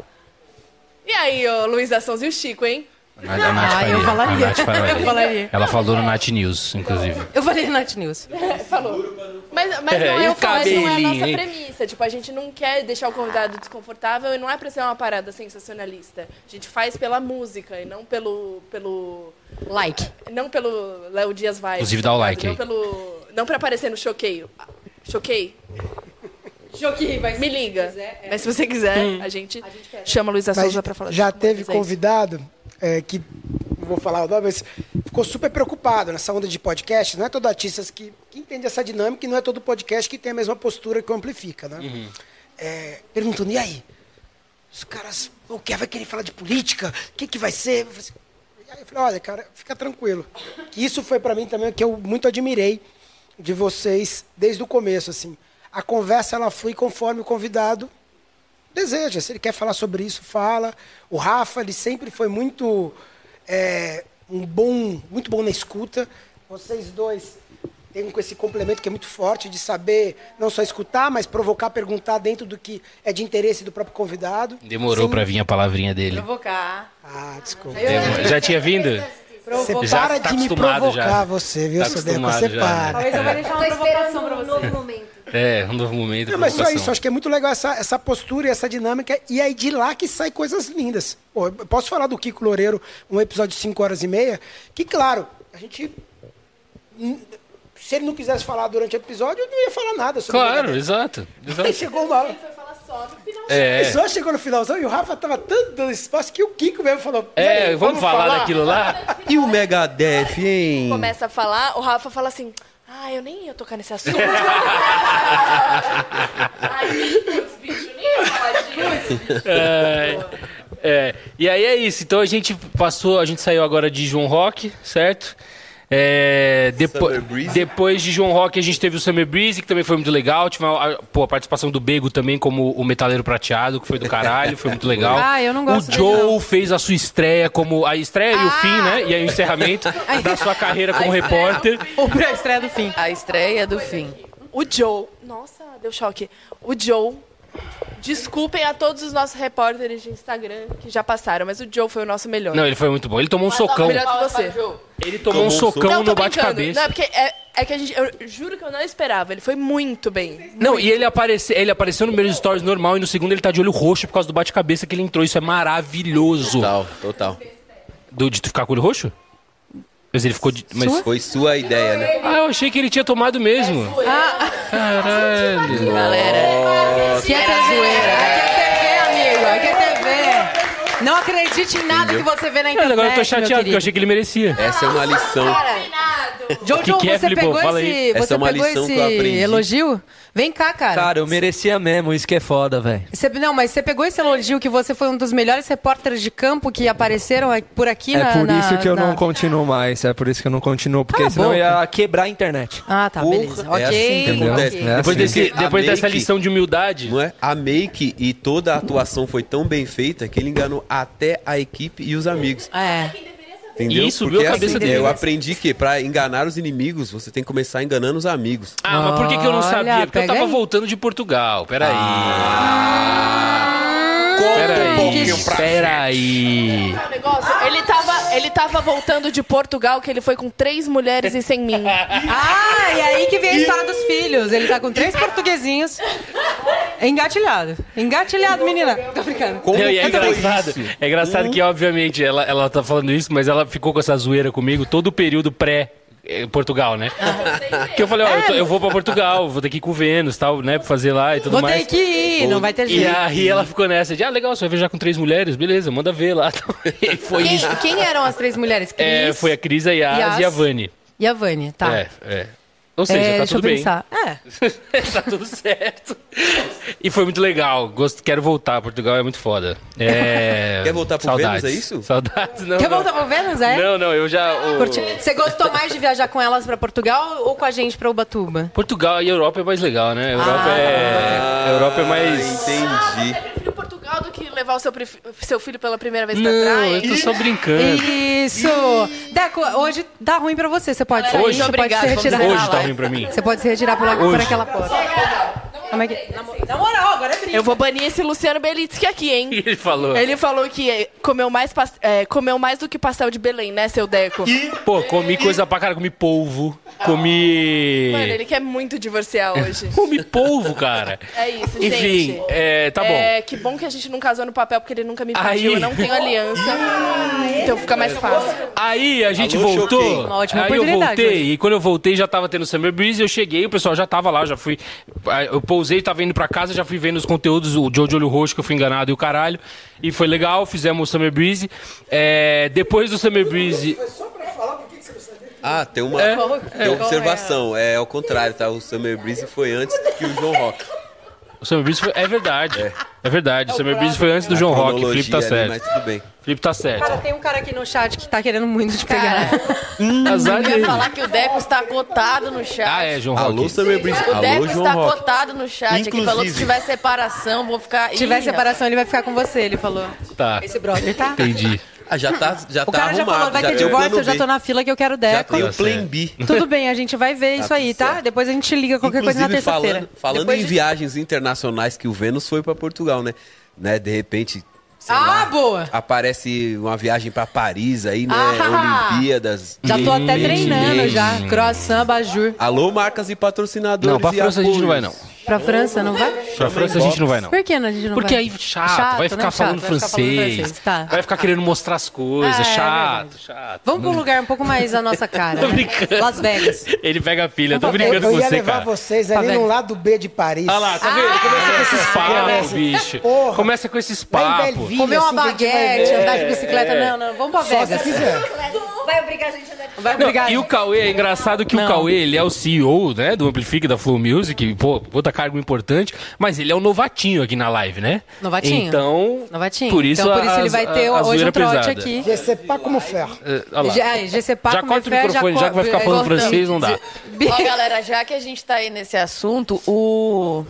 Speaker 6: E aí, ô Luiz da Sons e o Chico, hein?
Speaker 2: A Nath faria,
Speaker 3: eu falaria.
Speaker 2: a Nath faria.
Speaker 3: Eu falaria.
Speaker 2: Ela falou no Nath News, inclusive.
Speaker 3: Eu falei Nath
Speaker 6: *laughs*
Speaker 3: News.
Speaker 6: É, Falou. Mas, mas
Speaker 2: É,
Speaker 6: não,
Speaker 2: e
Speaker 6: é, o mas não é
Speaker 2: o
Speaker 6: a
Speaker 2: cabelinho,
Speaker 6: nossa
Speaker 2: hein?
Speaker 6: premissa. Tipo, a gente não quer deixar o convidado desconfortável e não é pra ser uma parada sensacionalista. A gente faz pela música e não pelo. pelo
Speaker 3: like.
Speaker 6: Não pelo Léo Dias vai.
Speaker 2: Inclusive, dá o like
Speaker 6: não
Speaker 2: aí.
Speaker 6: Pelo, não pra aparecer no choqueio. Ah, Choquei? Choquei, mas. Me liga. Mas se você quiser, é.
Speaker 5: Hum.
Speaker 6: a gente, né? chama a Luísa
Speaker 5: Mas
Speaker 6: Souza pra falar
Speaker 5: Já
Speaker 6: disso.
Speaker 5: teve
Speaker 6: Mas é isso.
Speaker 5: convidado é, que, não vou falar o nome, mas ficou super preocupado nessa onda de podcast. Não é todo artista que, que entende essa dinâmica e não é todo podcast que tem a mesma postura que o amplifica, né? É, perguntando, e aí? Os caras, o que é? vai querer falar de política? O que, que vai ser? Eu falei, assim, e aí eu falei, olha, cara, fica tranquilo. Que isso foi pra mim também o que eu muito admirei de vocês desde o começo, assim. A conversa, ela flui conforme o convidado deseja. Se ele quer falar sobre isso, fala. O Rafa, ele sempre foi muito é, um bom, muito bom na escuta. Vocês dois têm com esse complemento que é muito forte de saber não só escutar, mas provocar, perguntar dentro do que é de interesse do próprio convidado.
Speaker 2: Demorou pra vir a palavrinha dele.
Speaker 3: Provocar.
Speaker 5: Ah, desculpa.
Speaker 2: Demorou. É, Já tinha vindo?
Speaker 5: Você
Speaker 2: Já
Speaker 5: para
Speaker 2: tá
Speaker 5: de me
Speaker 2: acostumado
Speaker 5: provocar,
Speaker 2: já.
Speaker 5: você, viu,
Speaker 2: Tá
Speaker 5: Sodeco?
Speaker 2: acostumado
Speaker 5: Você
Speaker 2: já,
Speaker 5: para.
Speaker 2: né?
Speaker 3: vou deixar uma provocação pra você.
Speaker 2: É, um novo momento.
Speaker 5: Não, mas só
Speaker 2: provocação.
Speaker 5: isso, acho que é muito legal essa, essa postura e essa dinâmica, e aí de lá que sai coisas lindas. Pô, eu posso falar do Kiko Loureiro, um episódio de 5 horas e meia, que claro, a gente. hum, Se ele não quisesse falar durante o episódio, eu não ia falar nada sobre
Speaker 2: Claro,
Speaker 5: ele.
Speaker 2: exato.
Speaker 5: *laughs*
Speaker 2: exato.
Speaker 5: Aí chegou uma hora.
Speaker 2: É.
Speaker 5: Só chegou no finalzão e o Rafa tava tanto dando espaço que o Kiko mesmo falou. "E
Speaker 2: É,
Speaker 5: aí,
Speaker 2: vamos falar daquilo lá?
Speaker 13: E o Megadeth, hein?
Speaker 6: Começa a falar, o Rafa fala assim. Ah, eu nem ia tocar nesse *laughs* assunto.
Speaker 2: *laughs* É, é, e aí é isso. Então a gente passou, a gente saiu agora de João Rock, certo? É, depo- depois de João Rock, a gente teve o Summer Breeze, que também foi muito legal. Tive a, a- pô, a participação do Bego também, como o Metaleiro Prateado, que foi do caralho, foi muito legal.
Speaker 3: Ah, eu não Ah! gosto
Speaker 2: O
Speaker 3: dele,
Speaker 2: Joe fez a sua estreia como. A estreia e o fim, né? E aí o
Speaker 3: *laughs*
Speaker 2: encerramento da sua carreira como
Speaker 9: A estreia.
Speaker 2: repórter.
Speaker 3: A estreia do fim.
Speaker 9: A estreia do fim.
Speaker 6: O Joe. Nossa, deu choque. O Joe. Desculpem a todos os nossos repórteres de Instagram que já passaram, mas o Joe foi o nosso melhor.
Speaker 2: Não, ele foi muito bom. Ele tomou um socão.
Speaker 6: Melhor que você.
Speaker 2: Ele tomou um socão
Speaker 6: Não, tô brincando. Não, é
Speaker 2: no bate-cabeça.
Speaker 6: porque é, é que a gente. Eu juro que eu não esperava. Ele foi muito bem.
Speaker 2: Não, e ele, aparece, ele apareceu no primeiro stories normal e no segundo ele tá de olho roxo por causa do bate-cabeça que ele entrou. Isso é maravilhoso. Total,
Speaker 13: total.
Speaker 2: Do, de tu ficar com o olho roxo? Mas ele ficou. De, mas...
Speaker 13: Sua? Foi sua ideia, né?
Speaker 2: Ah, eu achei que ele tinha tomado mesmo.
Speaker 3: Ah.
Speaker 2: Caralho.
Speaker 13: Galera.
Speaker 3: Aqui é zoeira. Aqui é TV, amigo. Aqui é TV. Não acredite em nada
Speaker 2: Entendeu?
Speaker 3: que você vê na
Speaker 2: Cara,
Speaker 3: é internet.
Speaker 2: agora eu tô
Speaker 3: meu
Speaker 2: chateado, porque eu
Speaker 3: querido.
Speaker 2: achei que ele merecia.
Speaker 13: Essa é uma lição.
Speaker 3: Cara, Jojo, você pegou
Speaker 2: é
Speaker 3: esse, você pegou esse elogio? Vem cá, cara.
Speaker 8: Cara, eu merecia mesmo, isso que é foda, velho.
Speaker 3: Você- não, mas você pegou esse elogio que você foi um dos melhores repórteres de campo que apareceram a- por aqui na.
Speaker 8: É por
Speaker 3: na-
Speaker 8: isso que eu
Speaker 3: na-
Speaker 8: não continuo mais, é por isso que eu não continuo, porque
Speaker 3: Cala a
Speaker 8: senão eu
Speaker 3: boca.
Speaker 8: ia quebrar a internet.
Speaker 3: Ah, tá, beleza.
Speaker 8: é assim
Speaker 3: ok.
Speaker 8: que acontece.
Speaker 4: né?
Speaker 3: ok.
Speaker 8: É
Speaker 2: Depois
Speaker 8: assim.
Speaker 2: desse- depois dessa lição
Speaker 4: de humildade. Não é? A make e toda a atuação foi tão bem feita que ele enganou até a equipe e os amigos.
Speaker 3: É.
Speaker 4: Entendeu? é assim,
Speaker 2: E isso subiu a cabeça dele.
Speaker 4: Eu aprendi que pra enganar os inimigos, você tem que começar enganando os amigos.
Speaker 2: Ah, mas por que, que eu não
Speaker 4: Olha,
Speaker 2: sabia? Porque eu
Speaker 4: pega
Speaker 2: tava
Speaker 4: aí.
Speaker 2: voltando de Portugal. Peraí.
Speaker 6: um
Speaker 4: Peraí.
Speaker 2: Peraí.
Speaker 6: O um negócio, ele tava, ele tava voltando de Portugal, que ele foi com três mulheres e sem mim.
Speaker 3: *laughs* Ah, e aí que vem a história dos filhos. Ele tá com
Speaker 6: *laughs*
Speaker 3: três portuguesinhos. Engatilhado. Engatilhado, menina. Tô brincando.
Speaker 2: Não, e é
Speaker 3: Eu tô brincando.
Speaker 2: engraçado, é
Speaker 4: Hum?
Speaker 2: engraçado que, obviamente, ela, ela tá falando isso, mas ela ficou com essa zoeira comigo todo o período pré. eh, Portugal, né?
Speaker 3: Ah,
Speaker 2: Que eu falei, ó,
Speaker 3: É.
Speaker 2: eu, tô- eu vou pra Portugal, vou ter que ir com o Vênus, tal, né, pra fazer lá e tudo
Speaker 3: Vou ter
Speaker 2: mais.
Speaker 3: que ir, não vai ter
Speaker 2: E
Speaker 3: jeito.
Speaker 2: aí ela ficou nessa de, ah, legal, você vai viajar com três mulheres, beleza, manda ver lá. *laughs* E foi isso.
Speaker 3: Quem, quem eram as três mulheres? Cris
Speaker 2: É, foi a Cris, a Yas,
Speaker 3: Yas.
Speaker 2: e a Vani.
Speaker 3: e a Vânia, tá.
Speaker 2: É, é. Ou seja,
Speaker 3: É,
Speaker 2: tá
Speaker 3: deixa
Speaker 2: tudo
Speaker 3: eu
Speaker 2: bem.
Speaker 3: pensar. É.
Speaker 2: *laughs* tá tudo certo. E foi muito legal. Gosto, quero voltar. Portugal é muito foda. É...
Speaker 4: *laughs* Quer voltar pro
Speaker 2: Saudades.
Speaker 4: Vênus, é isso?
Speaker 2: *laughs* Saudades, não.
Speaker 3: Quer
Speaker 2: não.
Speaker 3: voltar pro Vênus, é?
Speaker 2: Não, não, eu já. o-
Speaker 3: Curti- Você gostou mais de viajar com elas pra Portugal ou com a gente pra Ubatuba?
Speaker 2: Portugal e Europa é mais legal, né? Europa
Speaker 6: Ah.
Speaker 2: é. Europa é mais.
Speaker 4: Entendi.
Speaker 6: Portugal do que levar o seu, pref- seu filho pela primeira vez pra
Speaker 2: Não,
Speaker 6: praia.
Speaker 2: eu tô só brincando.
Speaker 3: Isso! Deco, hoje dá ruim pra você. Você pode sair,
Speaker 2: Hoje?
Speaker 3: você pode se
Speaker 2: Obrigada, vamos
Speaker 3: retirar.
Speaker 2: encerrar Hoje tá lá. ruim pra mim.
Speaker 3: Você pode se retirar por, lá- por
Speaker 2: Hoje.
Speaker 3: aquela porta. Como é que... Na moral, agora é brinca.
Speaker 6: tá Eu vou banir esse Luciano Belitsky aqui, hein?
Speaker 2: *laughs* Ele falou.
Speaker 6: Ele falou que eh, comeu mais, pas- eh, comeu mais do que pastel de Belém, né, seu Deco?
Speaker 2: Pô, comi coisa pra cara, comi polvo. Comi.
Speaker 6: Mano, ele quer muito divorciar
Speaker 2: *laughs*
Speaker 6: hoje.
Speaker 2: Comi polvo, cara.
Speaker 6: É isso, gente.
Speaker 2: Enfim, é, tá bom.
Speaker 6: É, que bom que a gente não casou no papel, porque ele nunca me pediu.
Speaker 2: Aí.
Speaker 6: Eu não tenho aliança.
Speaker 3: Ah,
Speaker 6: então
Speaker 3: é.
Speaker 6: fica mais fácil.
Speaker 2: Aí a gente
Speaker 6: Alô,
Speaker 2: voltou.
Speaker 6: Choquei. Uma ótima
Speaker 2: aí eu
Speaker 6: oportunidade
Speaker 2: voltei.
Speaker 6: hoje.
Speaker 2: E quando eu voltei, já tava tendo Summer Breeze. Eu cheguei, o pessoal já tava lá, já fui. aí Eu pousei, tava indo pra casa, já fui vendo os conteúdos, o Joe de Olho Roxo, que eu fui enganado e o caralho. E foi legal, fizemos o Summer Breeze. É, depois do Summer Breeze.
Speaker 4: Ah, tem uma,
Speaker 2: É.
Speaker 4: tem uma observação. É ao contrário, tá? O Summer Breeze foi antes que o João Rock.
Speaker 2: O Summer Breeze foi. É verdade. É, verdade. O Summer Breeze foi antes do
Speaker 4: A
Speaker 2: John Rock.
Speaker 4: cronologia
Speaker 2: Felipe tá
Speaker 4: ali,
Speaker 2: certo.
Speaker 4: Mas tudo bem.
Speaker 2: Felipe tá certo.
Speaker 3: Cara, tem um cara aqui no chat que tá querendo muito te pegar.
Speaker 2: azar Eu ia dele. falar
Speaker 6: que o Deco está
Speaker 3: Tá
Speaker 6: cotado no chat.
Speaker 2: Ah, é, John Rock.
Speaker 4: Alô, Summer Breeze.
Speaker 6: O Deco
Speaker 4: Alô, João
Speaker 6: está
Speaker 4: Rock.
Speaker 6: cotado no chat.
Speaker 4: aqui, falou que se Inclusive. tiver
Speaker 6: separação, vou ficar...
Speaker 3: Se tiver separação, ele vai ficar com você, ele falou.
Speaker 2: Tá.
Speaker 3: Esse brother tá...
Speaker 2: Entendi.
Speaker 4: Ah, já tá, já
Speaker 3: O
Speaker 4: tá
Speaker 3: cara já
Speaker 4: arrumado.
Speaker 3: falou, vai ter
Speaker 4: tem o
Speaker 3: divórcio,
Speaker 4: plano
Speaker 3: eu já
Speaker 4: B.
Speaker 3: tô na fila que eu quero
Speaker 4: Já
Speaker 3: Deco.
Speaker 4: tem o
Speaker 2: é.
Speaker 4: Plan B.
Speaker 3: *laughs* Tudo bem, a gente vai ver isso aí, tá? Depois a gente liga qualquer coisa na
Speaker 4: Inclusive,
Speaker 3: terça-feira.
Speaker 4: falando, falando
Speaker 3: Depois
Speaker 4: em
Speaker 3: de-
Speaker 4: viagens internacionais que o Vênus foi pra Portugal, né? Né, De repente
Speaker 3: Ah, boa!
Speaker 4: aparece uma viagem pra Paris aí, né?
Speaker 3: Ah!
Speaker 4: Olimpíadas.
Speaker 3: Já tô até treinando já. Croissant, bajur.
Speaker 4: Alô, marcas e patrocinadores.
Speaker 2: Não, pra
Speaker 4: e
Speaker 2: França a gente não vai, não.
Speaker 3: Pra França, não vai?
Speaker 2: Pra França a gente não vai, não.
Speaker 3: Por que não, a gente não
Speaker 2: Porque
Speaker 3: vai?
Speaker 2: aí chato, vai ficar
Speaker 3: né?
Speaker 2: falando
Speaker 3: Chato, vai ficar falando
Speaker 2: francês.
Speaker 3: Tá.
Speaker 2: Vai ficar querendo mostrar as coisas.
Speaker 3: Ah, é
Speaker 2: chato,
Speaker 3: verdade.
Speaker 2: chato. Hum.
Speaker 3: Vamos pra um lugar um pouco mais a nossa cara.
Speaker 2: *laughs* Tô
Speaker 3: né?
Speaker 2: brincando.
Speaker 3: Las Vegas.
Speaker 2: Ele pega a pilha, tô
Speaker 5: Eu,
Speaker 2: brincando
Speaker 5: Tá eu
Speaker 2: com
Speaker 5: ia
Speaker 2: você,
Speaker 5: levar
Speaker 2: cara.
Speaker 5: vocês
Speaker 3: Tá
Speaker 5: ali
Speaker 3: vendo?
Speaker 5: no lado B de Paris. Ah!
Speaker 2: Olha lá, tá vendo? Começa com esses papos,
Speaker 5: parece.
Speaker 2: bicho.
Speaker 5: Porra.
Speaker 2: Começa com esses
Speaker 5: Lá em
Speaker 2: papos.
Speaker 5: Belville,
Speaker 3: Comer uma
Speaker 5: assim, que a gente vai
Speaker 3: baguete,
Speaker 5: ver.
Speaker 3: andar de bicicleta.
Speaker 2: É.
Speaker 3: Não, não, vamos pra
Speaker 5: Só se
Speaker 3: Vegas.
Speaker 7: assim,
Speaker 5: quiser.
Speaker 7: Vai obrigar a gente a dar
Speaker 3: Vai
Speaker 2: Não,
Speaker 3: brigar.
Speaker 2: e o Cauê, é engraçado que o Cauê, ele é o CEO, né, do Amplifique, da Flow Music, pô, puta cargo importante, mas ele é o novatinho aqui na live, né?
Speaker 3: Novatinho.
Speaker 2: Então,
Speaker 3: Novatinho.
Speaker 2: por isso
Speaker 3: então, por isso
Speaker 2: as-
Speaker 3: ele vai ter
Speaker 2: a- a
Speaker 3: hoje
Speaker 2: zoeira
Speaker 3: um trote
Speaker 2: pesada.
Speaker 3: aqui.
Speaker 5: Je sais pas como faire.
Speaker 2: É, olha lá.
Speaker 3: Já, aí, GC Paco,
Speaker 2: Já corta o
Speaker 3: Mefé,
Speaker 2: microfone, já que vai ficar
Speaker 3: co-
Speaker 2: falando
Speaker 3: cortamos.
Speaker 2: francês, não dá.
Speaker 9: Ó, galera, já que a gente tá aí nesse assunto, o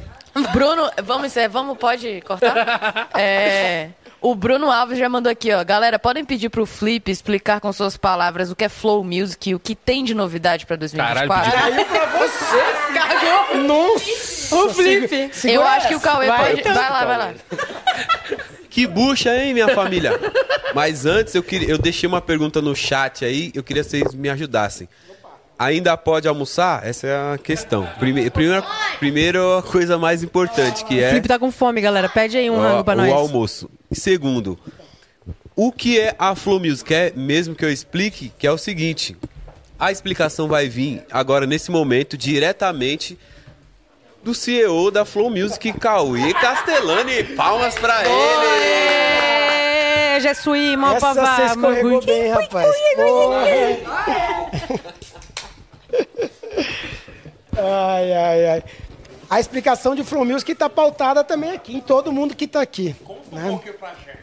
Speaker 9: Bruno, vamos, é, vamos pode
Speaker 2: *laughs*
Speaker 9: cortar? É, o Bruno Alves já mandou aqui, ó. Galera, podem pedir pro Flip explicar com suas palavras o que é Flow Music e o que tem de novidade pra 2024?
Speaker 2: Caralho,
Speaker 5: pra você,
Speaker 9: Cagou.
Speaker 5: Nossa.
Speaker 3: O Flip.
Speaker 9: Eu acho que o Cauê
Speaker 4: Vai,
Speaker 9: pode...
Speaker 4: então.
Speaker 9: Vai lá, vai lá.
Speaker 4: Que bucha, hein, minha família? Mas antes, eu, queria, eu deixei uma pergunta no chat aí, eu queria que vocês me ajudassem. Ainda pode almoçar? Essa é a questão. Prime, primeira, primeiro, a coisa mais importante, que
Speaker 3: O
Speaker 4: é
Speaker 3: Felipe tá com fome, galera. Pede aí um rango pra
Speaker 4: o
Speaker 3: nós.
Speaker 4: almoço. E segundo, o que é a Flow Music? É mesmo que eu explique, que é o seguinte. A explicação vai vir agora, nesse momento, diretamente do CEO da Flow Music, Cauê Castellani. Palmas pra ele!
Speaker 3: É, Jesuí, mó
Speaker 5: Essa
Speaker 3: pavá.
Speaker 5: você escorregou bem, rapaz. Porra. Ai, ai, ai. A explicação de Flow Music tá pautada também aqui, em todo mundo que tá aqui. né?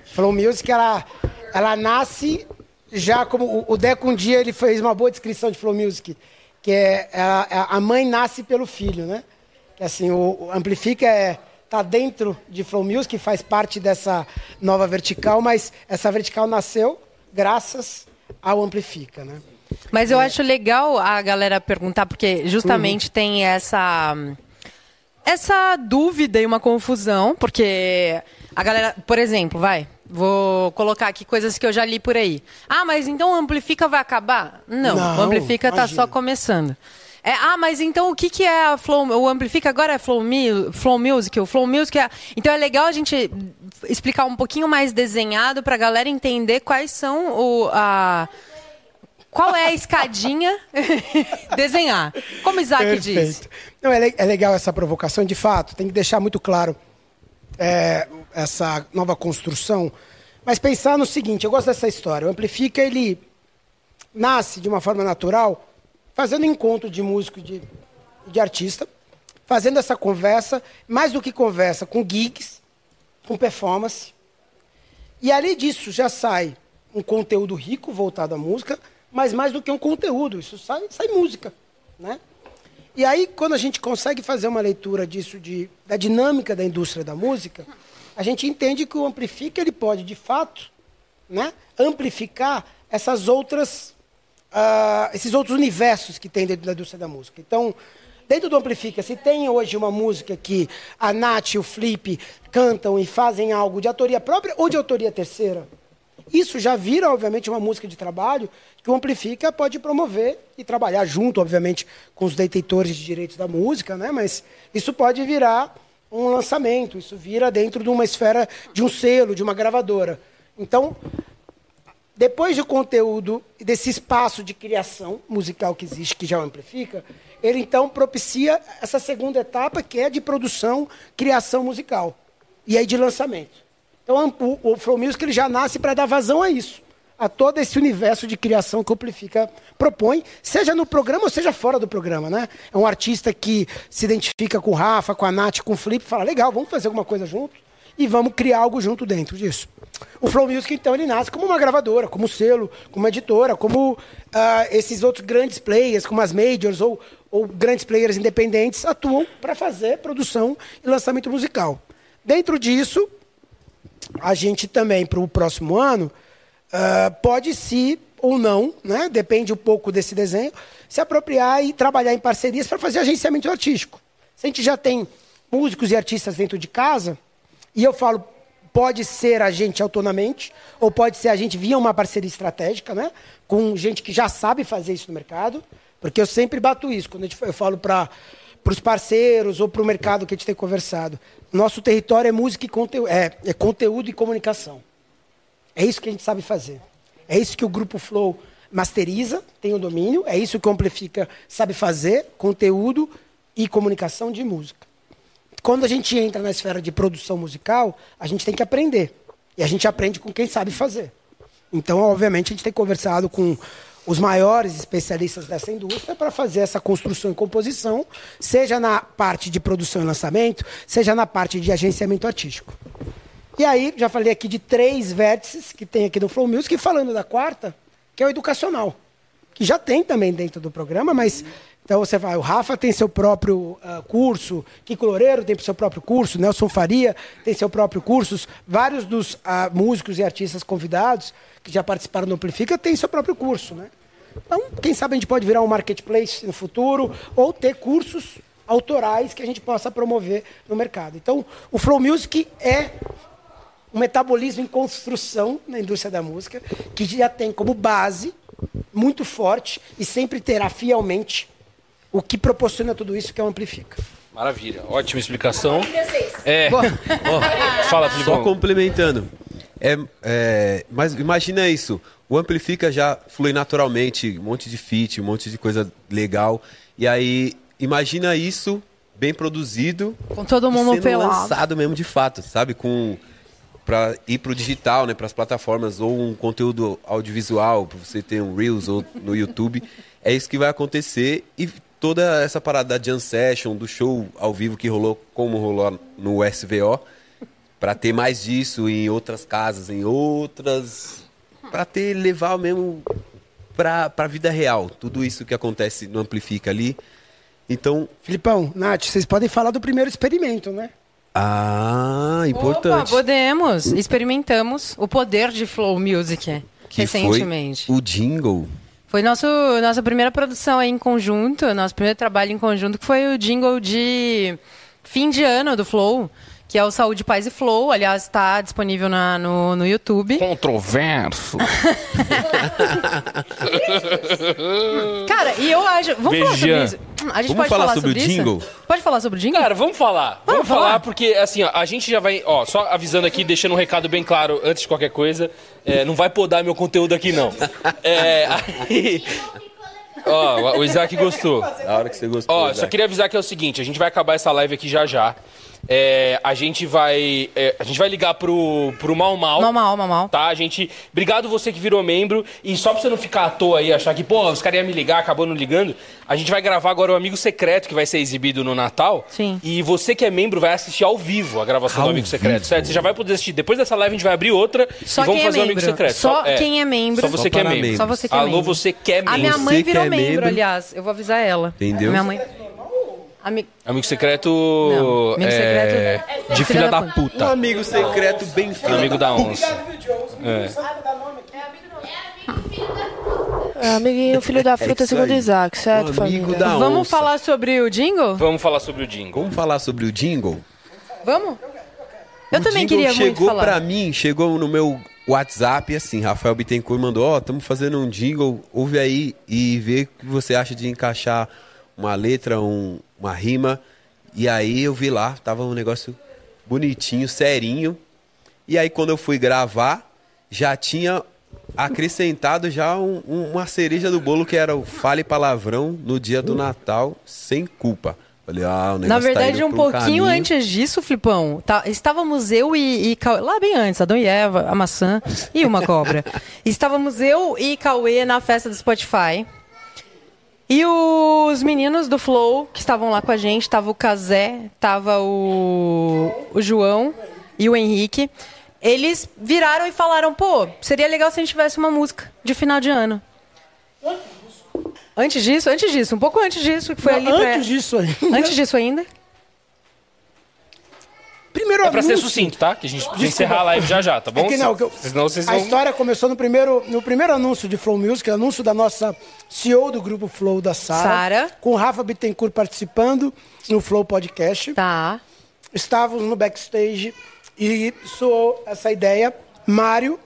Speaker 5: Flow Music, ela, ela nasce já como... o- O Deco um dia ele fez uma boa descrição de Flow Music, que é ela- a a mãe nasce pelo filho, né? Que assim, o, o Amplifica é, tá dentro de Flow Music, faz parte dessa nova vertical, mas essa vertical nasceu graças ao Amplifica, né?
Speaker 3: Mas eu acho legal a galera perguntar, porque justamente
Speaker 16: Uhum.
Speaker 3: tem essa essa dúvida e uma confusão, porque a galera, por exemplo, vai, vou colocar aqui coisas que eu já li por aí. Ah, mas então o Amplifica vai acabar? Não, o
Speaker 16: Não,
Speaker 3: Amplifica tá
Speaker 16: imagina.
Speaker 3: só começando. É, ah, mas então o que, que é a Flow? O Amplifica agora é Flow, Mu- Flow Music? O Flow Music é. Então é legal a gente explicar um pouquinho mais desenhado pra galera entender quais são o, a, qual é a
Speaker 4: *laughs*
Speaker 3: escadinha? Desenhar. Como Isaac diz.
Speaker 5: Não, é, le- é legal essa provocação, de fato, tem que deixar muito claro é, essa nova construção. Mas pensar no seguinte, eu gosto dessa história. O Amplifica, ele nasce de uma forma natural, fazendo encontro de músico e de, de artista, fazendo essa conversa, mais do que conversa, com gigs, com performance. E ali disso já sai um conteúdo rico voltado à música, mas mais do que um conteúdo, isso sai, sai música, né? E aí, quando a gente consegue fazer uma leitura disso, de, da dinâmica da indústria da música, a gente entende que o Amplifica ele pode, de fato, né, amplificar essas outras, ah, esses outros universos que tem dentro da indústria da música. Então, dentro do Amplifica, se tem hoje uma música que a Nath e o Flip cantam e fazem algo de autoria própria ou de autoria terceira, isso já vira, obviamente, uma música de trabalho que o Amplifica pode promover e trabalhar junto, obviamente, com os detentores de direitos da música, né? Mas isso pode virar um lançamento, isso vira dentro de uma esfera de um selo, de uma gravadora. Então, depois do conteúdo e desse espaço de criação musical que existe, que já é o amplifica, ele então propicia essa segunda etapa, que é de produção, criação musical. E aí de lançamento. Então am- o, o Flow Music ele já nasce para dar vazão a isso. A todo esse universo de criação que o Amplifica propõe, seja no programa ou seja fora do programa, né? É um artista que se identifica com o Rafa, com a Nath, com o Flip, fala, legal, vamos fazer alguma coisa junto e vamos criar algo junto dentro disso. O Flow Music, então, ele nasce como uma gravadora, como selo, como editora, como ah, esses outros grandes players, como as majors ou, ou grandes players independentes, atuam para fazer produção e lançamento musical. Dentro disso, a gente também, para o próximo ano, ah, pode se ou não, né? depende um pouco desse desenho, se apropriar e trabalhar em parcerias para fazer agenciamento artístico. Se a gente já tem músicos e artistas dentro de casa, e eu falo, pode ser a gente autonomamente, ou pode ser a gente via uma parceria estratégica, né? com gente que já sabe fazer isso no mercado, porque eu sempre bato isso, quando a gente- eu falo para para os parceiros ou para o mercado que a gente tem conversado. Nosso território é música e conteúdo, é, é conteúdo e comunicação. É isso que a gente sabe fazer. É isso que o Grupo Flow masteriza, tem o domínio, é isso que o Amplifica sabe fazer, conteúdo e comunicação de música. Quando a gente entra na esfera de produção musical, a gente tem que aprender. E a gente aprende com quem sabe fazer. Então, obviamente, a gente tem conversado com os maiores especialistas dessa indústria para fazer essa construção e composição, seja na parte de produção e lançamento, seja na parte de agenciamento artístico. E aí, já falei aqui de três vértices que tem aqui no Flow Music, e falando da quarta, que é o educacional, que já tem também dentro do programa, mas então você vai, o Rafa tem seu próprio ah, curso, Kiko Loureiro tem seu próprio curso, Nelson Faria tem seu próprio curso, vários dos ah, músicos e artistas convidados que já participaram do Amplifica têm seu próprio curso, né? Então, quem sabe a gente pode virar um marketplace no futuro ou ter cursos autorais que a gente possa promover no mercado. Então, o Flow Music é um metabolismo em construção na indústria da música, que já tem como base muito forte e sempre terá fielmente o que proporciona tudo isso que é o Amplifica.
Speaker 2: Maravilha, ótima explicação. É.
Speaker 4: Boa.
Speaker 2: Ó, Fala,
Speaker 4: Só
Speaker 2: Filipão.
Speaker 4: complementando. É, é, mas imagina isso. O Amplifica já flui naturalmente, um monte de feat, um monte de coisa legal. E aí, imagina isso bem produzido.
Speaker 3: Com todo mundo
Speaker 4: e sendo
Speaker 3: pelado.
Speaker 4: lançado mesmo de fato, sabe? Com para ir pro digital, né, para as plataformas ou um conteúdo audiovisual, para você ter um Reels ou no YouTube. É isso que vai acontecer e toda essa parada da jam session, do show ao vivo que rolou, como rolou no SVO, pra ter mais disso em outras casas, em outras... Pra ter, levar mesmo pra, pra vida real. Tudo isso que acontece no Amplifica ali. Então...
Speaker 5: Filipão, Nath, vocês podem falar do primeiro experimento, né?
Speaker 4: Ah, importante.
Speaker 3: Opa, podemos. Experimentamos o poder de Flow Music
Speaker 4: que
Speaker 3: recentemente.
Speaker 4: foi o jingle.
Speaker 3: Foi nosso, nossa primeira produção aí em conjunto, nosso primeiro trabalho em conjunto, que foi o jingle de fim de ano do Flow, que é o Saúde, Paz e Flow. Aliás, está disponível na- no, no YouTube.
Speaker 2: Controverso.
Speaker 3: Cara, e eu acho. Vamos falar sobre
Speaker 2: Veja.
Speaker 3: isso. Hum, A gente
Speaker 2: Vamos
Speaker 3: pode
Speaker 2: falar
Speaker 3: falar
Speaker 2: sobre o
Speaker 3: isso?
Speaker 2: jingle?
Speaker 3: Pode falar sobre o jingle?
Speaker 2: Cara, vamos falar. Vamos falar porque, assim, ó, a gente já vai. Ó, só avisando aqui, deixando um recado bem claro antes de qualquer coisa. é, não vai podar meu conteúdo aqui, não. É. aí- Ó, o Isaac gostou.
Speaker 4: A hora que você gostou.
Speaker 2: Ó, só
Speaker 4: Isaac.
Speaker 2: queria avisar que é o seguinte: a gente vai acabar essa live aqui já já. É, a gente vai. é, a gente vai ligar pro, pro Mal Mal.
Speaker 3: Mal Mal, Mal Mal.
Speaker 2: Tá, a gente. Obrigado você que virou membro. E só pra você não ficar à toa aí, achar que, pô, os caras iam me ligar, acabou não ligando. A gente vai gravar agora o Amigo Secreto, que vai ser exibido no Natal. Sim. E você que é membro vai assistir ao vivo a gravação do Amigo Secreto, certo? Você já vai poder assistir. Depois dessa live a gente vai abrir outra
Speaker 3: Só
Speaker 2: e vamos
Speaker 3: quem é
Speaker 2: fazer o Amigo
Speaker 3: membro.
Speaker 2: Secreto.
Speaker 3: Só quem é membro.
Speaker 2: Só você
Speaker 3: Só
Speaker 2: que é
Speaker 3: para
Speaker 2: membro.
Speaker 3: membros. Só você que é
Speaker 2: Alô,
Speaker 3: membro.
Speaker 2: você que é membro.
Speaker 3: A minha mãe virou membro, aliás. Eu vou avisar ela.
Speaker 2: Entendeu?
Speaker 3: Minha mãe. A mi-
Speaker 2: Amigo secreto.
Speaker 3: amigo
Speaker 2: é,
Speaker 3: secreto-
Speaker 2: De filha da puta. Um
Speaker 4: Um amigo secreto bem feito.
Speaker 2: Amigo da onça. É.
Speaker 3: Ah,
Speaker 16: É, amiguinho, filho da fruta,
Speaker 2: isso é
Speaker 16: segundo
Speaker 2: aí.
Speaker 16: Isaac, certo, família?
Speaker 3: Vamos falar sobre o jingle?
Speaker 2: Vamos falar sobre o jingle.
Speaker 4: Vamos falar sobre o jingle?
Speaker 3: Vamos? Eu
Speaker 4: O
Speaker 3: também
Speaker 4: jingle
Speaker 3: queria muito
Speaker 4: chegou
Speaker 3: falar.
Speaker 4: pra mim, chegou no meu WhatsApp, assim, Rafael Bittencourt mandou, ó, estamos fazendo um jingle, ouve aí e vê o que você acha de encaixar uma letra, um- uma rima. E aí eu vi lá, tava um negócio bonitinho, serinho. E aí quando eu fui gravar, já tinha acrescentado já um- um- uma cereja do bolo que era o Fale Palavrão no dia do Natal, sem culpa. Falei, ah, o negócio
Speaker 3: Uh. Na
Speaker 4: tá
Speaker 3: verdade,
Speaker 4: indo
Speaker 3: um
Speaker 4: pra
Speaker 3: pouquinho
Speaker 4: caminho.
Speaker 3: antes disso, Flipão, tá- estávamos eu e, e Cauê, lá bem antes, Adão e Eva, a maçã e uma cobra. estávamos eu e Cauê na festa do Spotify. E os meninos do Flow, que estavam lá com a gente, tava o Kazé, tava o, o João e o Henrique. Eles viraram e falaram, pô, seria legal se a gente tivesse uma música de final de ano. Antes disso, antes disso, um pouco antes disso, que foi
Speaker 5: Não,
Speaker 3: ali pra-
Speaker 5: antes disso ainda.
Speaker 3: Antes disso ainda.
Speaker 5: Primeiro
Speaker 2: É pra ser
Speaker 5: anúncio.
Speaker 2: sucinto, tá? Que a gente precisa
Speaker 5: Desculpa.
Speaker 2: encerrar a live já já, tá bom?
Speaker 5: É que não, que eu-
Speaker 2: Senão vocês
Speaker 5: a
Speaker 2: vão...
Speaker 5: história começou no primeiro, no primeiro anúncio de Flow Music, anúncio da nossa CEO do grupo Flow, da Sara.
Speaker 3: Sara.
Speaker 5: Com o Rafa Bittencourt participando no Flow Podcast.
Speaker 3: Tá.
Speaker 5: Estávamos no backstage e soou essa ideia. Mário,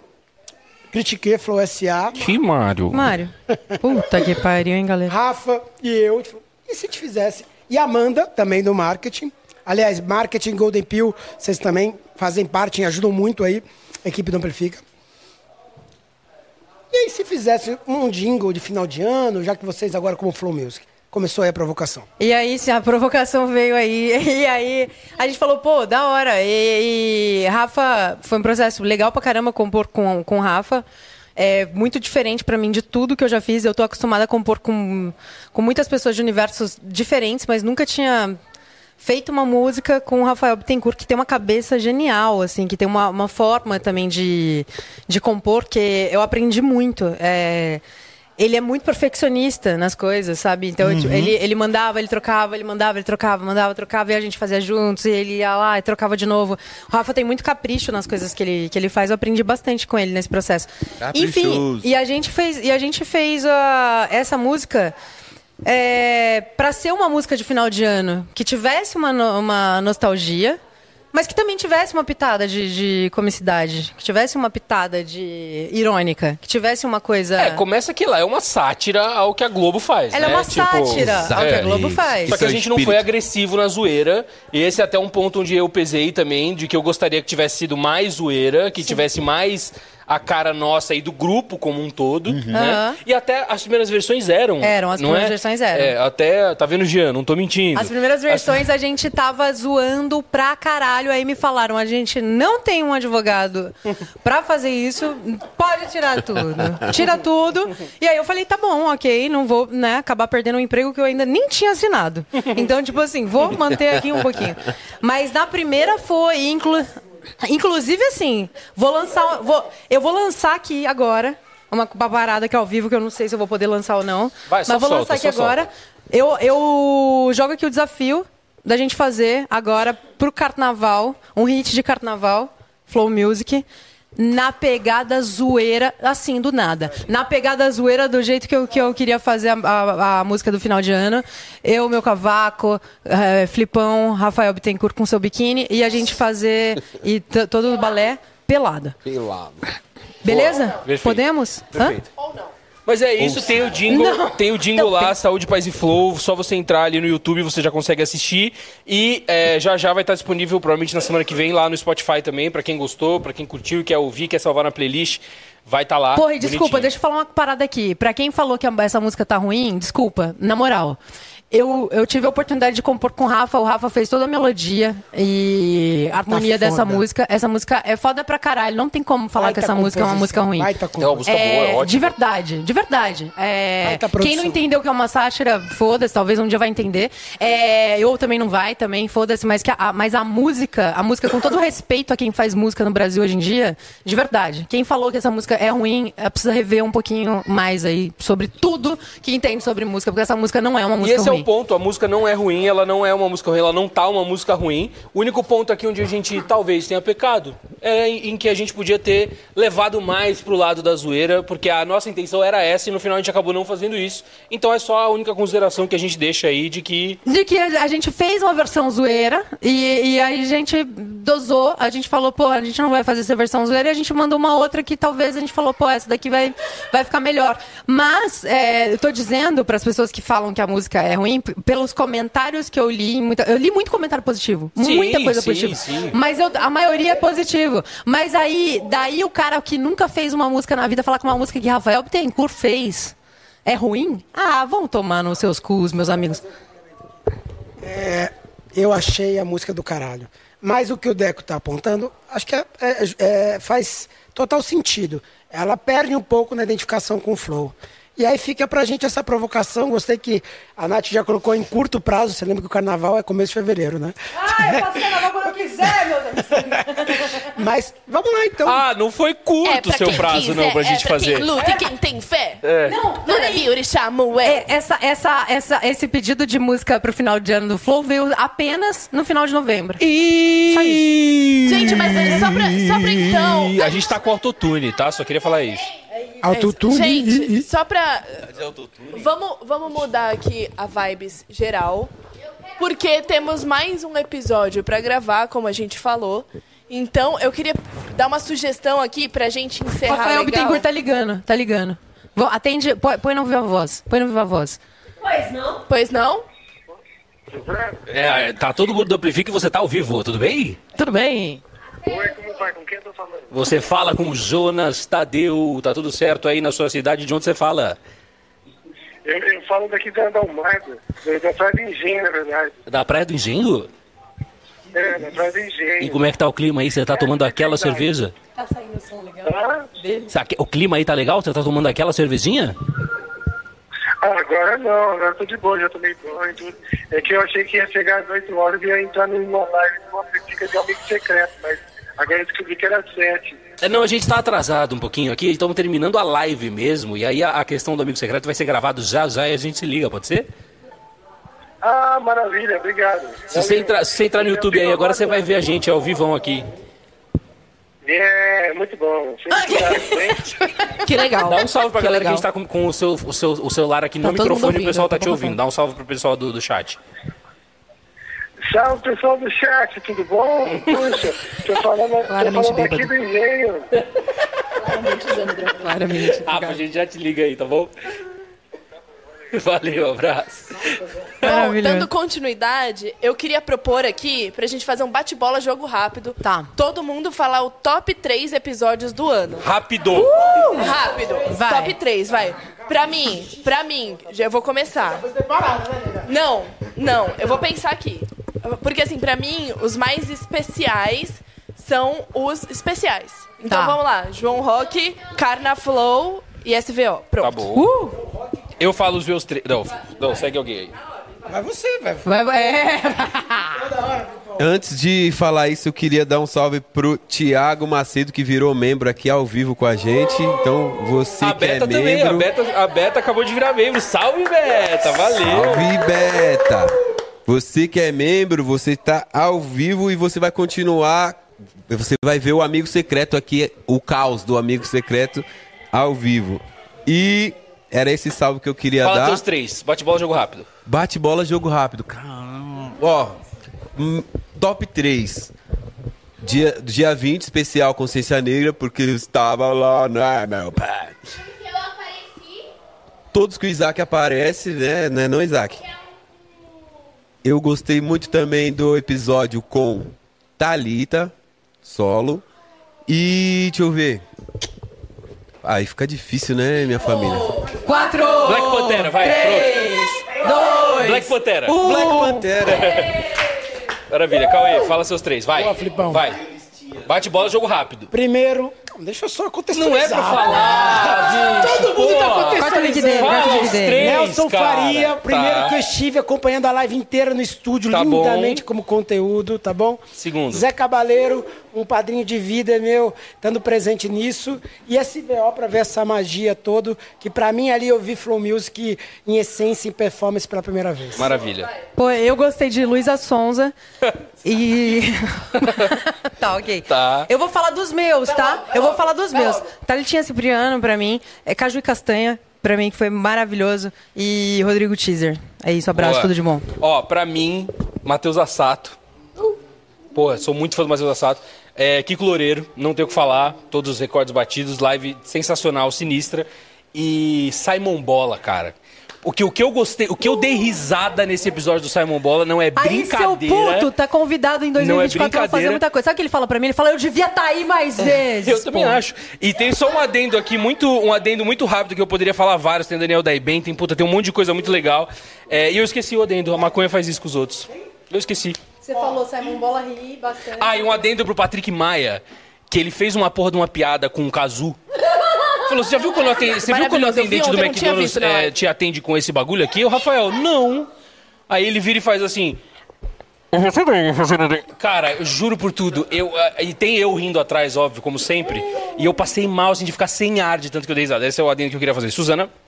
Speaker 5: critiquei Flow SA.
Speaker 2: Que Mário?
Speaker 3: Mário. Puta que pariu, hein, galera?
Speaker 5: Rafa e eu. a gente falou, E se te fizesse? E a Amanda, também do marketing. Aliás, marketing Golden Pill, vocês também fazem parte, e ajudam muito aí, a equipe do Amplifica. E aí, se fizesse um jingle de final de ano, já que vocês agora como Flow Music? Começou aí a provocação.
Speaker 3: E aí, se a provocação veio aí. *laughs* E aí, a gente falou, pô, da hora. E, e Rafa, foi um processo legal pra caramba compor com, com Rafa. É muito diferente pra mim de tudo que eu já fiz. Eu tô acostumada a compor com, com muitas pessoas de universos diferentes, mas nunca tinha feito uma música com o Rafael Bittencourt, que tem uma cabeça genial, assim, que tem uma, uma forma também de, de compor, que eu aprendi muito. É, ele é muito perfeccionista nas coisas, sabe? Então,
Speaker 16: Uhum.
Speaker 3: tipo, ele, ele mandava, ele trocava, ele mandava, ele trocava, mandava, trocava, e a gente fazia juntos, e ele ia lá e trocava de novo. O Rafa tem muito capricho nas coisas que ele, que ele faz, eu aprendi bastante com ele nesse processo.
Speaker 4: Caprichoso.
Speaker 3: Enfim, e a gente fez, e a gente fez a, essa música é, para ser uma música de final de ano que tivesse uma, no- uma nostalgia, mas que também tivesse uma pitada de, de comicidade, que tivesse uma pitada de irônica, que tivesse uma coisa.
Speaker 2: É, começa que lá é uma sátira ao que a Globo faz.
Speaker 3: Ela é
Speaker 2: né?
Speaker 3: uma sátira ao que a Globo faz.
Speaker 2: Só que a
Speaker 3: Isso é
Speaker 2: gente não
Speaker 3: espírito.
Speaker 2: foi agressivo na zoeira. E esse é até um ponto onde eu pesei também, de que eu gostaria que tivesse sido mais zoeira, que tivesse mais a cara nossa e do grupo como um todo,
Speaker 3: Uhum.
Speaker 2: né?
Speaker 3: Aham.
Speaker 2: E até as primeiras versões eram.
Speaker 3: Eram, as
Speaker 2: não
Speaker 3: primeiras
Speaker 2: é?
Speaker 3: versões eram.
Speaker 2: É, até, tá vendo, Jean? Não tô mentindo.
Speaker 3: As primeiras versões a gente tava zoando pra caralho, aí me falaram, a gente não tem um advogado pra fazer isso, pode tirar tudo. Tira tudo. E aí eu falei, tá bom, ok, não vou né, acabar perdendo um emprego que eu ainda nem tinha assinado. Então, tipo assim, vou manter aqui um pouquinho. Mas na primeira foi, inclu... inclusive assim, vou lançar. Vou... Eu vou lançar aqui agora. Uma uma parada aqui ao vivo que eu não sei se eu vou poder lançar ou não.
Speaker 2: Vai, só
Speaker 3: mas vou
Speaker 2: solta,
Speaker 3: lançar aqui
Speaker 2: só
Speaker 3: agora.
Speaker 2: solta.
Speaker 3: Eu, eu jogo aqui o desafio da gente fazer agora pro carnaval, um hit de carnaval, Flow Music, na pegada zoeira, assim, do nada. Na pegada zoeira do jeito que eu, que eu queria fazer a, a- a música do final de ano. Eu, meu cavaco, eh, Flipão, Rafael Bittencourt com seu biquíni, e a gente fazer e t- todo o balé pelada.
Speaker 13: Pelado.
Speaker 3: Beleza?
Speaker 2: Perfeito.
Speaker 3: Podemos? Perfeito.
Speaker 2: Mas é isso, tem o jingle, tem o jingle lá, Saúde, Paz e Flow. Só você entrar ali no YouTube, você já consegue assistir. E é, já já vai estar disponível, provavelmente na semana que vem, lá no Spotify também, pra quem gostou, pra quem curtiu, quer ouvir, quer salvar na playlist, vai estar lá.
Speaker 3: Porra, e desculpa,
Speaker 2: bonitinho.
Speaker 3: deixa eu falar uma parada aqui. Pra quem falou que a- essa música tá ruim, desculpa, na moral. Eu, eu tive a oportunidade de compor com o Rafa, o Rafa fez toda a melodia e a harmonia
Speaker 5: Tá foda.
Speaker 3: dessa música. Essa música é foda pra caralho, não tem como falar
Speaker 5: Baita
Speaker 3: que essa música é uma
Speaker 5: composição,
Speaker 3: música ruim.
Speaker 5: baita composição. É uma música boa, é ótima.
Speaker 3: De verdade, de verdade. É,
Speaker 5: Baita
Speaker 3: quem
Speaker 5: produção.
Speaker 3: não entendeu que é uma sátira, foda-se, talvez um dia vai entender. É, eu também não vai, também, foda-se, mas, que a- a, mas a música, a música, com todo respeito a quem faz música no Brasil hoje em dia, de verdade. Quem falou que essa música é ruim, é, precisa rever um pouquinho mais aí sobre tudo que entende sobre música, porque essa música não é uma
Speaker 2: E
Speaker 3: música
Speaker 2: esse é
Speaker 3: ruim.
Speaker 2: o ponto, a música não é ruim, ela não é uma música ruim, ela não tá uma música ruim. O único ponto aqui onde a gente talvez tenha pecado é em, em que a gente podia ter levado mais pro lado da zoeira, porque a nossa intenção era essa e no final a gente acabou não fazendo isso. Então é só a única consideração que a gente deixa aí de que
Speaker 3: De que a a gente fez uma versão zoeira e, e aí a gente dosou, a gente falou, pô, a gente não vai fazer essa versão zoeira e a gente mandou uma outra que talvez a gente falou, pô, essa daqui vai, vai ficar melhor. Mas é, eu tô dizendo para as pessoas que falam que a música é ruim, p- pelos comentários que eu li, muita- eu li muito comentário positivo,
Speaker 17: Sim,
Speaker 3: muita coisa
Speaker 17: sim,
Speaker 3: positiva.
Speaker 17: sim.
Speaker 3: Mas eu- a maioria é positivo. Mas aí, daí o cara que nunca fez uma música na vida falar com uma música que Rafael Bittencourt fez. É ruim? Ah, vão tomar nos seus cus, meus amigos.
Speaker 5: É, eu achei a música do caralho. Mas o que o Deco tá apontando, acho que é- é- é- faz total sentido. Ela perde um pouco na identificação com o flow. E aí fica pra gente essa provocação. Gostei que a Nath já colocou em curto prazo. Você lembra que o carnaval é começo de fevereiro, né?
Speaker 3: Ah, eu faço carnaval quando eu quiser, meu Deus.
Speaker 5: *laughs* Mas vamos lá então.
Speaker 2: Ah, não foi
Speaker 6: É,
Speaker 2: curto o seu prazo não pra gente fazer.
Speaker 3: quem tem fé.
Speaker 2: É.
Speaker 3: Não, não é, essa, essa, essa, Esse pedido de música pro final de ano do Flow veio apenas no final de novembro.
Speaker 2: E...
Speaker 3: Só isso.
Speaker 6: Gente, mas é só pra, só pra então.
Speaker 2: E a gente tá com autotune, tá? Só queria falar isso.
Speaker 5: Autotune,
Speaker 6: Gente, só pra. Vamos, vamos mudar aqui a vibes geral. Porque temos mais um episódio pra gravar, como a gente falou. Então, eu queria dar uma sugestão aqui pra gente encerrar.
Speaker 3: Rafael
Speaker 6: legal.
Speaker 3: Bittencourt tá ligando, tá ligando. Vou- Atende, põe, põe no Viva Voz, põe no Viva Voz. tá-
Speaker 6: Pois não? Pois não?
Speaker 2: É, tá todo mundo do Amplifica e você tá ao vivo, tudo bem?
Speaker 3: Tudo bem?
Speaker 2: Você fala com o Jonas Tadeu, tá tudo certo aí na sua cidade, de onde você fala?
Speaker 15: Eu, eu falo daqui da Dalmada, da, da Praia do Engenho, na verdade.
Speaker 2: Da Praia do Engenho?
Speaker 15: É, da Praia do Engenho.
Speaker 2: E como é que tá o clima aí? Você tá tomando aquela cerveja?
Speaker 3: Tá saindo o som legal
Speaker 2: dele? O clima aí tá legal? Você tá tomando aquela cervejinha?
Speaker 15: Ah, agora não, agora eu tô de boa, já tomei banho e tudo. É que eu achei que ia chegar às 8 horas e ia entrar numa live de uma política de amigo secreto, mas agora eu descobri que era 7.
Speaker 2: É, Não, a gente tá atrasado um pouquinho aqui, estamos terminando a live mesmo, e aí a, a questão do amigo secreto vai ser gravado já já e a gente se liga, pode ser?
Speaker 15: Ah, maravilha, obrigado.
Speaker 2: Se você, entra- se você entrar no YouTube aí agora, você vai ver a gente ao vivão aqui.
Speaker 15: É, muito
Speaker 3: *laughs*
Speaker 15: bom.
Speaker 3: Ah,
Speaker 15: Sempre
Speaker 3: Que legal.
Speaker 2: Dá um salve pra
Speaker 15: Que
Speaker 2: galera que,
Speaker 15: legal.
Speaker 2: a gente tá com, com o, seu, o, seu, o celular aqui
Speaker 15: Tá
Speaker 2: no
Speaker 15: todo mundo
Speaker 2: microfone e o
Speaker 15: ouvindo,
Speaker 2: pessoal tá
Speaker 15: tá
Speaker 2: te
Speaker 15: todo
Speaker 2: ouvindo. Dá um salve pro pessoal do, do chat.
Speaker 15: Salve pessoal do chat, tudo bom? Puxa, tô falando,
Speaker 2: Claramente
Speaker 15: tô falando aqui
Speaker 2: bêbado.
Speaker 15: do engenho. *laughs*
Speaker 3: *laughs*
Speaker 2: Claramente. Rafa, a gente já te liga aí, tá bom? *laughs* Valeu, abraço.
Speaker 6: Então,
Speaker 2: Maravilhoso.
Speaker 6: dando continuidade, eu queria propor aqui pra gente fazer um bate-bola jogo rápido. Tá. Todo mundo falar o top 3 episódios do ano.
Speaker 2: Rápido.
Speaker 6: Uh! Rápido.
Speaker 2: Vai.
Speaker 6: Top 3, vai. Pra mim, pra mim, já vou começar.
Speaker 3: Tá né,
Speaker 6: Não, não, eu vou pensar aqui. Porque assim, pra mim, os mais especiais são os especiais. Então
Speaker 2: Tá.
Speaker 6: vamos lá, João Rock, Carna Flow e SVO. Pronto.
Speaker 2: Tá bom. Eu falo os meus três. Não, não, segue alguém aí.
Speaker 5: Vai você, vai.
Speaker 3: Vai, vai. É.
Speaker 15: Então,
Speaker 4: Antes de falar isso, eu queria dar um salve pro Tiago Macedo, que virou membro aqui ao vivo com a gente. Então, você
Speaker 2: A
Speaker 4: que é
Speaker 2: Beta também, a
Speaker 4: membro.
Speaker 2: Beta, a Beta acabou de virar membro. Salve, Beta! Valeu!
Speaker 4: Salve, Beta! Você que é membro, você tá ao vivo e você vai continuar. Você vai ver o amigo secreto aqui, o caos do amigo secreto ao vivo. E era esse salve que eu queria
Speaker 2: Fala
Speaker 4: dar.
Speaker 2: teus três. Bate bola, jogo rápido.
Speaker 4: Bate bola, jogo rápido. Caramba. Ó, hum, top 3. Dia, dia 20, especial Consciência Negra, porque eu estava lá, né, meu pai? Todos que o Isaac aparece, né? Não é não, Isaac? Eu gostei muito também do episódio com Thalita, solo. E deixa eu ver. Aí fica difícil, né, minha família?
Speaker 3: Quatro.
Speaker 2: Black Pantera, vai,
Speaker 3: Três. Dois.
Speaker 2: Black Pantera.
Speaker 4: Uh!
Speaker 3: Um.
Speaker 2: Black Pantera. Maravilha, Cauê, fala seus três, vai. Vai. Bate bola, jogo rápido.
Speaker 5: Primeiro, calma, deixa eu só contextualizar.
Speaker 2: Não é
Speaker 5: *laughs*
Speaker 2: pra falar, gente.
Speaker 5: Todo mundo
Speaker 2: Pô.
Speaker 5: tá
Speaker 2: Corta o link dele,
Speaker 5: contextualizando.
Speaker 2: corta o link dele. Fala os
Speaker 5: Nelson
Speaker 2: três, cara.
Speaker 5: Faria, primeiro
Speaker 2: Tá.
Speaker 5: que eu estive acompanhando a live inteira no estúdio,
Speaker 2: Tá bom.
Speaker 5: lindamente como conteúdo, tá bom?
Speaker 2: Segundo.
Speaker 5: Zé Cabaleiro, um padrinho de vida meu, dando presente nisso. E SBO pra ver essa magia toda, que pra mim ali eu vi Flow Music em essência, em performance pela primeira vez.
Speaker 2: Maravilha.
Speaker 3: Pô, eu gostei de Luísa Sonza e... *laughs* tá, ok.
Speaker 2: Tá.
Speaker 3: Eu vou falar dos meus, tá? Eu vou falar dos meus. Thalitinha Cipriano, pra mim. É Caju e Castanha, pra mim, que foi maravilhoso. E Rodrigo Teaser. É isso, abraço,
Speaker 2: Boa.
Speaker 3: tudo de bom.
Speaker 2: Ó, pra mim, Matheus Assato. Porra, sou muito fã do Matheus Assato. É, Kiko Loureiro, não tenho o que falar. Todos os recordes batidos, live sensacional, sinistra. E Simon Bola, cara. O que, o que eu gostei, o que eu dei risada nesse episódio do Simon Bola não é
Speaker 3: Aí seu
Speaker 2: brincadeira.
Speaker 3: puto tá convidado em
Speaker 2: Não
Speaker 3: 2024 pra
Speaker 2: é
Speaker 3: fazer
Speaker 2: brincadeira. É,
Speaker 3: muita coisa. Sabe o que ele fala pra mim? Ele fala, eu devia estar tá aí mais vezes.
Speaker 2: Eu também
Speaker 3: pô.
Speaker 2: acho. E tem só um adendo aqui, muito, um adendo muito rápido que eu poderia falar vários. Tem Daniel Daiben, tem puta, tem um monte de coisa muito legal. É, e eu esqueci o adendo, a maconha faz isso com os outros. Eu esqueci.
Speaker 3: Você falou, Simon Bola ri bastante.
Speaker 2: Ah, e um adendo pro Patrick Maia, que ele fez uma porra de uma piada com o Cazu. Falou, você já viu quando, aten- você viu quando o
Speaker 6: Maravilhoso, eu vi
Speaker 2: atendente do
Speaker 6: ontem, eu não tinha
Speaker 2: McDonald's
Speaker 6: visto na
Speaker 2: eh,
Speaker 6: live."
Speaker 2: te atende com esse bagulho aqui? O Rafael, não. Aí ele vira e faz assim. É. Cara, eu juro por tudo. Eu, ah, e tem eu rindo atrás, óbvio, como sempre. E eu passei mal, assim, de ficar sem ar de tanto que eu dei risada. Esse é o adendo que eu queria fazer. Suzana, *laughs*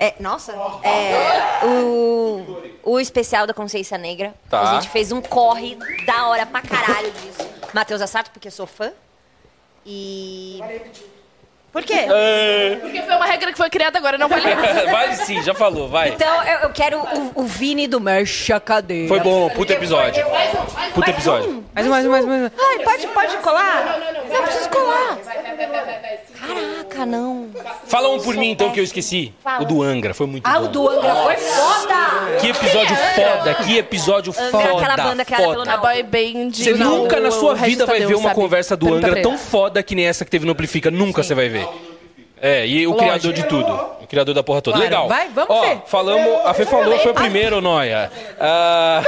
Speaker 7: É, nossa, é, o, o especial da Consciência Negra.
Speaker 2: Tá.
Speaker 7: A gente fez um corre da hora pra caralho disso. Matheus Assato, porque eu sou fã. E. Por quê?
Speaker 6: Porque foi uma regra que foi criada agora, não vale.
Speaker 2: vai sim, já falou, vai.
Speaker 7: Então, eu, eu quero o, o Vini do Mercha Cadeira.
Speaker 2: Foi bom, puta episódio. Puta episódio.
Speaker 3: Mais um, mais um, mais um. mais um.
Speaker 7: Ai, pode, pode colar?
Speaker 6: não,
Speaker 7: não. Não preciso colar.
Speaker 6: Caraca,
Speaker 7: não.
Speaker 2: Fala um por mim, então, que eu esqueci.
Speaker 7: Fala.
Speaker 2: O do Angra, foi muito
Speaker 7: Ah,
Speaker 2: bom.
Speaker 7: o do Angra foi foda!
Speaker 2: Que episódio foda, que episódio
Speaker 7: Angra,
Speaker 2: foda.
Speaker 7: aquela banda que era
Speaker 2: foda.
Speaker 7: pelo
Speaker 6: é? A boy band.
Speaker 2: Você
Speaker 6: não,
Speaker 2: nunca na
Speaker 6: o
Speaker 2: sua
Speaker 6: resto
Speaker 2: vida
Speaker 6: só
Speaker 2: vai
Speaker 6: Deus
Speaker 2: ver uma
Speaker 6: sabe.
Speaker 2: conversa do
Speaker 6: Pergunta
Speaker 2: Angra
Speaker 6: pra
Speaker 2: tão
Speaker 6: ele.
Speaker 2: foda que nem essa que teve no Amplifica. Nunca você vai ver. É, e o
Speaker 6: Lógico.
Speaker 2: criador de tudo. O criador da porra toda.
Speaker 6: Claro.
Speaker 2: Legal.
Speaker 6: Vai, vamos,
Speaker 2: Ó,
Speaker 6: Fê.
Speaker 2: falamos, a Fê falou, foi o primeiro, Noia.
Speaker 6: *laughs*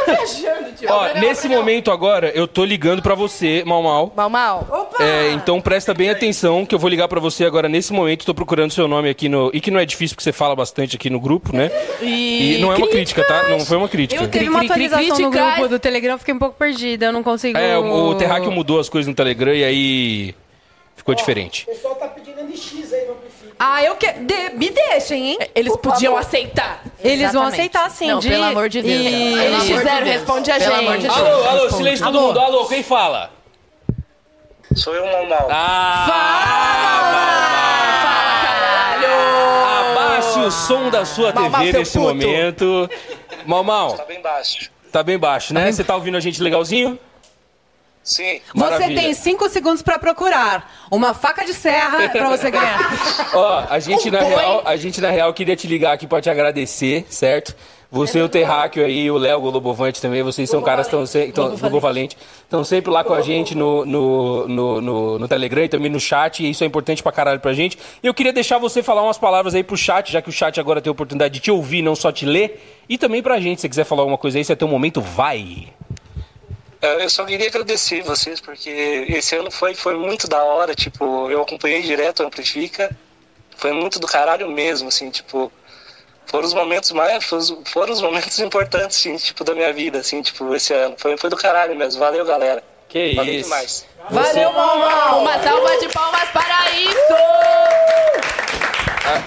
Speaker 2: Ah, ó, nesse momento agora, eu tô ligando pra você, Mal Mal.
Speaker 6: Mal, mal.
Speaker 2: É, então presta bem atenção que eu vou ligar pra você agora nesse momento. Tô procurando seu nome aqui no. E que não é difícil porque você fala bastante aqui no grupo, né?
Speaker 3: E-
Speaker 2: não é uma crítica, tá? Não foi uma crítica.
Speaker 3: Eu teve uma atualização no
Speaker 6: críticas.
Speaker 3: grupo do Telegram, fiquei um pouco perdida, eu não consigo...
Speaker 2: É, o, o Terráqueo mudou as coisas no Telegram e aí ficou diferente.
Speaker 3: Ah, eu quero... De- Me deixem, hein?
Speaker 2: É,
Speaker 6: Eles podiam aceitar.
Speaker 3: Eles vão aceitar, sim.
Speaker 6: Não, pelo amor de Deus. Pelo amor de Deus. Pelo amor de Deus.
Speaker 2: Alô, alô,
Speaker 6: Responde.
Speaker 2: silêncio todo
Speaker 6: Alô.
Speaker 2: mundo. Alô, quem fala?
Speaker 17: Sou eu, Mamal.
Speaker 2: Ah, Abaixe o som da sua
Speaker 17: Mau, mau,
Speaker 2: TV
Speaker 17: seu
Speaker 2: nesse
Speaker 17: puto.
Speaker 2: momento. Mal, mal.
Speaker 17: Tá bem baixo.
Speaker 2: Tá bem baixo, né? Você tá ouvindo a gente legalzinho?
Speaker 17: Sim.
Speaker 3: Você tem 5 segundos pra procurar uma faca de serra pra você ganhar.
Speaker 2: *laughs* Ó, a gente, na real, a gente, na real, queria te ligar aqui pra te agradecer, certo? Você, o Terráqueo aí, o Léo, o Globovante também, vocês são caras tão, se- tão, Globo Valente, estão sempre lá com a gente no, no, no, no, no Telegram e também no chat, e isso é importante pra caralho pra gente. E eu queria deixar você falar umas palavras aí pro chat, já que o chat agora tem a oportunidade de te ouvir, não só te ler, e também pra gente, se você quiser falar alguma coisa aí, se é teu momento, vai!
Speaker 17: É, Eu só queria agradecer vocês, porque esse ano foi, foi muito da hora, tipo, eu acompanhei direto o Amplifica, foi muito do caralho mesmo, assim, tipo, foram os momentos mais, foram os- foram os momentos *laughs* importantes, assim, tipo, da minha vida, assim, tipo, esse ano, foi, foi do caralho mesmo, valeu galera.
Speaker 2: Que
Speaker 17: valeu
Speaker 2: isso.
Speaker 17: demais.
Speaker 6: é
Speaker 9: Valeu, Momão! Uma salva de palmas para isso!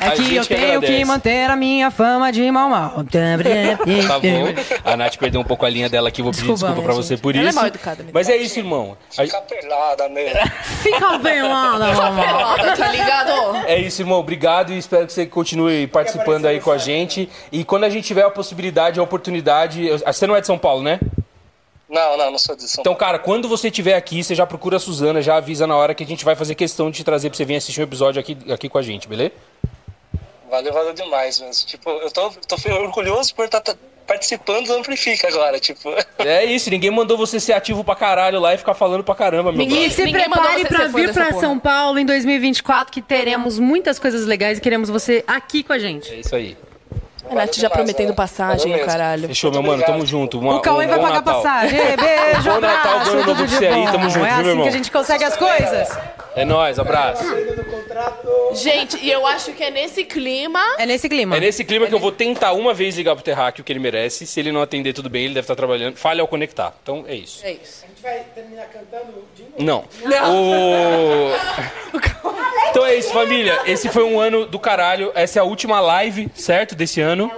Speaker 3: É que eu tenho que, manter a minha fama de mal mal.
Speaker 2: Tá bom. A Nath perdeu um pouco a linha dela aqui, vou pedir
Speaker 3: Desculpa,
Speaker 2: desculpa, pra
Speaker 3: gente.
Speaker 2: você por
Speaker 3: Ela é
Speaker 2: isso.
Speaker 3: mal educada,
Speaker 2: Mas é isso, irmão. A-
Speaker 17: Pelada mesmo.
Speaker 3: Fica bem lá,
Speaker 2: *laughs*
Speaker 9: Pelada, tá ligado?
Speaker 2: É isso, irmão. Obrigado e espero que você continue participando aí com a gente. E quando a gente tiver a possibilidade, a oportunidade. eu- Você não é de São Paulo, né?
Speaker 17: Não, não, não sou de São
Speaker 2: Então, cara, quando você estiver aqui, você já procura a Suzana, já avisa na hora que a gente vai fazer questão de te trazer pra você vir assistir um episódio aqui, aqui com a gente, beleza?
Speaker 17: Valeu, valeu demais mesmo. Tipo, eu tô, tô fe- orgulhoso por estar tá participando do Amplifica agora, tipo. *laughs*
Speaker 2: É isso, ninguém mandou você ser ativo pra caralho lá e ficar falando pra caramba, meu
Speaker 3: E se
Speaker 9: Ninguém mandou
Speaker 3: prepare
Speaker 9: você
Speaker 3: pra
Speaker 9: ser fã
Speaker 3: vir
Speaker 9: dessa
Speaker 3: pra
Speaker 9: porra.
Speaker 3: São Paulo em 2024, que teremos muitas coisas legais e queremos você aqui com a gente.
Speaker 2: É isso aí.
Speaker 9: A Nath já prometendo passagem, o caralho.
Speaker 2: Fechou, meu mano. Tamo junto. Uma-
Speaker 3: O Cauê
Speaker 2: um
Speaker 3: vai
Speaker 2: bom
Speaker 3: pagar
Speaker 2: Natal.
Speaker 3: passagem.
Speaker 2: *laughs*
Speaker 3: Beijo,
Speaker 2: Bom Natal,
Speaker 3: abraço,
Speaker 2: bom ano
Speaker 3: tudo
Speaker 2: novo pra
Speaker 3: de
Speaker 2: você aí.
Speaker 3: bom.
Speaker 2: Tamo junto,
Speaker 3: é
Speaker 2: viu,
Speaker 3: assim
Speaker 2: meu irmão?
Speaker 3: que a gente consegue as coisas.
Speaker 2: É nóis, abraço.
Speaker 9: Gente, e eu acho que é nesse clima.
Speaker 3: É nesse clima.
Speaker 2: É nesse clima que eu vou tentar uma vez ligar pro Terráqueo que ele merece. Se ele não atender, tudo bem, ele deve estar trabalhando. Falha ao conectar. Então é isso.
Speaker 9: É isso.
Speaker 18: A gente vai terminar cantando de novo.
Speaker 2: Não. O- *laughs* Então é isso, família. Esse foi um ano do caralho. Essa é a última live, certo? Desse ano.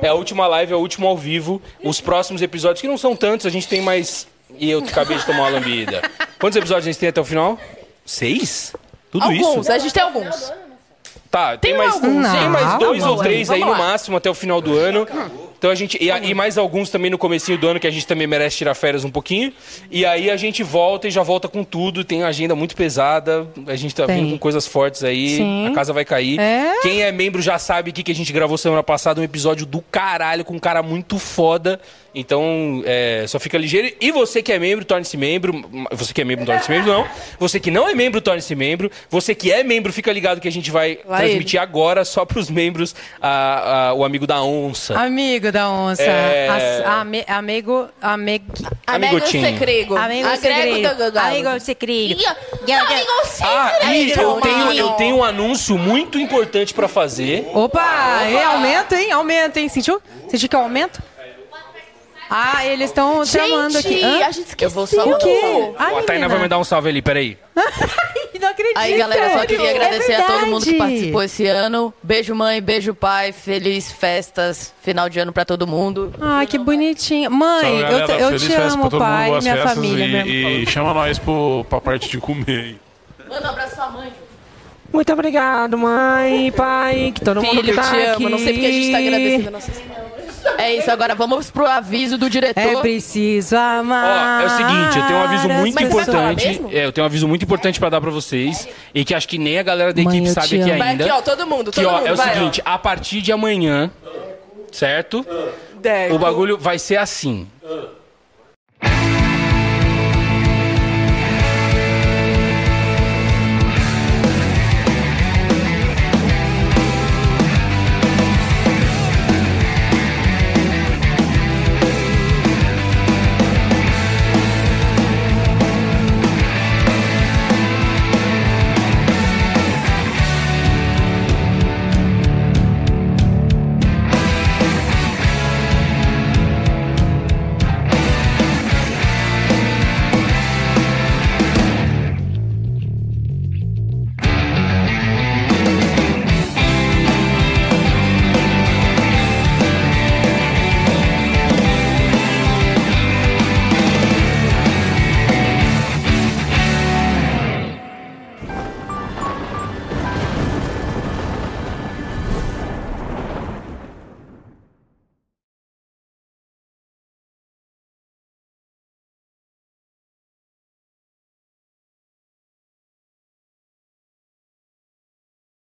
Speaker 2: É a última live, é o último ao vivo. Os próximos episódios, que não são tantos, a gente tem mais. E eu acabei de tomar uma lambida. Quantos episódios a gente tem até o final? Seis? Tudo isso?
Speaker 9: alguns, a gente tem alguns.
Speaker 2: Tá, tem,
Speaker 9: Tem
Speaker 2: mais,
Speaker 9: alguns,
Speaker 2: tem
Speaker 9: hein?
Speaker 2: mais dois
Speaker 9: Vamos
Speaker 2: ou
Speaker 9: lá,
Speaker 2: três aí
Speaker 9: vamos
Speaker 2: no
Speaker 9: lá.
Speaker 2: máximo até o final do ano. Então a gente. E, a- e mais alguns também no comecinho do ano, que a gente também merece tirar férias um pouquinho. E aí a gente volta e já volta com tudo. Tem agenda muito pesada. A gente tá
Speaker 3: Tem.
Speaker 2: vindo com coisas fortes aí.
Speaker 3: Sim.
Speaker 2: A casa vai cair.
Speaker 3: É.
Speaker 2: Quem é membro já sabe aqui que a gente gravou semana passada um episódio do caralho com um cara muito foda. Então, é, só fica ligeiro. E você que é membro, torne-se membro. Você que é membro, torne-se membro, não. Você que não é membro, torne-se membro. Você que é membro, fica ligado que a gente vai
Speaker 3: Lá
Speaker 2: transmitir agora só pros membros a- a- o amigo da onça.
Speaker 3: Amigo da onça.
Speaker 2: É.
Speaker 3: As- ame- amigo. Amig...
Speaker 2: Amigotinho.
Speaker 9: segredo.
Speaker 3: Amigo
Speaker 9: Agrego do
Speaker 3: segredo.
Speaker 9: gogado.
Speaker 3: Amigo segredo.
Speaker 2: Ah, e eu tenho, eu tenho um anúncio muito importante pra fazer.
Speaker 3: Opa, e aumento, hein? Aumento, hein? Sentiu? Sentiu que é aumento? Ah, eles estão chamando aqui. Hã?
Speaker 9: a gente esqueceu. Eu vou só
Speaker 3: O quê? Ai,
Speaker 2: Ó, a Tainá
Speaker 3: menina.
Speaker 2: vai me dar um salve ali, peraí.
Speaker 3: Não acredito.
Speaker 9: Aí, galera, só queria
Speaker 3: É
Speaker 9: agradecer a todo mundo que
Speaker 3: verdade.
Speaker 9: participou esse ano. Beijo, mãe, beijo, pai. Feliz festas, final de ano pra todo mundo.
Speaker 3: Ai, que bonitinho. Mãe,
Speaker 10: Então,
Speaker 3: eu, te-
Speaker 10: galera,
Speaker 3: eu
Speaker 10: feliz
Speaker 3: te
Speaker 10: festa pra
Speaker 3: amo,
Speaker 10: todo mundo,
Speaker 3: pai,
Speaker 10: boas
Speaker 3: minha
Speaker 10: festas
Speaker 3: família. meu irmão.
Speaker 10: E, e chama nós pro, pra parte de comer. hein?
Speaker 9: Manda um abraço pra mãe.
Speaker 6: Muito obrigado, mãe, pai, que todo mundo
Speaker 9: Filho,
Speaker 6: que tá
Speaker 9: te
Speaker 6: aqui.
Speaker 9: amo. Não sei porque a gente tá agradecendo a nossa senhora. É isso, agora vamos pro aviso do diretor.
Speaker 3: É preciso amar.
Speaker 2: Ó, é o seguinte, eu tenho um aviso
Speaker 3: as
Speaker 2: muito
Speaker 3: pessoas.
Speaker 2: importante. É, eu tenho um aviso muito importante pra dar pra vocês e que acho que nem a galera da equipe sabe aqui
Speaker 9: Vai
Speaker 2: ainda.
Speaker 9: aqui, ó, todo mundo,
Speaker 2: que
Speaker 9: todo
Speaker 2: ó,
Speaker 9: mundo.
Speaker 2: é o
Speaker 9: vai, ó.
Speaker 2: seguinte, a partir de amanhã, certo? O bagulho vai ser assim.